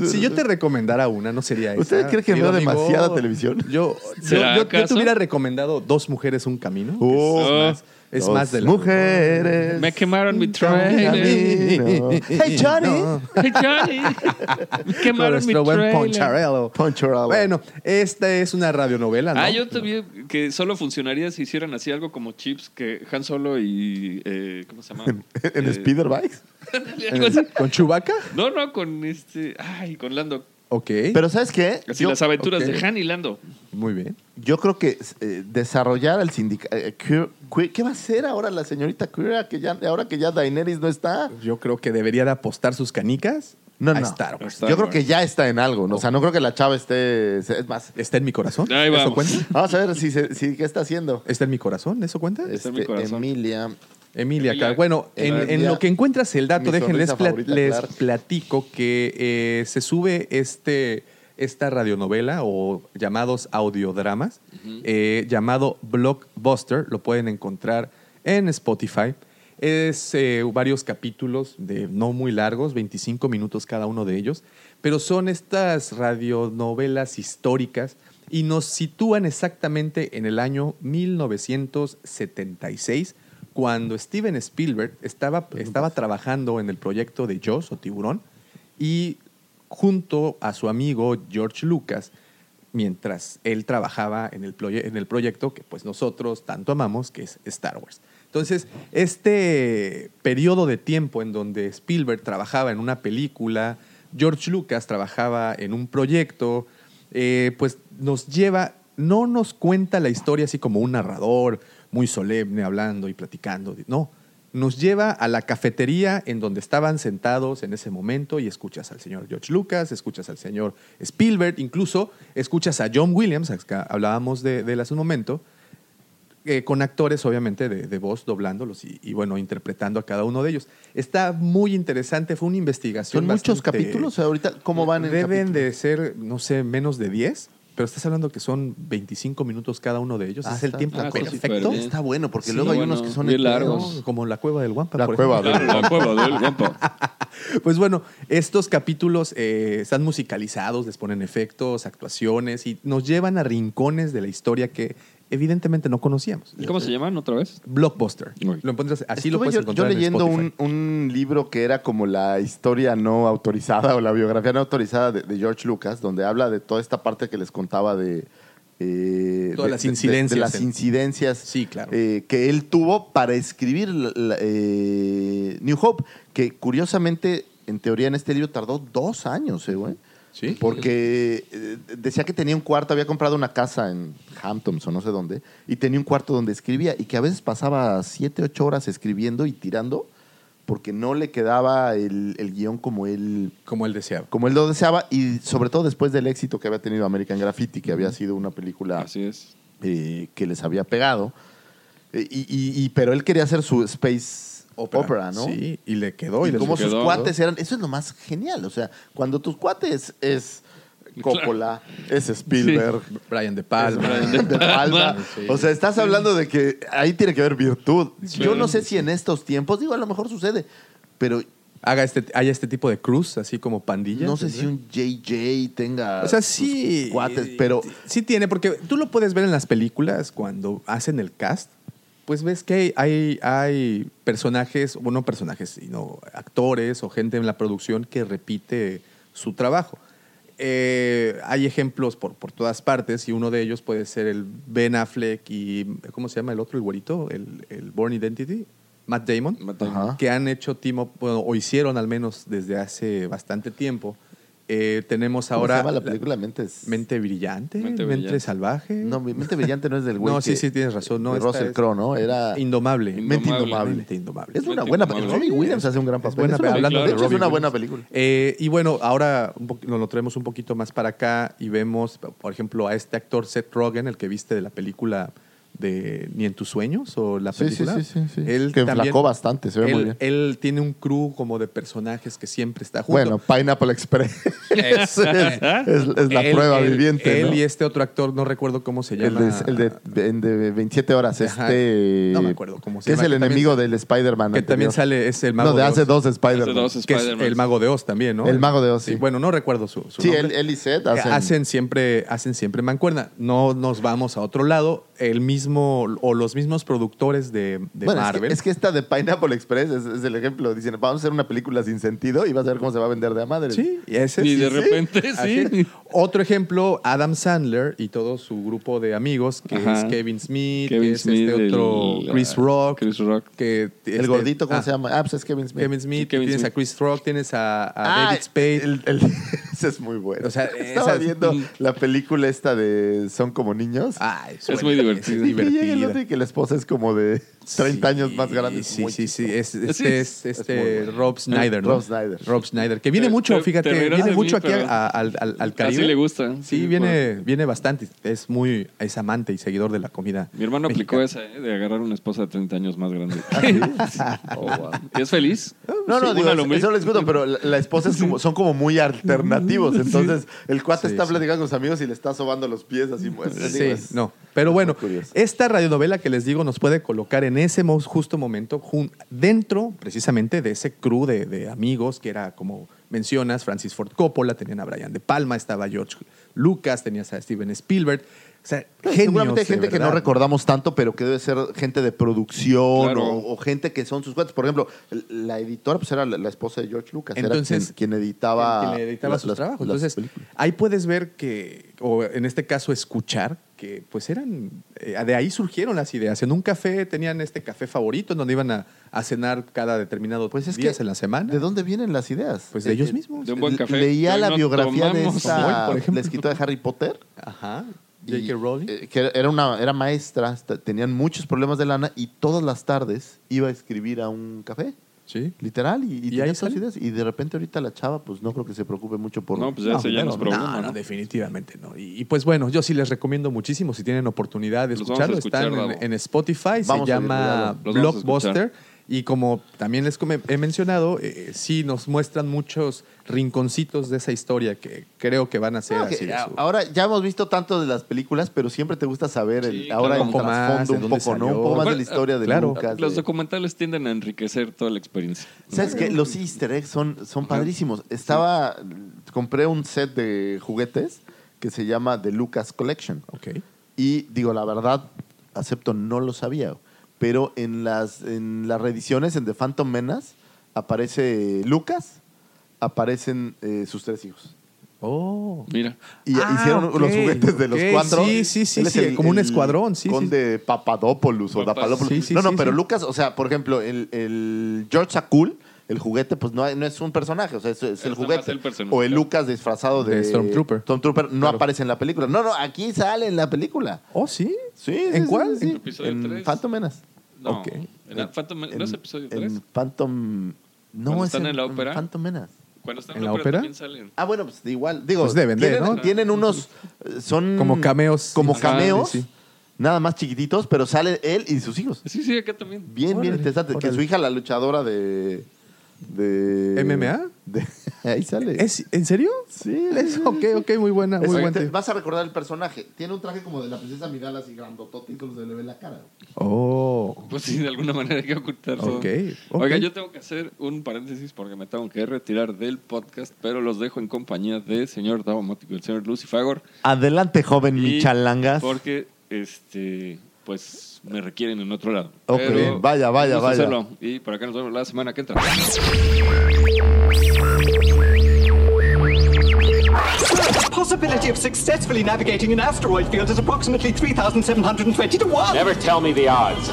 Si yo te recomendara una, no sería esa. ¿Ustedes creen que querido veo amigo. demasiada televisión? Yo, yo, ¿Será yo- yo te acaso? hubiera recomendado Dos Mujeres, un Camino. que Oh. es más, es Dos más de la- mujeres. Me quemaron mi trailer. Camino. Hey Johnny. No. Hey, Johnny. Me Con quemaron mi nuestro buen trailer. Poncharello. Poncharello. Bueno, esta es una radionovela, ¿no? Ah, yo también que solo funcionaría si hicieran así algo como chips que Han Solo y eh, ¿cómo se llama? En Eh, Speeder Bikes. algo así. ¿Con Chubaca? No, no, con este, ay, con Lando. Ok. Pero ¿sabes qué? Así Yo, las aventuras ok. de Han y Lando. Muy bien. yo creo que eh, desarrollar al sindicato... ¿Qué va a hacer ahora la señorita Queer que ya, ahora que ya Daenerys no está? Yo creo que debería de apostar sus canicas No, a no. Star Wars. Star Yo creo Wars. que ya está en algo. ¿no? O sea, no creo que la chava esté... Es más, ¿Está en mi corazón? Ahí ¿Eso vamos. cuenta? vamos a ver si, se- si- qué está haciendo. ¿Está en mi corazón? ¿Eso cuenta? Está en mi Este, corazón. Emilia. Emilia, Emilia, Clarke. bueno, en, Emilia, en lo que encuentras el dato, mi déjenles sonrisa pla- favorita, les Clarke. platico que eh, se sube este esta radionovela o llamados audiodramas, eh, llamado Blockbuster, lo pueden encontrar en Spotify. Es eh, varios capítulos de no muy largos, 25 minutos cada uno de ellos, pero son estas radionovelas históricas y nos sitúan exactamente en el año 1976, cuando Steven Spielberg estaba, estaba trabajando en el proyecto de Jaws o Tiburón y junto a su amigo George Lucas, mientras él trabajaba en el, proye- en el proyecto que pues nosotros tanto amamos, que es Star Wars. Entonces, este periodo de tiempo en donde Spielberg trabajaba en una película, George Lucas trabajaba en un proyecto, eh, pues nos lleva, no nos cuenta la historia así como un narrador muy solemne hablando y platicando, no, nos lleva a la cafetería en donde estaban sentados en ese momento y escuchas al señor George Lucas, escuchas al señor Spielberg, incluso escuchas a John Williams, acá hablábamos de, de él hace un momento, eh, con actores obviamente de, de voz doblándolos y, y, bueno, interpretando a cada uno de ellos. Está muy interesante, fue una investigación. Son muchos bastante- capítulos ahorita. ¿Cómo van en Deben capítulos? de ser, no sé, menos de 10. Pero estás hablando que son 25 minutos cada uno de ellos. Ah, es el está- tiempo ah, está perfecto. súper bien. Está bueno, porque Sí, luego hay bueno, unos que son bien enteros. largos. Como la cueva del Guampa. La por cueva ejemplo. Claro, la cueva del guampa. Pues bueno, estos capítulos eh, están musicalizados, les ponen efectos, actuaciones y nos llevan a rincones de la historia que evidentemente no conocíamos. ¿Cómo se llaman otra vez? Blockbuster. Uy. Lo encuentras, así Estuve lo puedes yo, encontrar. yo en leyendo Spotify. un, un libro que era como la historia no autorizada o la biografía no autorizada de, de George Lucas, donde habla de toda esta parte que les contaba de... eh, Todas de- las de- de- incidencias De, las en- incidencias Sí, claro. eh, que él tuvo para escribir la- la- eh, New Hope, que curiosamente, en teoría, en este libro tardó dos años, eh, güey. Sí. Porque eh, decía que tenía un cuarto, había comprado una casa en Hamptons o no sé dónde, y tenía un cuarto donde escribía y que a veces pasaba siete, ocho horas escribiendo y tirando porque no le quedaba el, el guión como él, Como él deseaba. como él lo deseaba y sobre todo después del éxito que había tenido American Graffiti, que había sido una Ah, película Así es. eh, que les había pegado. Eh, y, y- y- pero él quería hacer su Space Opera, ¿no? Sí, y le quedó. Y, y le como su- sus quedó, cuates eran. Eso es lo más genial. O sea, cuando tus cuates es Coppola, es Spielberg. supo- Brian De Palma. Es Brian De Palma. Sí. O sea, estás hablando de que ahí tiene que haber virtud. Sí. Yo no sé si en estos tiempos, digo, a lo mejor sucede, pero Haga este, haya este tipo de cruz, así como pandilla. no sé si un JJ tenga O sea, sí. sus cuates, pero Sí tiene, porque tú lo puedes ver en las películas cuando hacen el cast. Pues ves que hay, hay personajes, bueno, no personajes, sino actores o gente en la producción que repite su trabajo. Eh, hay ejemplos por, por todas partes y uno de ellos puede ser el Ben Affleck y, ¿cómo se llama el otro, el güerito? El, el Born Identity, Matt Damon Ajá. que han hecho Timo, bueno, o hicieron al menos desde hace bastante tiempo. Eh, tenemos ¿cómo ahora se llama la película Mentes. Mente Brillante, Mente, Mente Brillante. Salvaje. no, mi Mente Brillante no es del güey. No, sí, que- sí, tienes razón. No, de esta Russell es Crowe, ¿no? Era Indomable. Mente Indomable. Indomable. Mente Indomable. Es una Mente buena Indomable. película. Robbie Williams hace un gran Es papel. buena Es una- película. de hecho, Claro, es una Robbie buena Williams. película. Eh, y bueno, ahora un po- nos lo traemos un poquito más para acá y vemos, por ejemplo, a este actor Seth Rogen, el que viste de la película de Ni en tus sueños o la Sí, sí, película. sí, sí, sí. Él Que también- enflacó bastante, se ve muy él- bien. Él tiene un crew como de personajes que siempre está junto. Eh, Bueno, Pineapple Express. es, es- es la Él- prueba él- viviente. Él ¿no? y este otro actor, no recuerdo cómo se El llama. de, el de- en de 27 horas, Ajá. este. No me acuerdo cómo se que llama, es el que también- enemigo del Spider-Man. que también anterior. sale, es el mago no, de de hace Oz. dos Spider-Man. dos que es Spider-Man. el mago de Oz también, ¿no? El mago de Oz, sí. Bueno, no recuerdo su, su Sí, él, nombre. él y Seth hacen, hacen. siempre hacen siempre mancuerna. No nos vamos a otro lado. El mismo o los mismos productores de, de Bueno, es que- Marvel. Es que, esta de Pineapple Express es, es el ejemplo. Dicen, vamos a hacer una película sin sentido y vas a ver cómo se va a vender de a madre. sí, y ese Y sí, de sí. repente, Así. sí. Otro ejemplo, Adam Sandler y todo su grupo de amigos, que Ajá. es Kevin Smith, que Kevin es Smith, este el- ah, otro Chris Rock, Chris Rock. que El este- gordito, ¿cómo ah, se llama? Ah, pues es Kevin Smith. Kevin Smith, Sí, Kevin tienes Smith. a Chris Rock, tienes a, a Ah, David Spade. el- el- ese es muy bueno. O sea, Estaba esas- viendo la película esta de Son como niños. Ay, Es muy divertido. Ah, es y que llega el divertida. otro y que la esposa es como de 30 Sí, años más grande. Es Sí, muy sí, sí. chistoso. Es, Sí, este es, es este, muy bueno. Rob Snyder, ¿no? Rob Snyder. Rob Snyder, que viene Te- mucho, te- fíjate, te reirás viene de mucho mí, aquí pero a- al, al, al Caribe. Así le gusta. Sí, viene, viene bastante. Es muy, es amante y seguidor de la comida. Mi hermano aplicó mexicana. esa, ¿eh? de agarrar una esposa de 30 años más grande. Ah, Oh, wow. ¿Y es feliz? No, no, Una digo, lombriz. eso lo discuto, pero la, la esposa es como, son como muy alternativos. Entonces, el cuate Sí, está sí. platicando con sus amigos y le está sobando los pies así. muerto. Sí, Digo, es- no. Pero bueno, curioso. esta radionovela que les digo nos puede colocar en ese mo- justo momento jun- dentro precisamente de ese crew de, de amigos que era como mencionas, Francis Ford Coppola, tenían a Brian De Palma, estaba George Lucas, tenías a Steven Spielberg. O sea, genios Seguramente de hay gente que no verdad. recordamos tanto, pero que debe ser gente de producción Claro. o, o gente que son sus cuates. Por ejemplo, el- la editora pues era la, la esposa de George Lucas, Entonces, era quien, quien editaba, quien le editaba la- sus las- trabajos. las Entonces, películas. ahí puedes ver que, o en este caso, escuchar que pues eran, eh, de ahí surgieron las ideas. En un café tenían este café favorito en donde iban a, a cenar cada determinado pues es días que en la semana. ¿De dónde vienen las ideas? Pues de ellos mismos. de un buen le- café. Leía Hoy la no biografía de tomamos. esta, Samuel, por ejemplo. la escritora de Harry Potter. Ajá. y, J.K. Rowling. eh, que era una era maestra, esta- tenían muchos problemas de lana y todas las tardes iba a escribir a un café, sí. literal, y, y, ahí tenía todas sale. ideas. Y de repente ahorita la chava, pues no creo que se preocupe mucho por... No, pues ya se primero, llama ¿no? problema, No, no, ¿no? definitivamente no. Y, y, pues bueno, yo sí les recomiendo muchísimo si tienen oportunidad de Los vamos a escucharlo. escuchar, Están en- Davo. en, Spotify, Vamos a se llama escucharlo. Los vamos a Blockbuster. escuchar. Y como también les come- he mencionado, eh, sí nos muestran muchos rinconcitos de esa historia que creo que van a ser Ah, así. que de a- su- Ahora ya hemos visto tanto de las películas, pero siempre te gusta saber el- Sí, ahora claro. el Un poco más, trasfondo de un dónde poco, ¿no? salió. Un poco más de Bueno, la historia de claro. Lucas. Los de- documentales tienden a enriquecer toda la experiencia. ¿Sabes qué? Los easter eggs son, son padrísimos. Estaba, compré un set de juguetes que se llama The Lucas Collection. Ok. Y digo, la verdad, acepto, no lo sabía. Pero en las, en las reediciones, en The Phantom Menace, aparece Lucas, aparecen eh, sus tres hijos. Oh. Mira. Y Ah, hicieron ok, los juguetes de los ok. cuatro. Sí, sí, sí, Él es sí, como un escuadrón, sí, sí. Conde Papadopoulos o Papas. Dapadopoulos. Sí, sí, no, no, sí, pero sí. Lucas, o sea, por ejemplo, el, el George Sakul, el juguete, pues no, hay- no es un personaje, o sea, es, es nada el más juguete. el personaje. o el Lucas disfrazado de, De Stormtrooper. Stormtrooper no Claro. aparece en la película. No, no, aquí sale en la película. Oh, sí. Sí, ¿En sí, cuál? sí, sí. En episodio en tres. Phantom Menace. No. Ok. En la Phantom Men- ¿No es En- episodio En 3? Phantom. No, Cuando es están en la ópera. Phantom Menace. Cuando están ¿En la ópera? también salen. Ah, bueno, pues igual. Digo, Pues deben de, tienen, ¿no? tienen unos. eh, Son. Como cameos. Como Ajá, cameos. sí, sí. Nada más chiquititos, pero sale él y sus hijos. Sí, sí, acá también. Bien, Órale, bien interesante. Que órale. su hija, la luchadora de. de ¿MMA? de- ahí sale. ¿Es, ¿En serio? sí, Es- ok, ok, muy buena, Es- muy buena. te- vas a recordar el personaje. Tiene un traje como de la princesa Miral, así grandotote y solo se le ve la cara. Oh. Pues sí, de alguna manera hay que ocultarlo. Ok, ok. Oiga, yo tengo que hacer un paréntesis porque me tengo que retirar del podcast, pero los dejo en compañía del señor Davomático, el señor Lucifagor. Adelante, joven y Michalangas. Porque, este, pues me requieren en otro lado. Ok, Pero vaya, vaya, gusto vaya. hacerlo. Y por acá nos vemos la semana que entra. possibility of successfully navigating an asteroid field is approximately 3,720 to 1. Never tell me the odds.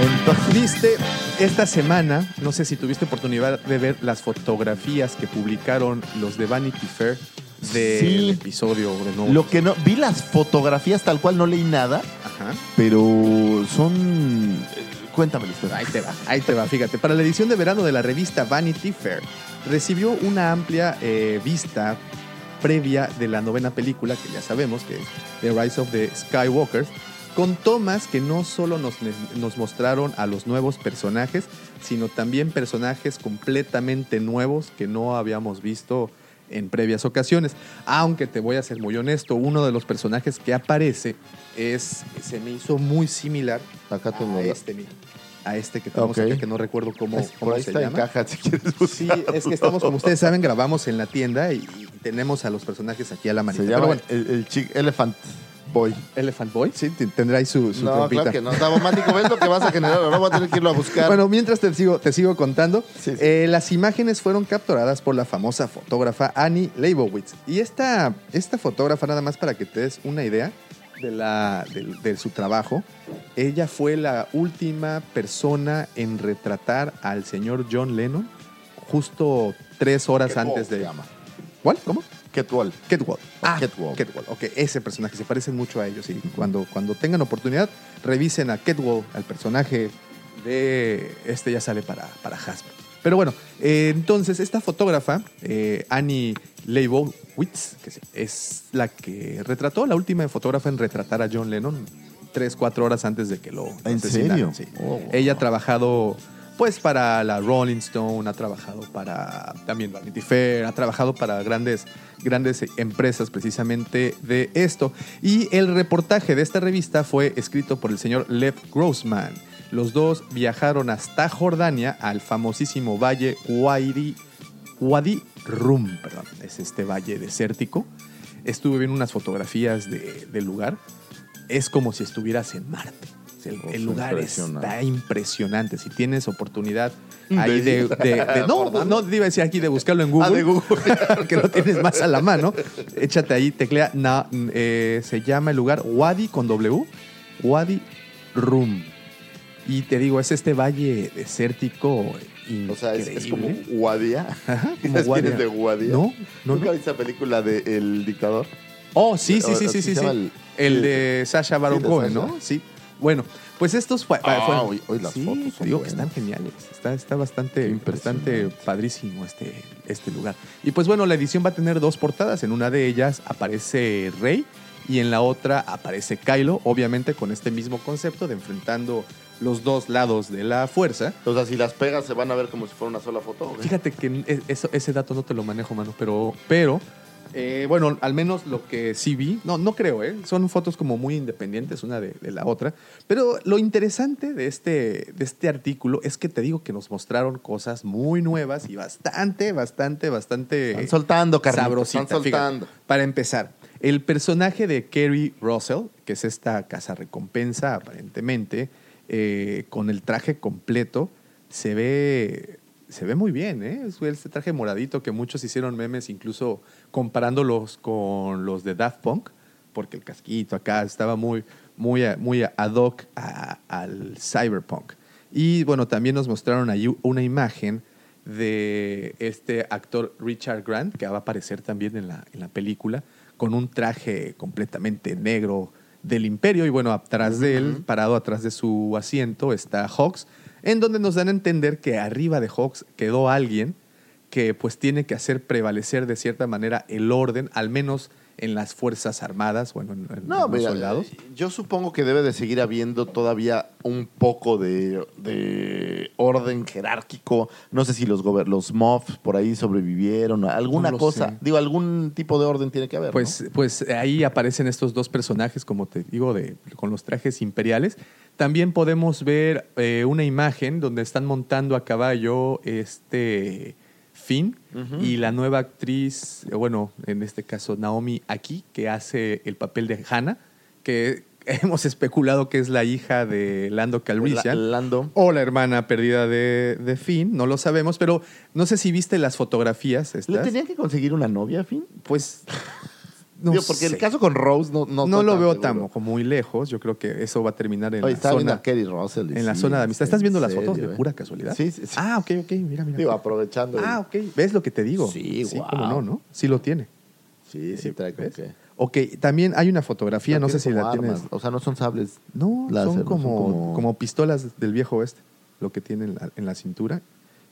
Entonces, Viste, esta semana, no sé si tuviste oportunidad de ver las fotografías que publicaron los de Vanity Fair del Sí. episodio de nuevo. lo que no. Vi las fotografías tal cual, no leí nada. Ajá. Pero son. Cuéntame la historia. Ahí te va, ahí te va, fíjate. Para la edición de verano de la revista Vanity Fair, recibió una amplia eh, vista previa de la novena película, que ya sabemos que es The Rise of the Skywalkers, con tomas que no solo nos, nos mostraron a los nuevos personajes, sino también personajes completamente nuevos que no habíamos visto en previas ocasiones. Aunque te voy a ser muy honesto, uno de los personajes que aparece es, se me hizo muy similar Acá tengo a la- este, mira. A este que tenemos Ok. acá, que no recuerdo cómo, Es- cómo Por ahí se está en llama. Pues caja si quieres Sí, buscarlo. es que estamos, como ustedes saben, grabamos en la tienda y, y tenemos a los personajes aquí a la manita. Se llama Pero bueno, el, el Chick Elephant Boy. Elephant Boy, sí, te- tendrá ahí su, su no, trompita. claro que no. Davomático, ves lo que vas a generar. Ahora voy a tener que irlo a buscar. Bueno, mientras te sigo, te sigo contando, Sí, sí. eh, las imágenes fueron capturadas por la famosa fotógrafa Annie Leibowitz. Y esta, esta fotógrafa, nada más para que te des una idea de, la, de, de su trabajo, ella fue la última persona en retratar al señor John Lennon justo tres horas Catwalk antes se de... llama. ¿Cuál? ¿Cómo? Catwall. Catwalk. Ah, Catwalk. Catwalk. Ok, ese personaje. Se parecen mucho a ellos. Y cuando, cuando tengan oportunidad, revisen a Catwalk, al personaje de... Este ya sale para, para Hasbro. Pero bueno, eh, entonces esta fotógrafa, eh, Annie Leibowitz, que se- es la que retrató, la última fotógrafa en retratar a John Lennon, tres, cuatro horas antes de que lo ¿En asesinaran, serio? sí. Oh, wow. Ella ha trabajado pues para la Rolling Stone, ha trabajado para también Vanity Fair, ha trabajado para grandes, grandes empresas precisamente de esto. Y el reportaje de esta revista fue escrito por el señor Lev Grossman. Los dos viajaron hasta Jordania, al famosísimo valle Wadi, Wadi Rum, perdón, es este valle desértico. Estuve viendo unas fotografías de- del lugar. Es como si estuvieras en Marte. El, Oh, el lugar impresionante. está impresionante. Si tienes oportunidad De ahí de, ir. de- de- no, no te iba a decir aquí de buscarlo en Google, Ah, de Google. porque no tienes más a la mano. Échate ahí, teclea. na- eh, se llama el lugar Wadi con W, Wadi Rum. Y te digo, es este valle desértico increíble. O sea, es, es como Guadia. Ajá, como ¿Sabes quién Guadia. es de Guadia? No, no, ¿Nunca no. viste la película de El Dictador? Oh, sí, O- sí, sí, sí, o- se sí. sí. llama El, sí. de Sasha Baron Sí, de Cohen, Sasha. ¿no? Sí. Bueno, pues estos fue, Ah, fueron- hoy- hoy las Sí, fotos son te digo que buenas. están geniales. Está, está bastante, bastante padrísimo este, este lugar. Y pues bueno, la edición va a tener dos portadas. En una de ellas aparece Rey y en la otra aparece Kylo, obviamente con este mismo concepto de enfrentando los dos lados de la fuerza. O sea, si las pegas se van a ver como si fuera una sola foto. ¿o qué? Fíjate que es- eso- ese dato no te lo manejo, mano, pero, pero eh, bueno, al menos lo que sí vi, no, no creo, ¿eh? son fotos como muy independientes una de, de la otra, pero lo interesante de este, de este artículo es que te digo que nos mostraron cosas muy nuevas y bastante, bastante, bastante... Están soltando, carnita, sabrosita, están fíjate. soltando. Para empezar, el personaje de Kerry Russell, que es esta casa recompensa aparentemente, eh, con el traje completo, se ve, se ve muy bien, ¿eh? Es Este traje moradito que muchos hicieron memes, incluso comparándolos con los de Daft Punk, porque el casquito acá estaba muy, muy, a- muy a- ad hoc a- al cyberpunk. Y bueno, también nos mostraron ahí una imagen de este actor Richard Grant, que va a aparecer también en la, en la película, con un traje completamente negro del imperio. Y bueno, atrás de él, parado atrás de su asiento, está Hawks, en donde nos dan a entender que arriba de Hawks quedó alguien que pues tiene que hacer prevalecer de cierta manera el orden, al menos en las Fuerzas Armadas, bueno, en, en No, los mira, soldados. yo supongo que debe de seguir habiendo todavía un poco de, de orden jerárquico. No sé si los, gober- los mobs por ahí sobrevivieron, alguna No lo cosa. sé. Digo, algún tipo de orden tiene que haber. Pues, ¿no? pues ahí aparecen estos dos personajes, como te digo, de, con los trajes imperiales. También podemos ver eh, una imagen donde están montando a caballo este Finn y la nueva actriz, eh, bueno, en este caso Naomi Aki, que hace el papel de Hannah, que hemos especulado que es la hija de Lando Calrissian. La- Lando. o la hermana perdida de, de Finn, no lo sabemos, pero no sé si viste las fotografías. ¿Le Estas. tenían que conseguir una novia, Finn? Pues. No Digo, porque sé. el caso con Rose no No, No, lo veo tan tan seguro. como muy lejos. Yo creo que eso va a terminar en Oye, la estaba viendo zona. a Kerry Russell. y En la sí, zona de amistad. en ¿Estás viendo las serio, fotos de ¿eh? pura casualidad? Sí, sí, sí. Ah, ok, ok. Mira, mira. Digo, aprovechando. ah, ok. ¿Ves lo que te digo? Sí, sí guau. cómo no, ¿no? Sí lo tiene. Sí, sí, trae con qué. Ok, también hay una fotografía, no sé si la Como armas, tienes. O sea, no son sables. No, láser, son no como, como... pistolas del viejo oeste, lo que tiene en la, en la cintura.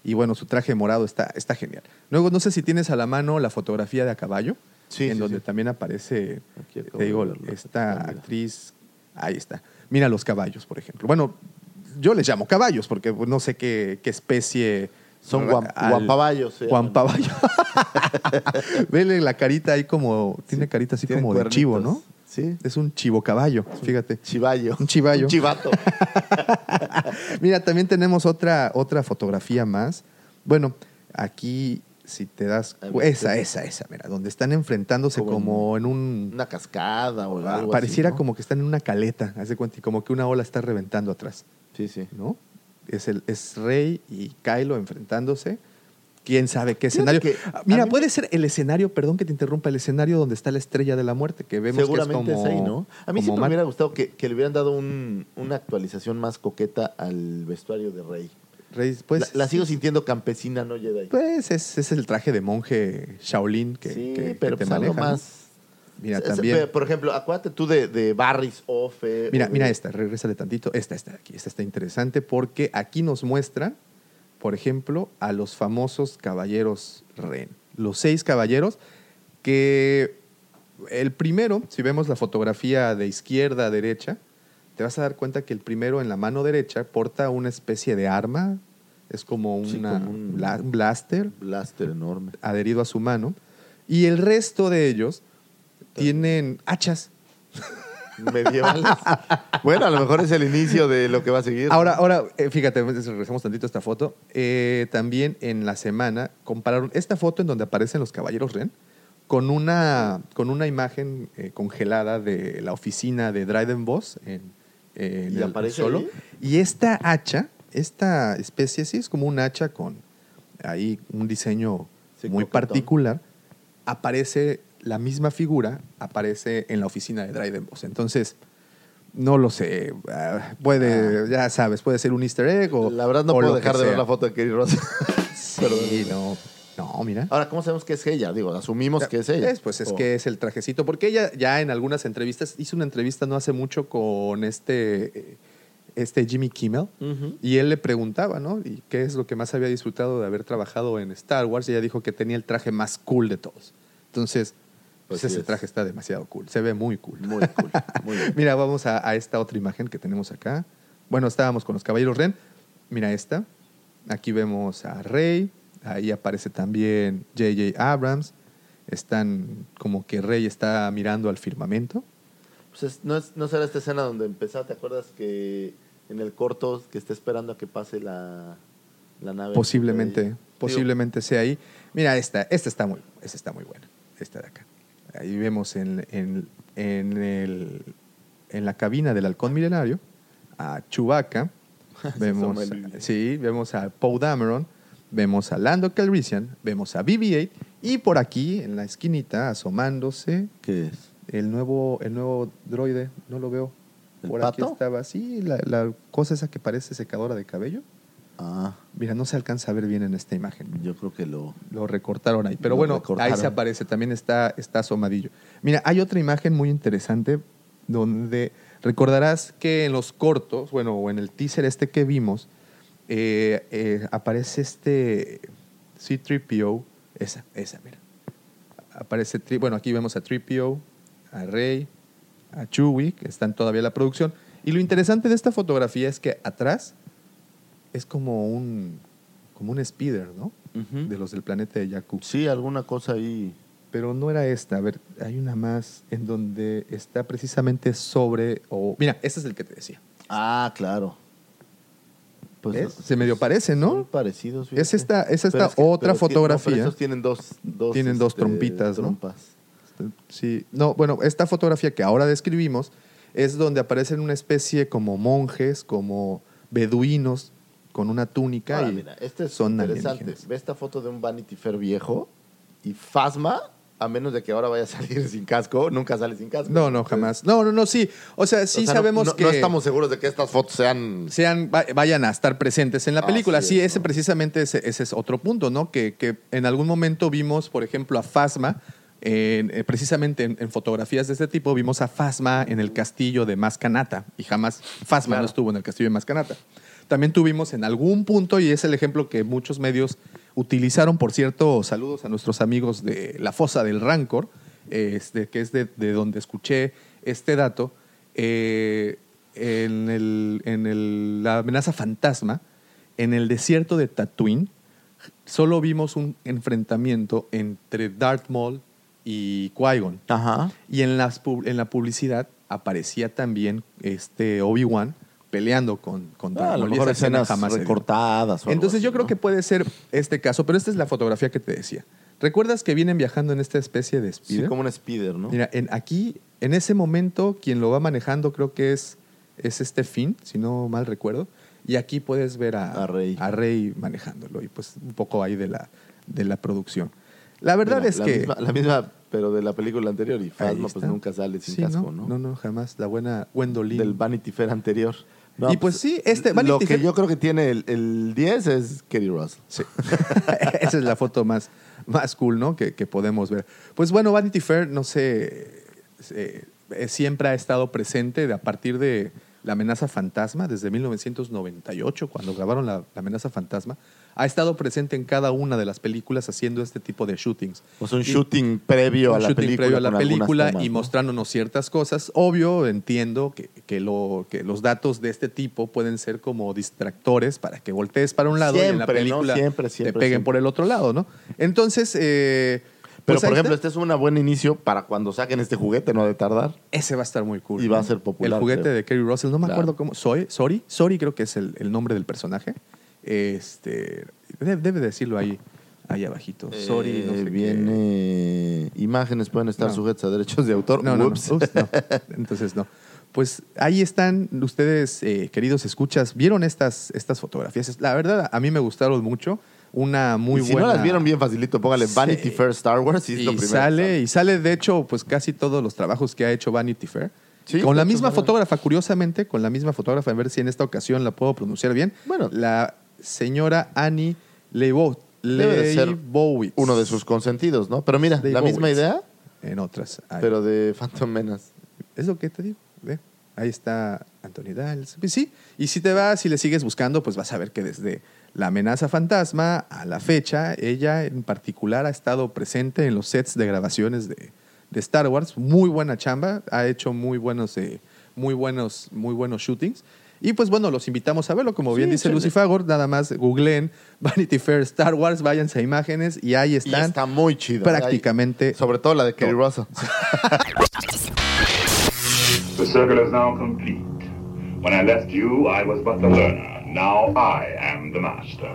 Y bueno, su traje morado está, está genial. Luego, no sé si tienes a la mano la fotografía de a caballo, Sí, en sí, donde sí. también aparece, Aquí acabo te de digo, verlo. esta Ah, mira. actriz. Ahí está. Mira los caballos, por ejemplo. Bueno, yo les llamo caballos porque pues, no sé qué, qué especie. Son guam- guampabayos, se llaman. Guampabayos. Vele la carita ahí como. Tiene carita así tienen como de chivo, ¿no? cuernitos. Sí. Es un chivo caballo, fíjate. Chivallo. Un chivallo. Un chivato. Mira, también tenemos otra, otra fotografía más. Bueno, aquí si te das... A ver, esa, ¿qué? esa, esa, mira, donde están enfrentándose Como en- como en un... Una cascada o algo así, pareciera ¿no? como que están en una caleta, hace cuenta, y como que una ola está reventando atrás, Sí, sí. ¿no? Es, el, es Rey y Kylo enfrentándose. ¿Quién sabe qué escenario? que Ah, a Mira, mí me- puede ser el escenario, perdón que te interrumpa, el escenario donde está la estrella de la muerte, que vemos que es como... Seguramente es, ahí, ¿no? A mí como siempre me mar- hubiera gustado que, que le hubieran dado un- una actualización más coqueta al vestuario de Rey. Rey, pues, la, la sigo sintiendo campesina, no Jedi. Pues es, es el traje de monje Shaolin que, sí, que- que pero te pues algo manejan. más. Mira, Es- es- también. pero, Por ejemplo, acuérdate tú de, de Barris Ofe. eh, Mira, o de- mira esta, regrésale tantito. Esta, esta de aquí. Esta está interesante porque aquí nos muestran, por ejemplo, a los famosos caballeros Ren. Los seis caballeros que el primero, si vemos la fotografía de izquierda a derecha, te vas a dar cuenta que el primero en la mano derecha porta una especie de arma. Es como, una, Sí, como un- bla- un blaster. Blaster enorme. adherido a su mano. Y el resto de ellos tienen hachas. Medievales. bueno, a lo mejor es el inicio de lo que va a seguir. Ahora, ahora eh, fíjate, regresamos tantito a esta foto. Eh, también en la semana compararon esta foto en donde aparecen los caballeros Ren con una, con una imagen eh, congelada de la oficina de Dryden Boss en, eh, en ¿Y el aparece solo. ahí? Y esta hacha, esta especie sí es como un hacha con ahí un diseño Sí, muy coquetón. particular. aparece la misma figura, aparece en la oficina de Dryden Boss. Entonces, no lo sé. ah, Puede, ya sabes, puede ser un easter egg o. la verdad no o puedo lo que dejar de ver sea. la foto de Kerry Ross. Sí, no. No, mira. Ahora, ¿cómo sabemos que es ella? Digo, asumimos que es ella. Oh. Es, pues es O- que es el trajecito. Porque ella ya en algunas entrevistas, hizo una entrevista no hace mucho con este, eh, este Jimmy Kimmel. Ujú. Y él le preguntaba, ¿no? ¿Y qué es lo que más había disfrutado de haber trabajado en Star Wars? Y ella dijo que tenía el traje más cool de todos. Entonces, pues Así ese es. traje está demasiado cool. Se ve muy cool. Muy cool. Muy bien. Mira, vamos a, a esta otra imagen que tenemos acá. Bueno, estábamos con los caballeros Ren. Mira esta. Aquí vemos a Rey. Ahí aparece también J.J. Abrams. Están como que Rey está mirando al firmamento. Pues es- no, es- no será esta escena donde empezaba, ¿te acuerdas que en el corto que está esperando a que pase la, la nave? Posiblemente, Digo, posiblemente sea ahí. Mira, esta, esta está muy, esta está muy buena. Esta de acá. Ahí vemos en, en- en el- en la cabina del halcón milenario a Chewbacca. vemos, Samuel. sí, vemos a Poe Dameron, vemos a Lando Calrissian, vemos a BB-8 y por aquí en la esquinita asomándose ¿Qué es? el nuevo, el nuevo droide. No lo veo. ¿El Por aquí pato? estaba, sí, la- la cosa esa que parece secadora de cabello. Ah, Mira, no se alcanza a ver bien en esta imagen. yo creo que lo... Lo recortaron ahí. Pero Lo bueno, recortaron. ahí se aparece. También está, está asomadillo. Mira, hay otra imagen muy interesante donde recordarás que en los cortos, bueno, o en el teaser este que vimos, eh, eh, aparece este C-3PO. Esa, esa, mira. Aparece, tri- bueno, aquí vemos a 3PO, a Rey, a Chewie, que están todavía en la producción. Y lo interesante de esta fotografía es que atrás es como un, como un speeder, ¿no? Ujú. De los del planeta de Jakku. Sí, alguna cosa ahí. Pero no era esta. A ver, hay una más en donde está precisamente sobre. O, mira, este es el que te decía. Ah, claro. ¿Ves? Pues, Se medio parece, ¿no? son parecidos. Es esta- es esta Pero que- otra pero es que- no, pero fotografía. estos tienen dos, dos, este, Tienen dos trompitas, ¿no? trompas. Sí. No, bueno, esta fotografía que ahora describimos es donde aparecen una especie como monjes, como beduinos con una túnica. Ahora, y mira, este es son interesante. alienígenas. Ve esta foto de un Vanity Fair viejo y Fasma, a menos de que ahora vaya a salir sin casco, nunca sale sin casco. No, no, jamás. No, no, no, sí. O sea, O sí sea, no- sabemos no, que. No estamos seguros de que estas fotos sean... sean va- vayan a estar presentes en la Así película. sí, es, ese ¿no? precisamente ese, ese es otro punto, ¿no? Que, que en algún momento vimos, por ejemplo, a Fasma, en- eh, precisamente en, en fotografías de este tipo, vimos a Fasma en el castillo de Mascanata y jamás Fasma Claro. no estuvo en el castillo de Mascanata. También tuvimos en algún punto, y es el ejemplo que muchos medios utilizaron, por cierto, saludos a nuestros amigos de la fosa del Rancor, eh, este, que es de, de donde escuché este dato, eh, en, el- en el- la amenaza fantasma, en el desierto de Tatooine, solo vimos un enfrentamiento entre Darth Maul y Qui-Gon. Ajá. Y en, las pub- en la publicidad aparecía también este Obi-Wan peleando con, con Darth Ah, a lo Maul, y mejor esa escena escenas jamás se dio. recortadas. o algo Entonces así, yo creo ¿no? que puede ser este caso, pero esta es la fotografía que te decía. ¿Recuerdas que vienen viajando en esta especie de Sí, speeder? como un speeder, ¿no? Mira, en, aquí, en ese momento, quien lo va manejando creo que es, es este Finn, si no mal recuerdo. Y aquí puedes ver a, A Rey. Rey manejándolo y pues un poco ahí de la, de la producción. La verdad Mira, es la que... misma- la misma, pero de la película anterior. Y Ahí Fasma, pues está. nunca sale sin Sí, casco, No, no, jamás. La buena Gwendolyn. del Vanity Fair anterior. No, Y pues sí, este Vanity Lo que Fair- yo creo que tiene el, el 10 es Kerry Russell. Sí. Esa es la foto más, más cool, ¿no? Que, que podemos ver. Pues bueno, Vanity Fair, no sé, eh, eh, siempre ha estado presente de- a partir de La amenaza fantasma, desde 1998, cuando grabaron la, La amenaza fantasma, ha estado presente en cada una de las películas haciendo este tipo de shootings. O sea, Pues, un Y- shooting previo, un a, la shooting película previo a la con algunas película tomas, y ¿no? mostrándonos ciertas cosas. Obvio, entiendo que, que lo, que los datos de este tipo pueden ser como distractores para que voltees para un lado y en la Siempre, ¿no? película Siempre, siempre, te peguen siempre. por el otro lado, ¿no? Entonces, eh, pues Pero, por ahí ejemplo, está. este es un buen inicio para cuando saquen este juguete, no ha de tardar. ese va a estar muy cool. y va a ¿no? ser popular, El juguete creo. de Kerry Russell, no me Claro. acuerdo cómo. Soy, Sorry, Sorry creo que es el, el nombre del personaje. Este, de- debe decirlo ahí, ahí abajito. Sorry, no Eh, sé qué. Viene... Imágenes pueden estar No. sujetas a derechos de autor. No, no, no. Ups. Ups, no. Entonces no. Pues ahí están ustedes, eh, queridos escuchas, vieron estas, estas fotografías. La verdad, a mí me gustaron mucho. Una muy Y si buena. no las vieron bien facilito, póngale Sí. Vanity Fair Star Wars y, es Y lo primero. sale, y sale, de hecho, pues casi todos los trabajos que ha hecho Vanity Fair. Sí, con la de hecho, misma sale. fotógrafa, curiosamente, con la misma fotógrafa, a ver si en esta ocasión la puedo pronunciar bien. Bueno. La señora Annie Leibovitz. Debe de ser Leigh Bowie. uno de sus consentidos, ¿no? Pero mira, Dave la misma Bowie. idea, En otras. áreas. pero de Phantom Menace. Es lo que te digo. ve. Ahí está Anthony Dales. Pues sí. Y si te vas y le sigues buscando, pues vas a ver que desde la amenaza fantasma a la fecha, ella en particular ha estado presente en los sets de grabaciones de, de Star Wars. Muy buena chamba. Ha hecho muy buenos, eh, muy buenos, muy buenos shootings. Y pues bueno, los invitamos a verlo. Como bien dice Lucy Fagor, nada más googleen Vanity Fair Star Wars, váyanse a imágenes y ahí Y están. está muy chido. prácticamente Ahí, sobre todo la de Kerry todo. Russell. The circle is now complete. When I left you, I was but the learner. Now I am the master.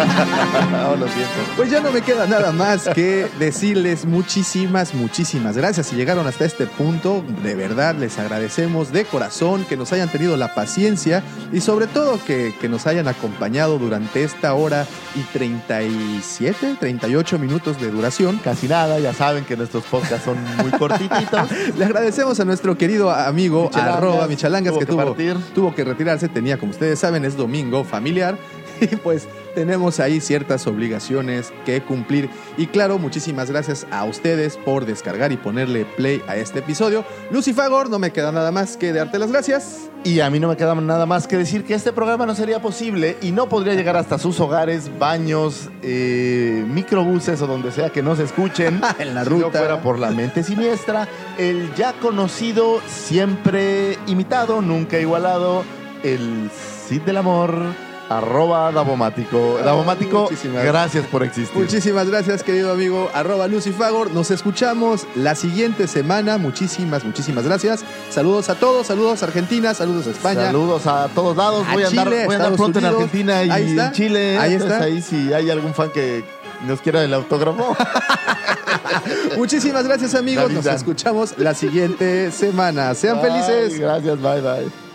Ah, lo siento. Pues ya no me queda nada más que decirles muchísimas, muchísimas gracias. Si llegaron hasta este punto, de verdad les agradecemos de corazón que nos hayan tenido la paciencia y sobre todo que, que nos hayan acompañado durante esta hora y 37, 38 minutos de duración. Casi nada, ya saben que nuestros podcasts son muy cortititos. Le agradecemos a nuestro querido amigo Michalangas, arroba Michalangas tuvo que, que tuvo, partir. tuvo que retirarse. Tenía, como ustedes saben, es domingo familiar. Y pues tenemos ahí ciertas obligaciones que cumplir. Y claro, muchísimas gracias a ustedes por descargar y ponerle play a este episodio. Lucy Fagor, no me queda nada más que darte las gracias. Y a mí no me queda nada más que decir que este programa no sería posible y no podría llegar hasta sus hogares, baños, eh, microbuses o donde sea que nos escuchen. En la Si ruta. no fuera por la mente siniestra, el ya conocido, siempre imitado, nunca igualado, el Cid del Amor, arroba Davomático. Ah, Davomático, muchísimas- gracias por existir. Muchísimas gracias, querido amigo arroba Lucy Fagor. Nos escuchamos la siguiente semana. Muchísimas, muchísimas gracias. Saludos a todos, saludos a Argentina, saludos a España. Saludos a todos lados. A voy a andar, Chile, voy a andar Estados pronto en Unidos. Argentina y Ahí está, en Chile. ahí está. Entonces, Ahí si hay algún fan que nos quiera el autógrafo. Muchísimas gracias, amigos. Nos Avisan. escuchamos la siguiente semana. Sean Bye, felices. Gracias, bye, bye.